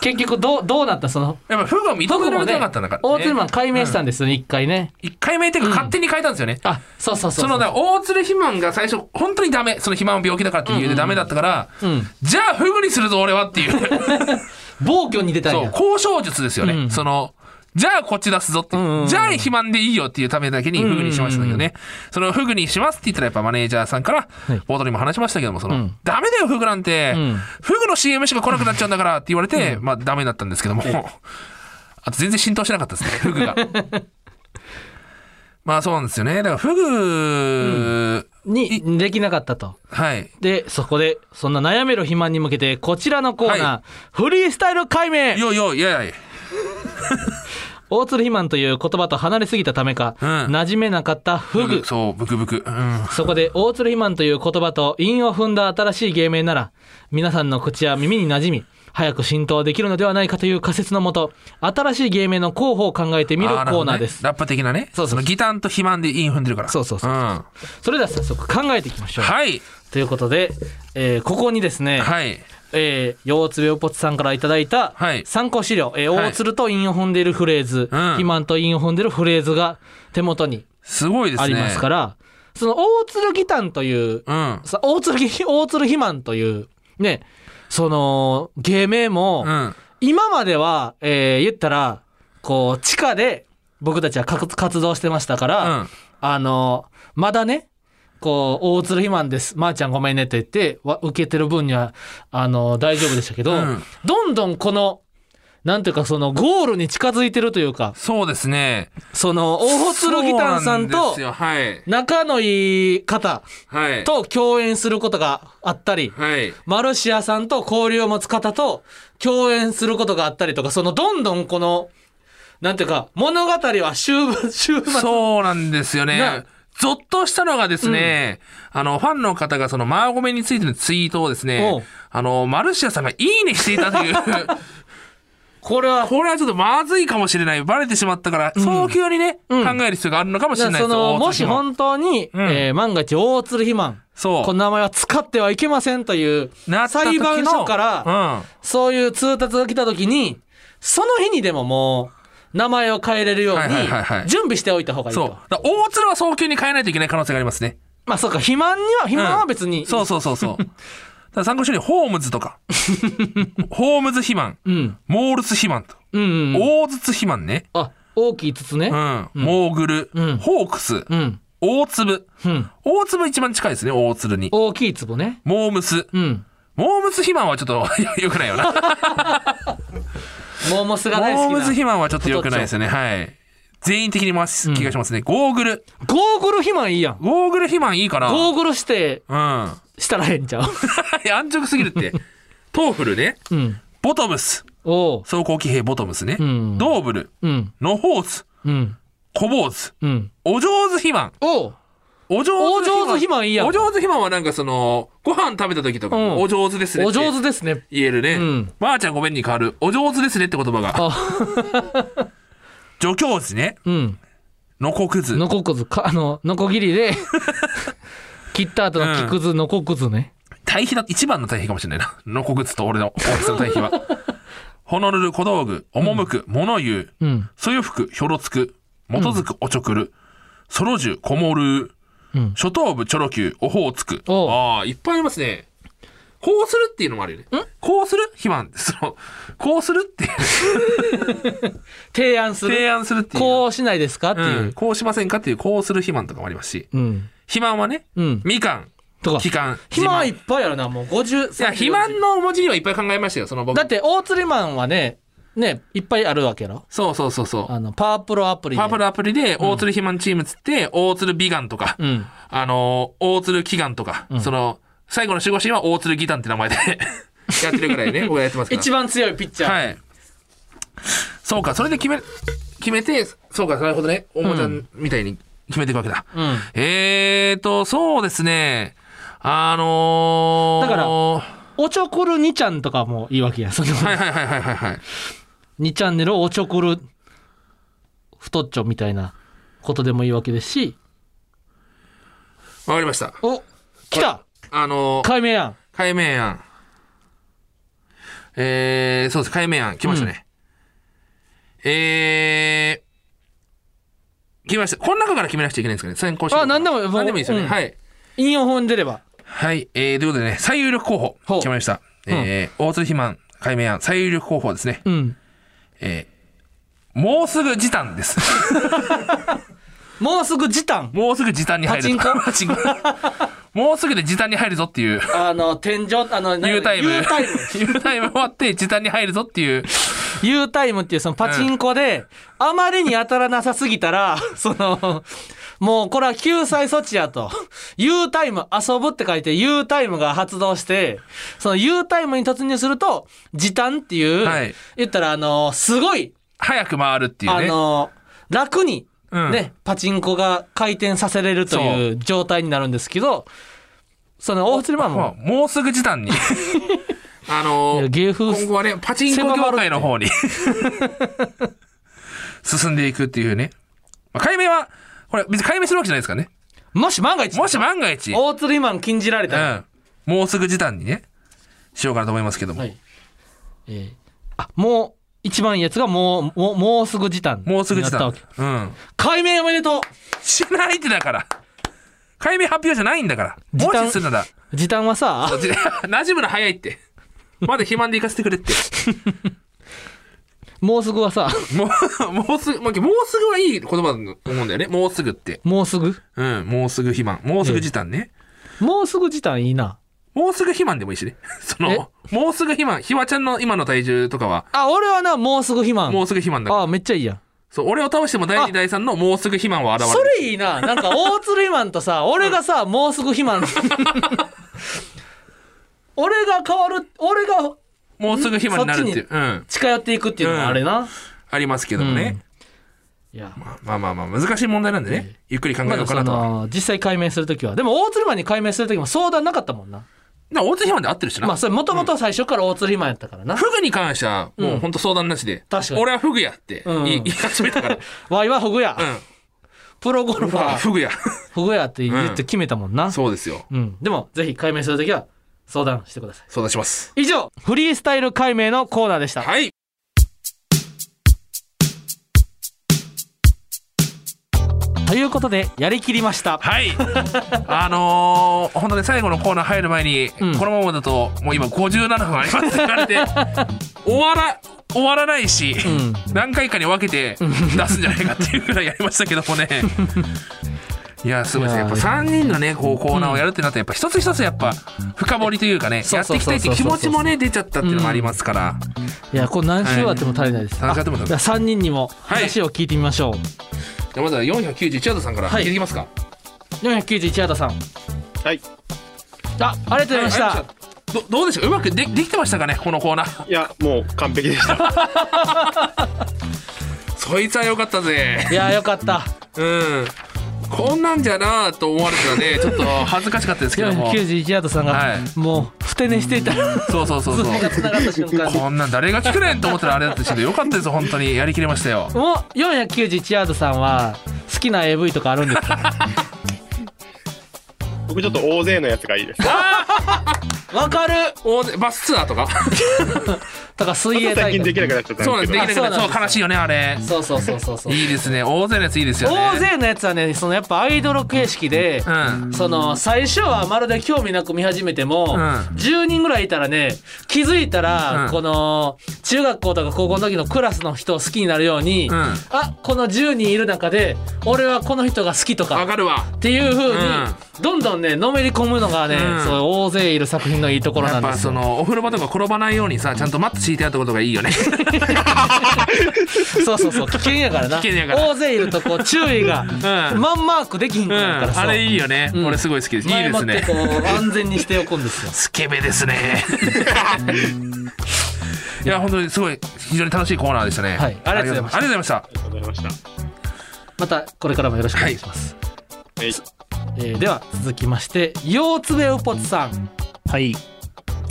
[SPEAKER 1] 結局どうどうなったその
[SPEAKER 2] やっぱフグを認められなかったんだから、
[SPEAKER 1] 大鶴マン解明したんですよね一回ね
[SPEAKER 2] 1回目っていうか勝手に変えたんですよね、
[SPEAKER 1] あそうそうそう
[SPEAKER 2] そのだから大鶴肥満が最初本当にダメその肥満は病気だからっていう理由でダメだったから、
[SPEAKER 1] うん
[SPEAKER 2] じゃあフグにするぞ俺はっていう
[SPEAKER 1] 暴挙に出たん
[SPEAKER 2] そう
[SPEAKER 1] や
[SPEAKER 2] 交渉術ですよね、
[SPEAKER 1] うん
[SPEAKER 2] そのじゃあこっち出すぞっていう、
[SPEAKER 1] うんうんうん
[SPEAKER 2] じゃあ肥満でいいよっていうためだけにフグにしましたけどね、そのフグにしますって言ったらやっぱマネージャーさんから
[SPEAKER 1] い
[SPEAKER 2] 冒頭にも話しましたけどもその、
[SPEAKER 1] うん
[SPEAKER 2] ダメだよフグなんて、
[SPEAKER 1] うん
[SPEAKER 2] フグの CM しか来なくなっちゃうんだからって言われて、まあダメだったんですけども、あと全然浸透しなかったですねフグが *laughs* まあそうなんですよねだからフグ、
[SPEAKER 1] にできなかったと
[SPEAKER 2] はい
[SPEAKER 1] でそこでそんな悩める肥満に向けてこちらのコーナー、
[SPEAKER 2] は
[SPEAKER 1] フリースタイル解明
[SPEAKER 2] よいよいやいや
[SPEAKER 1] 大鶴肥満という言葉と離れすぎたためか、
[SPEAKER 2] うん
[SPEAKER 1] 馴染めなかったフグ
[SPEAKER 2] そうブクブクうん
[SPEAKER 1] そこで大鶴肥満という言葉と韻を踏んだ新しい芸名なら皆さんの口や耳に馴染み早く浸透できるのではないかという仮説のもと新しい芸名の候補を考えてみるコ
[SPEAKER 2] あなるほ
[SPEAKER 1] ー
[SPEAKER 2] ど
[SPEAKER 1] ナー
[SPEAKER 2] ね
[SPEAKER 1] です、
[SPEAKER 2] ラップ的なね
[SPEAKER 1] そうそうそう
[SPEAKER 2] のギタンと肥満でイン踏んでるから
[SPEAKER 1] そうそうそうん
[SPEAKER 2] は
[SPEAKER 1] それでは早速考えていきましょう、
[SPEAKER 2] い
[SPEAKER 1] ということで、えーここにですね、
[SPEAKER 2] はい
[SPEAKER 1] えー、腰痛病ポツさんからいただいた
[SPEAKER 2] はい
[SPEAKER 1] 参考資料、えー
[SPEAKER 2] はい
[SPEAKER 1] 大鶴と韻を踏んでいるフレーズ、
[SPEAKER 2] うん
[SPEAKER 1] 肥満と韻を踏んでいるフレーズが手元に
[SPEAKER 2] すごいですね
[SPEAKER 1] ありますから、その大鶴ギタンという、
[SPEAKER 2] うん
[SPEAKER 1] さ大鶴ぎ大鶴肥満というねその芸名も、
[SPEAKER 2] うん
[SPEAKER 1] 今までは、えー言ったらこう地下で僕たちは活活動してましたから、
[SPEAKER 2] うん
[SPEAKER 1] あのまだねこう大鶴肥満ですまー、ちゃんごめんねって言ってわ受けてる分にはあの大丈夫でしたけど、
[SPEAKER 2] うん
[SPEAKER 1] どんどんこのなんていうかそのゴールに近づいてるというか
[SPEAKER 2] そうですね
[SPEAKER 1] その大鶴ギタンさん
[SPEAKER 2] そうなんで
[SPEAKER 1] と
[SPEAKER 2] すよはい
[SPEAKER 1] 仲のいい方
[SPEAKER 2] はい
[SPEAKER 1] と共演することがあったり、
[SPEAKER 2] はい
[SPEAKER 1] マルシアさんと交流を持つ方と共演することがあったりとか、そのどんどんこの、なんていうか、物語は終盤、終盤。
[SPEAKER 2] そうなんですよ
[SPEAKER 1] な
[SPEAKER 2] ね。ゾッとしたのがですね、あの、ファンの方がそのマーゴメについてのツイートをです
[SPEAKER 1] お
[SPEAKER 2] ね
[SPEAKER 1] う、
[SPEAKER 2] あの、マルシアさんがいいねしていたと
[SPEAKER 1] *laughs*
[SPEAKER 2] いう、
[SPEAKER 1] これは、
[SPEAKER 2] これはちょっとまずいかもしれない。バレてしまったから、早急にね、
[SPEAKER 1] うん
[SPEAKER 2] 考える必要があるのかもしれないで
[SPEAKER 1] そ
[SPEAKER 2] す
[SPEAKER 1] の、もし
[SPEAKER 2] ん
[SPEAKER 1] 本当に、
[SPEAKER 2] ん
[SPEAKER 1] えー万が一大鶴肥満、
[SPEAKER 2] そう。
[SPEAKER 1] この名前は使ってはいけませんという、
[SPEAKER 2] なった
[SPEAKER 1] 裁
[SPEAKER 2] 時の
[SPEAKER 1] 判所から、、そういう通達が来た時に、その日にでももう、名前を変えれるように
[SPEAKER 2] はいはいはいは、い
[SPEAKER 1] 準備しておいた方が
[SPEAKER 2] う
[SPEAKER 1] い
[SPEAKER 2] ん、
[SPEAKER 1] いと。
[SPEAKER 2] そう。だから大鶴は早急に変えないといけない可能性がありますね。
[SPEAKER 1] まあそうか、肥満には、肥満は別に、
[SPEAKER 2] そうそうそ
[SPEAKER 1] *laughs*
[SPEAKER 2] うそう。だから参考書にホームズとか、ホームズ肥満、
[SPEAKER 1] うん。
[SPEAKER 2] モールス肥満と、
[SPEAKER 1] うんうんうん。
[SPEAKER 2] 大筒肥満ね、
[SPEAKER 1] あ、大きい筒ね
[SPEAKER 2] う。ん、モーグル、
[SPEAKER 1] うん
[SPEAKER 2] ホークス、
[SPEAKER 1] うん。
[SPEAKER 2] 大粒。
[SPEAKER 1] うん。
[SPEAKER 2] 大粒一番近いですね、大粒に。
[SPEAKER 1] 大きい壺ね。
[SPEAKER 2] モームス、
[SPEAKER 1] うん。
[SPEAKER 2] モームス肥満はちょっと *laughs* 良くないよな。
[SPEAKER 1] モーモスが大
[SPEAKER 2] モー
[SPEAKER 1] 好き
[SPEAKER 2] ム
[SPEAKER 1] な
[SPEAKER 2] ス肥満はちょっと良くないですね。はい。全員的に回す気がしますね。ゴーグル。
[SPEAKER 1] ゴーグル肥満いいやん
[SPEAKER 2] ゴーグル肥満いいかな。
[SPEAKER 1] ゴーグルして
[SPEAKER 2] うん。
[SPEAKER 1] したらええんち
[SPEAKER 2] *laughs*
[SPEAKER 1] ゃう
[SPEAKER 2] いや安直すぎるって。トーフルね。
[SPEAKER 1] うん
[SPEAKER 2] ボトムス。
[SPEAKER 1] おう
[SPEAKER 2] 装甲騎兵ボトムスね。
[SPEAKER 1] うん
[SPEAKER 2] ドーブル。
[SPEAKER 1] うん
[SPEAKER 2] ノホース。
[SPEAKER 1] うん
[SPEAKER 2] コボーズ。
[SPEAKER 1] うん
[SPEAKER 2] お上手肥満。
[SPEAKER 1] おう
[SPEAKER 2] お上手
[SPEAKER 1] お上手肥満いいやん
[SPEAKER 2] お上手肥満はなんかその、ご飯食べた時とか
[SPEAKER 1] うん
[SPEAKER 2] も、お上手ですね。
[SPEAKER 1] お上手
[SPEAKER 2] 手。
[SPEAKER 1] ですね
[SPEAKER 2] 言えるね。
[SPEAKER 1] うん
[SPEAKER 2] ばあちゃんごめんに変わる。お上手ですねって言葉が。
[SPEAKER 1] あ
[SPEAKER 2] *laughs* 助教師ね。
[SPEAKER 1] うん
[SPEAKER 2] ノコクズ。
[SPEAKER 1] ノコクズかあのノコギリ
[SPEAKER 2] *laughs*
[SPEAKER 1] で切った後の木くずノコクズね
[SPEAKER 2] 対比だ、一番の対比かもしれない *laughs* な。ノコグツと俺の大きさの対
[SPEAKER 1] *laughs*
[SPEAKER 2] 比は。ホノルル小道具、赴く、物言う、
[SPEAKER 1] うん
[SPEAKER 2] そよふく、ひょろつく、元づく、おちょくる、そろじゅ、こもる
[SPEAKER 1] うん、
[SPEAKER 2] 初頭部、ちょろきゅう、おほうつく。
[SPEAKER 1] おう
[SPEAKER 2] ああ、いっぱいありますね。こうするっていうのもあるよね。こうする肥満。 *laughs* その、こうするっていう。
[SPEAKER 1] 提案する
[SPEAKER 2] 提案するっていう。
[SPEAKER 1] こうしないですかって
[SPEAKER 2] う
[SPEAKER 1] い
[SPEAKER 2] ん
[SPEAKER 1] う
[SPEAKER 2] こうしませんかっていう、こうする肥満とかもありますし。
[SPEAKER 1] うん
[SPEAKER 2] 肥満はね、
[SPEAKER 1] うん
[SPEAKER 2] みかん、
[SPEAKER 1] とか
[SPEAKER 2] 期間、
[SPEAKER 1] 肥満いっ
[SPEAKER 2] 自
[SPEAKER 1] ぱいあるなもう50
[SPEAKER 2] 慢いや、肥満の文字にはいっぱい考えましたよ、その僕
[SPEAKER 1] だっ。て大釣りマンはねねいっぱいあるわけやろ
[SPEAKER 2] そうそうそうそう。
[SPEAKER 1] あのパワープロアプリで
[SPEAKER 2] パープルアプリで、大鶴肥満チームつって、大鶴美顔とか、
[SPEAKER 1] うん
[SPEAKER 2] あのー、大鶴祈願とか、その、最後の守護神は大鶴義願って名前で *laughs* やってるぐら
[SPEAKER 1] *laughs*
[SPEAKER 2] いね、僕はやってますから。
[SPEAKER 1] 一番強いピッチャー、
[SPEAKER 2] はい。そうか、それで決め、決めて、そうか、なるほどね、おもちゃんみたいに決めていくわけだ。
[SPEAKER 1] うん
[SPEAKER 2] えーと、そうですね、あの
[SPEAKER 1] だ
[SPEAKER 2] ー、
[SPEAKER 1] から
[SPEAKER 2] は
[SPEAKER 1] おちょくる2ちゃんとかもいいわけやその
[SPEAKER 2] いはいはいはいはいはい。
[SPEAKER 1] 2チャンネルをおちょくる太っちょみたいなことでもいいわけですし
[SPEAKER 2] わかりました。
[SPEAKER 1] お来た
[SPEAKER 2] あのー、
[SPEAKER 1] 解明やん
[SPEAKER 2] 解明案。えー、そうです、解明案。来ましたね。えー、来ました。この中から決めなくちゃいけないんですかね。先行して。
[SPEAKER 1] あ何でも
[SPEAKER 2] 何でもいいですよね。
[SPEAKER 1] うん
[SPEAKER 2] はい。
[SPEAKER 1] 陰を踏んでれば
[SPEAKER 2] はい。えー、ということでね、最有力候補、
[SPEAKER 1] ほう
[SPEAKER 2] 決まりました。えー、大鶴肥満、解明案、最有力候補ですね。
[SPEAKER 1] うん
[SPEAKER 2] えー、もうすぐ時短です。
[SPEAKER 1] *laughs* もうすぐ時短
[SPEAKER 2] もうすぐ時短に入ると。パチンコ
[SPEAKER 1] *laughs*
[SPEAKER 2] もうすぐで時短に入るぞっていう。
[SPEAKER 1] あの天井あの
[SPEAKER 2] U タイム。
[SPEAKER 1] U タイム *laughs*
[SPEAKER 2] U タイム終わって時短に入るぞっていう。
[SPEAKER 1] U タイムっていうそのパチンコで、あまりに当たらなさすぎたら、 *laughs* その、もうこれは救済措置やと。U タイム遊ぶって書いて U タイムが発動して、その U タイムに突入すると、時短っていう、
[SPEAKER 2] はい
[SPEAKER 1] 言ったらあの、すごい、
[SPEAKER 2] 早く回るっていう
[SPEAKER 1] あ
[SPEAKER 2] ね。
[SPEAKER 1] の、楽に、
[SPEAKER 2] うん
[SPEAKER 1] ね、パチンコが回転させれるという状態になるんですけど、その、大釣りマン
[SPEAKER 2] まあ
[SPEAKER 1] も、
[SPEAKER 2] もうすぐ時短に。 *laughs* あの
[SPEAKER 1] いや芸風
[SPEAKER 2] 今後はね、パチンコ業界の方に *laughs* 進んでいくっていうね。まあ、解明は、これ別に解明するわけじゃないですからね。
[SPEAKER 1] もし万が一、
[SPEAKER 2] もし万が一、う
[SPEAKER 1] 大釣りマン禁じられたら、
[SPEAKER 2] ん、もうすぐ時短にね、しようかなと思いますけども。
[SPEAKER 1] はい。えーあ、もう、一番いいやつがもう、もう、もうすぐ時短。
[SPEAKER 2] もうすぐ時
[SPEAKER 1] にな
[SPEAKER 2] 短
[SPEAKER 1] ったわけ。。
[SPEAKER 2] うん。
[SPEAKER 1] 解明おめでと
[SPEAKER 2] しないってだから。解明発表じゃないんだから。
[SPEAKER 1] 時
[SPEAKER 2] も
[SPEAKER 1] 短
[SPEAKER 2] しするなら、
[SPEAKER 1] う時短は
[SPEAKER 2] *laughs*
[SPEAKER 1] さ、
[SPEAKER 2] じ *laughs* 馴染むの早いって。まだ肥満で行かせてくれって。 *laughs*
[SPEAKER 1] もうすぐはさ、
[SPEAKER 2] もう、もうすぐ、まあもうすぐはいい言葉だと思うんだよね。もうすぐって。
[SPEAKER 1] もうすぐ
[SPEAKER 2] うん、もうすぐ肥満。もうすぐ時短ね。
[SPEAKER 1] もうすぐ時短いいな。
[SPEAKER 2] もうすぐ肥満でもいいしね。 *laughs* その、もうすぐ肥満。ひわちゃんの今の体重とかは、
[SPEAKER 1] あ、俺はな、もうすぐ肥満。
[SPEAKER 2] もうすぐ肥満だから。
[SPEAKER 1] あ、めっちゃいいやん。
[SPEAKER 2] そう、俺を倒しても第
[SPEAKER 1] あ
[SPEAKER 2] 2、第3のもうすぐ肥満は現
[SPEAKER 1] そ
[SPEAKER 2] れる。
[SPEAKER 1] れいいな。なんか、大鶴肥満とさ、俺がさ、もうすぐ肥
[SPEAKER 2] *laughs*
[SPEAKER 1] 満。俺が変わる、俺が
[SPEAKER 2] もうすぐ肥満になるっていう。うん。
[SPEAKER 1] 近寄っていくっていうのもあれな。
[SPEAKER 2] ありますけどもね。
[SPEAKER 1] いや。
[SPEAKER 2] まあまあまあ、難しい問題なんでね。ゆっくり考え
[SPEAKER 1] ま
[SPEAKER 2] よう
[SPEAKER 1] だ
[SPEAKER 2] か
[SPEAKER 1] そ
[SPEAKER 2] なとは。
[SPEAKER 1] の、実際解明するときは。でも、大鶴肥満に解明するときも相談なかったもんな。
[SPEAKER 2] な、大津肥満で合ってるしな。
[SPEAKER 1] まあそれもともと最初から大釣りマンやったからな。
[SPEAKER 2] フグに関しては、もうほんと相談なしで。
[SPEAKER 1] 確かに
[SPEAKER 2] 俺はフグやって
[SPEAKER 1] うん
[SPEAKER 2] 言い言い始め
[SPEAKER 1] *laughs*
[SPEAKER 2] たから。
[SPEAKER 1] ワイはフグや、
[SPEAKER 2] うん。
[SPEAKER 1] プロゴルフ
[SPEAKER 2] ま
[SPEAKER 1] ァ
[SPEAKER 2] あ、
[SPEAKER 1] ー
[SPEAKER 2] フグや。
[SPEAKER 1] フグやって言って決めたもんな。うん、
[SPEAKER 2] そうですよ。
[SPEAKER 1] でもぜひ解明するときは相談してください。
[SPEAKER 2] 相談します。
[SPEAKER 1] 以上フリースタイル解明のコーナーでした。
[SPEAKER 2] はい。
[SPEAKER 1] ということでやりきりました。
[SPEAKER 2] はい。あのー、本当に最後のコーナー入る前に、
[SPEAKER 1] うん
[SPEAKER 2] このままだと、もう今57分ありますって言
[SPEAKER 1] *laughs*
[SPEAKER 2] われて、終わら、終わらないし、
[SPEAKER 1] ん *laughs*
[SPEAKER 2] 何回かに分けて出すんじゃないかっていうくらいやりましたけどもね。いやすごいですねやっぱ3人のねこうコーナーをやるってなったらやっぱ一つ一つやっぱ深掘りというかね
[SPEAKER 1] そ
[SPEAKER 2] や
[SPEAKER 1] う
[SPEAKER 2] っ
[SPEAKER 1] そ
[SPEAKER 2] て
[SPEAKER 1] う
[SPEAKER 2] いきた
[SPEAKER 1] そうそう
[SPEAKER 2] いって気持ちもね出ちゃったっていうのもありますから
[SPEAKER 1] いやこれ何週あっても足りないです、
[SPEAKER 2] はい何週あっても足りない
[SPEAKER 1] じゃあ3人にも
[SPEAKER 2] い
[SPEAKER 1] 話を聞いてみましょう、
[SPEAKER 2] じゃあまずは491ヤドさんから
[SPEAKER 1] は
[SPEAKER 2] 聞
[SPEAKER 1] い
[SPEAKER 2] いていきますか
[SPEAKER 1] 491ヤダさん
[SPEAKER 3] はい。
[SPEAKER 1] あありがとうございました、
[SPEAKER 2] はいどどうでしょううまくでできてましたかねこのコーナー
[SPEAKER 3] いや、もう完璧でした。
[SPEAKER 2] そいつは良かったぜ
[SPEAKER 1] い、やよかった
[SPEAKER 2] うんこんなんじゃなあと思われたの
[SPEAKER 1] *laughs*
[SPEAKER 2] でちょっと恥ずかしかったですけども
[SPEAKER 1] 491ヤダさんが、
[SPEAKER 2] はい
[SPEAKER 1] もうふて寝していたら
[SPEAKER 2] そうそうそう
[SPEAKER 1] ズ
[SPEAKER 2] そう
[SPEAKER 1] ボンがつながった瞬間に
[SPEAKER 2] こんなん誰が聞くねんと思ったらあれだったしよかったです本
[SPEAKER 1] *laughs*
[SPEAKER 2] 当にやりきれましたよ
[SPEAKER 1] *laughs* もう491ヤードさんは好きな AV とかあるんです
[SPEAKER 2] *laughs*
[SPEAKER 1] か
[SPEAKER 3] 僕ちょっと大勢のやつがいいです。
[SPEAKER 1] わかる
[SPEAKER 2] 大勢バスツアーとか
[SPEAKER 1] とか水泳
[SPEAKER 3] 最
[SPEAKER 1] 大
[SPEAKER 3] 近で
[SPEAKER 1] 会
[SPEAKER 3] きなくなっちゃったん
[SPEAKER 2] そうなん
[SPEAKER 3] で
[SPEAKER 2] ですす
[SPEAKER 3] け
[SPEAKER 2] でき。
[SPEAKER 3] ど
[SPEAKER 2] なくな
[SPEAKER 1] あそうなんです
[SPEAKER 2] るそう悲しいよねあれ
[SPEAKER 1] そうそうそうそうそう
[SPEAKER 2] いいですね大勢のやついいですよね
[SPEAKER 1] 大勢のやつはねそのやっぱアイドル形式で、
[SPEAKER 2] うん
[SPEAKER 1] その最初はまるで興味なく見始めても、
[SPEAKER 2] うん
[SPEAKER 1] 10人ぐらいいたらね気づいたら、
[SPEAKER 2] うん
[SPEAKER 1] この中学校とか高校の時のクラスの人を好きになるように、
[SPEAKER 2] うん
[SPEAKER 1] あこの10人いる中で俺はこの人が好きとか
[SPEAKER 2] わかるわ
[SPEAKER 1] っていう風に、
[SPEAKER 2] うん
[SPEAKER 1] どんどんねのめり込むのがね、
[SPEAKER 2] うん
[SPEAKER 1] そう大勢いる作品のいいところな
[SPEAKER 2] やっ
[SPEAKER 1] んで
[SPEAKER 2] ぱ
[SPEAKER 1] す
[SPEAKER 2] そ
[SPEAKER 1] よ
[SPEAKER 2] のお風呂場とか転ばないようにさちゃんとマット敷いてあったことがいいよね
[SPEAKER 1] そうそうそう危険やからな
[SPEAKER 2] 危険やから
[SPEAKER 1] 大勢いるとこう注意が、
[SPEAKER 2] ん
[SPEAKER 1] マンマークできひん
[SPEAKER 2] う
[SPEAKER 1] か
[SPEAKER 2] ん
[SPEAKER 1] ら,、から
[SPEAKER 2] *laughs* あれいいよね、
[SPEAKER 1] うん
[SPEAKER 2] 俺すごい好きですいい
[SPEAKER 1] 前
[SPEAKER 2] で
[SPEAKER 1] も
[SPEAKER 2] す
[SPEAKER 1] って
[SPEAKER 2] ね
[SPEAKER 1] こう安全にしておくんですよ
[SPEAKER 2] スケベですねいや本当にすごい非常に楽しいコーナーでしたね
[SPEAKER 1] はいありがとうございました
[SPEAKER 2] ありがとうございまし
[SPEAKER 3] ありがとうございました。
[SPEAKER 1] またこれからもよろしくお願いします、
[SPEAKER 3] はい。
[SPEAKER 1] えーでは続きましてようつべおぽつさんあり
[SPEAKER 4] はい。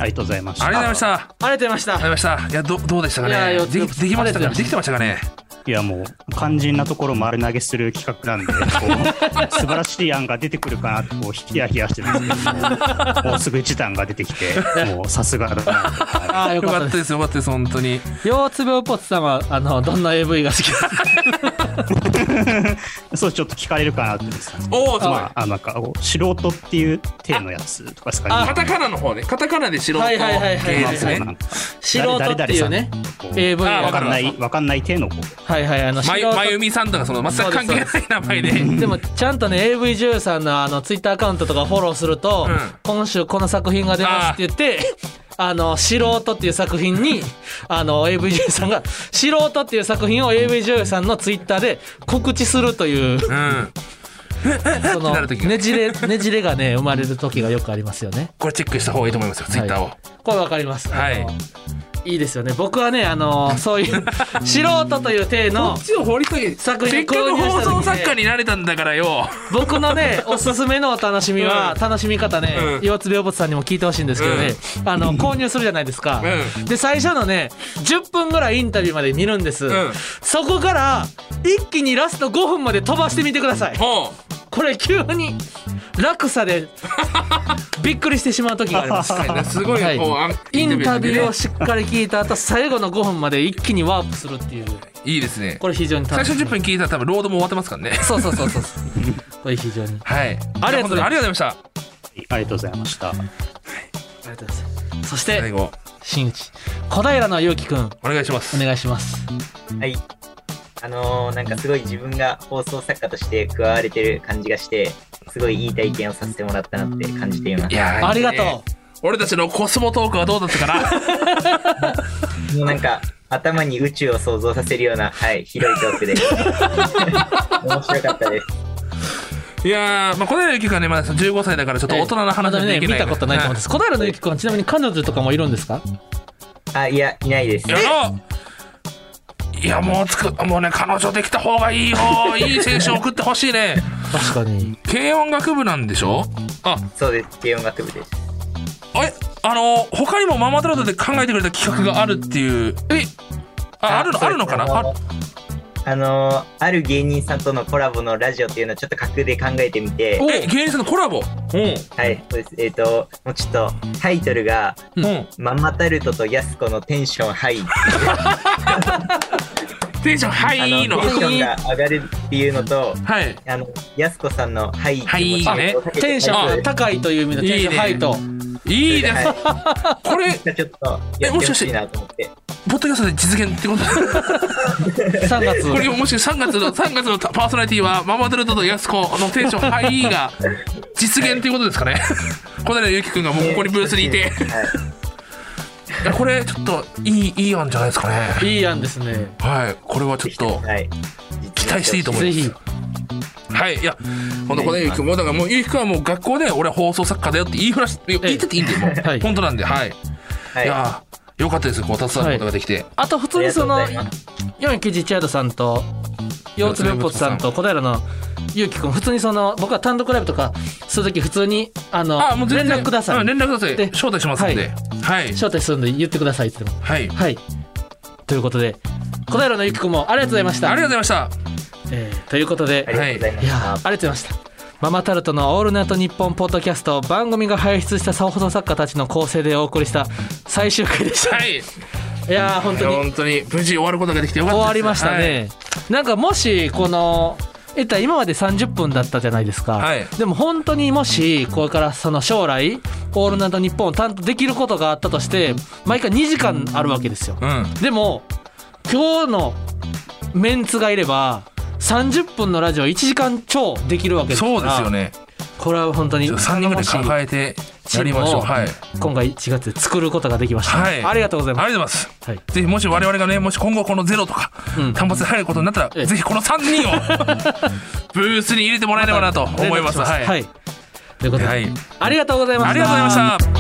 [SPEAKER 4] ありがとうございましたた。
[SPEAKER 2] ありがとうございました
[SPEAKER 1] がとう
[SPEAKER 2] あ
[SPEAKER 1] ございました
[SPEAKER 2] りがとうございましたいやどどうでしたか
[SPEAKER 1] いやいや
[SPEAKER 2] ねできできま
[SPEAKER 1] ありが
[SPEAKER 2] したか
[SPEAKER 1] とうございました
[SPEAKER 2] ねできてましたかね
[SPEAKER 4] いやもう肝心なところ丸投げする企画なんでこ
[SPEAKER 2] *laughs*
[SPEAKER 4] う素晴らしい案が出てくるかなってこうヒヤヒヤしてるんですけ
[SPEAKER 2] *laughs*
[SPEAKER 4] どもうすぐ時短が出てきてもうさすがだなってはい
[SPEAKER 1] ああよ
[SPEAKER 2] よ
[SPEAKER 1] かったで
[SPEAKER 2] かっ
[SPEAKER 1] す
[SPEAKER 2] たですよかったです本当に
[SPEAKER 1] ようつべおぽつさんはあのどんな AV が好きです
[SPEAKER 2] *laughs*
[SPEAKER 1] か
[SPEAKER 4] そうちょっと聞かれるかなって思ってたんですけど
[SPEAKER 2] おおすごい
[SPEAKER 4] まああなんかこう素人っていう体のやつとかですかね
[SPEAKER 2] カタカナの方ねカタカナで素人
[SPEAKER 1] はいはいはいはい
[SPEAKER 2] 系
[SPEAKER 4] ま
[SPEAKER 2] で
[SPEAKER 4] あ
[SPEAKER 2] す
[SPEAKER 4] そう
[SPEAKER 2] ね
[SPEAKER 4] なんか
[SPEAKER 1] 素人っていうね
[SPEAKER 4] 誰々さんとこう
[SPEAKER 1] AV
[SPEAKER 2] あー
[SPEAKER 4] わ
[SPEAKER 2] わ
[SPEAKER 4] か
[SPEAKER 2] か
[SPEAKER 4] ん
[SPEAKER 2] る
[SPEAKER 4] ないわかんない体のこ
[SPEAKER 1] はいはいあの素
[SPEAKER 2] まゆ
[SPEAKER 1] 人
[SPEAKER 2] まゆみさんとかその全く関係ない名前で
[SPEAKER 1] でもちゃんとね AV 女優さんのあのツイッターアカウントとかフォローすると、
[SPEAKER 2] うん
[SPEAKER 1] 今週この作品が出ますって言って。 *laughs* あの素人っていう作品
[SPEAKER 2] *laughs*
[SPEAKER 1] にあの AV 女優さんが素人っていう作品を AV 女優さんのツイッターで告知するという
[SPEAKER 2] うん *laughs*
[SPEAKER 1] その
[SPEAKER 2] なる時が
[SPEAKER 1] ねじれねじれがね生まれる時がよくありますよね。
[SPEAKER 2] これチェックした方がいいと思いますよツイッターを
[SPEAKER 1] これわかります。
[SPEAKER 2] はい
[SPEAKER 1] あの。いいですよね。僕はねあ
[SPEAKER 2] *laughs*
[SPEAKER 1] のそういう素人という体の
[SPEAKER 2] 一応掘り下げ
[SPEAKER 1] 作
[SPEAKER 2] せ
[SPEAKER 1] 品
[SPEAKER 2] っ
[SPEAKER 1] を
[SPEAKER 2] か
[SPEAKER 1] 購
[SPEAKER 2] く
[SPEAKER 1] 入した時にね
[SPEAKER 2] 放送作家になれたんだからよ
[SPEAKER 1] 僕のねおすすめのお楽しみは、
[SPEAKER 2] うん
[SPEAKER 1] 楽しみ方ね、
[SPEAKER 2] うん
[SPEAKER 1] 腰痛病没さんにも聞いてほしいんですけどね、あの購入するじゃないですか、
[SPEAKER 2] う
[SPEAKER 1] で最初のね10分ぐらいインタビューまで見るんです、
[SPEAKER 2] ん
[SPEAKER 1] そこから一気にラスト5分まで飛ばしてみてください
[SPEAKER 2] ほ
[SPEAKER 1] これ急に落差でびっくりしてしまう時があり
[SPEAKER 2] *laughs*
[SPEAKER 1] ます
[SPEAKER 2] うすごい
[SPEAKER 1] はい
[SPEAKER 2] こうあ
[SPEAKER 1] インタビューを
[SPEAKER 2] を
[SPEAKER 1] しっかり聞いた後最後の5分まで一気にワープするっていう
[SPEAKER 2] いいですね
[SPEAKER 1] これ非常に
[SPEAKER 2] 最
[SPEAKER 1] 楽し
[SPEAKER 2] 初
[SPEAKER 1] み
[SPEAKER 2] 10分聞いたら多分ロードも終わってますからね
[SPEAKER 1] *laughs* そうそうそうそう
[SPEAKER 2] *laughs*
[SPEAKER 1] そうこれ非常に
[SPEAKER 2] はい
[SPEAKER 1] ありがとうございます
[SPEAKER 2] ありがとうございました
[SPEAKER 4] うありがとうございました
[SPEAKER 1] ありがとうございますそして、
[SPEAKER 2] 最後
[SPEAKER 1] 新内小平のゆうきくん
[SPEAKER 2] お願いします
[SPEAKER 1] お願いします
[SPEAKER 5] はい。あのーなんかすごい自分が放送作家として加われてる感じがして、すごいいい体験をさせてもらったなって感じています。
[SPEAKER 2] やー
[SPEAKER 1] ありがとう
[SPEAKER 2] いいね俺たちのコスモトークはどうだったかな
[SPEAKER 1] *laughs*
[SPEAKER 5] もうなんか頭に宇宙を想像させるような、はい、広いト
[SPEAKER 2] *laughs*
[SPEAKER 5] ークで。面白かったです。
[SPEAKER 2] いやーまあ小平由紀君はねまだ15歳だからちょっと大人の話
[SPEAKER 1] ま
[SPEAKER 2] は
[SPEAKER 1] だ
[SPEAKER 2] で
[SPEAKER 1] ね
[SPEAKER 2] き
[SPEAKER 1] 見
[SPEAKER 2] ない
[SPEAKER 1] たことないと思うんです小平のゆうきくんはちなみに彼女とかもいるんですか
[SPEAKER 5] あ、いや、いないです。
[SPEAKER 2] やろういやもうつくもうね彼女できた方がいいよいい選手を送ってほしいね
[SPEAKER 1] 確かに
[SPEAKER 2] 軽音楽部なんでしょあ
[SPEAKER 5] そうです。軽音楽部です。
[SPEAKER 2] えあの他にもママタルトで考えてくれた企画があるっていうえああるの
[SPEAKER 5] そ
[SPEAKER 2] あ
[SPEAKER 5] う
[SPEAKER 2] る
[SPEAKER 5] で
[SPEAKER 2] の
[SPEAKER 5] す
[SPEAKER 2] かな
[SPEAKER 5] あ
[SPEAKER 2] あ
[SPEAKER 5] のあのーある芸人さんとのコラボのラジオっていうのをちょっと架空で考えてみて、
[SPEAKER 2] え芸人さんのコラボうん
[SPEAKER 5] はい、そうです。えっ、と、もうちょっとタイトルが、
[SPEAKER 2] うん
[SPEAKER 5] ママタルトとやす子のテンションハイ
[SPEAKER 2] テンションは
[SPEAKER 5] あ
[SPEAKER 2] いの
[SPEAKER 5] テンションが上がるっていうのと、
[SPEAKER 2] はい
[SPEAKER 5] あの、やすこさんの、はい、
[SPEAKER 2] はいね
[SPEAKER 1] テンションが高いという意味でテンションハイと
[SPEAKER 2] いいです、
[SPEAKER 5] はい
[SPEAKER 2] これ
[SPEAKER 5] ちょっと、やってほしいなと思って。
[SPEAKER 2] ポッドキャストで実現ってこと
[SPEAKER 1] 3月
[SPEAKER 2] これもし3月
[SPEAKER 5] *laughs*
[SPEAKER 2] の3月のパーソナリティはママドルドとやす子のテンションハイが実現ということですかね *laughs* 小平ゆきくんがもうここにブースにいて *laughs* いやこれちょっといいいい案じゃないですかね
[SPEAKER 1] いい案ですね
[SPEAKER 2] はいこれはちょっと
[SPEAKER 5] はい。
[SPEAKER 2] 期待していいと思い
[SPEAKER 1] ぜ
[SPEAKER 2] ます
[SPEAKER 1] ひ
[SPEAKER 2] はいいや本当小平ゆきくんもだからもうゆきくんはもう学校で俺は放送作家だよって言いふらし言ってていいんでもう、
[SPEAKER 1] はい
[SPEAKER 2] 本当なんではい、、
[SPEAKER 5] はいい。
[SPEAKER 2] やーよかったですこう携わることができて、
[SPEAKER 1] あと普
[SPEAKER 5] あ
[SPEAKER 1] 通
[SPEAKER 5] り
[SPEAKER 1] に
[SPEAKER 5] がと
[SPEAKER 1] そう
[SPEAKER 5] ご
[SPEAKER 1] の
[SPEAKER 5] ざいます
[SPEAKER 1] 491ヤードさんと腰痛ポ骨さんと小平のゆうきくん普通にその僕は単独ライブとかするとき普通にあの
[SPEAKER 2] あもう全
[SPEAKER 1] 連
[SPEAKER 2] 然
[SPEAKER 1] 絡くださ
[SPEAKER 2] うん
[SPEAKER 1] い
[SPEAKER 2] 連絡ください
[SPEAKER 1] で
[SPEAKER 2] 招待しますんではい
[SPEAKER 1] 招待するんで言ってくださいって言っても
[SPEAKER 2] はい、
[SPEAKER 1] はいということで小平のゆうきくんもありがとうございました
[SPEAKER 2] ありがとうございました
[SPEAKER 1] えーということで
[SPEAKER 5] ありがとうございま
[SPEAKER 1] い
[SPEAKER 5] し
[SPEAKER 1] や
[SPEAKER 5] た
[SPEAKER 1] ーあ。りがとうございましたママタルトの「オールナイトニッポン」ポッドキャスト番組が輩出した放送作家たちの構成でお送りした最終回でした、、
[SPEAKER 2] はいい
[SPEAKER 1] やー本当に
[SPEAKER 2] 本当に無事終わることができてよかった
[SPEAKER 1] 終
[SPEAKER 2] です
[SPEAKER 1] わりましたね、なんかもしこのえったら今まで30分だったじゃないですか、
[SPEAKER 2] はい
[SPEAKER 1] でも本当にもしこれからその将来「オールナイトニッポン」を担当できることがあったとして毎回2時間あるわけですよ、
[SPEAKER 2] はい、
[SPEAKER 1] でも今日のメンツがいれば30分のラジオ1時間超できるわけ
[SPEAKER 2] うん
[SPEAKER 1] ですから
[SPEAKER 2] そうですよね
[SPEAKER 1] これは本当に
[SPEAKER 2] ちょっと3人ぐらい
[SPEAKER 1] 頼もし
[SPEAKER 2] 抱えてやりましょう
[SPEAKER 1] チームを
[SPEAKER 2] はいあり
[SPEAKER 1] い今回1月で作ることができました、
[SPEAKER 2] はい
[SPEAKER 1] ありがとうござい
[SPEAKER 2] がと
[SPEAKER 1] ま
[SPEAKER 2] うございます
[SPEAKER 1] す、はい
[SPEAKER 2] ぜひもし我々がねもし今後このゼロとか
[SPEAKER 1] うん
[SPEAKER 2] 単発で入ることになったら、
[SPEAKER 1] ええ
[SPEAKER 2] ぜひこの3
[SPEAKER 1] *laughs*
[SPEAKER 2] 人をブースに入れてもらえればなと思います
[SPEAKER 1] 連絡し
[SPEAKER 2] はい、
[SPEAKER 1] はい、ということで、
[SPEAKER 2] はい
[SPEAKER 1] ありがとうございました
[SPEAKER 2] ありがとうございました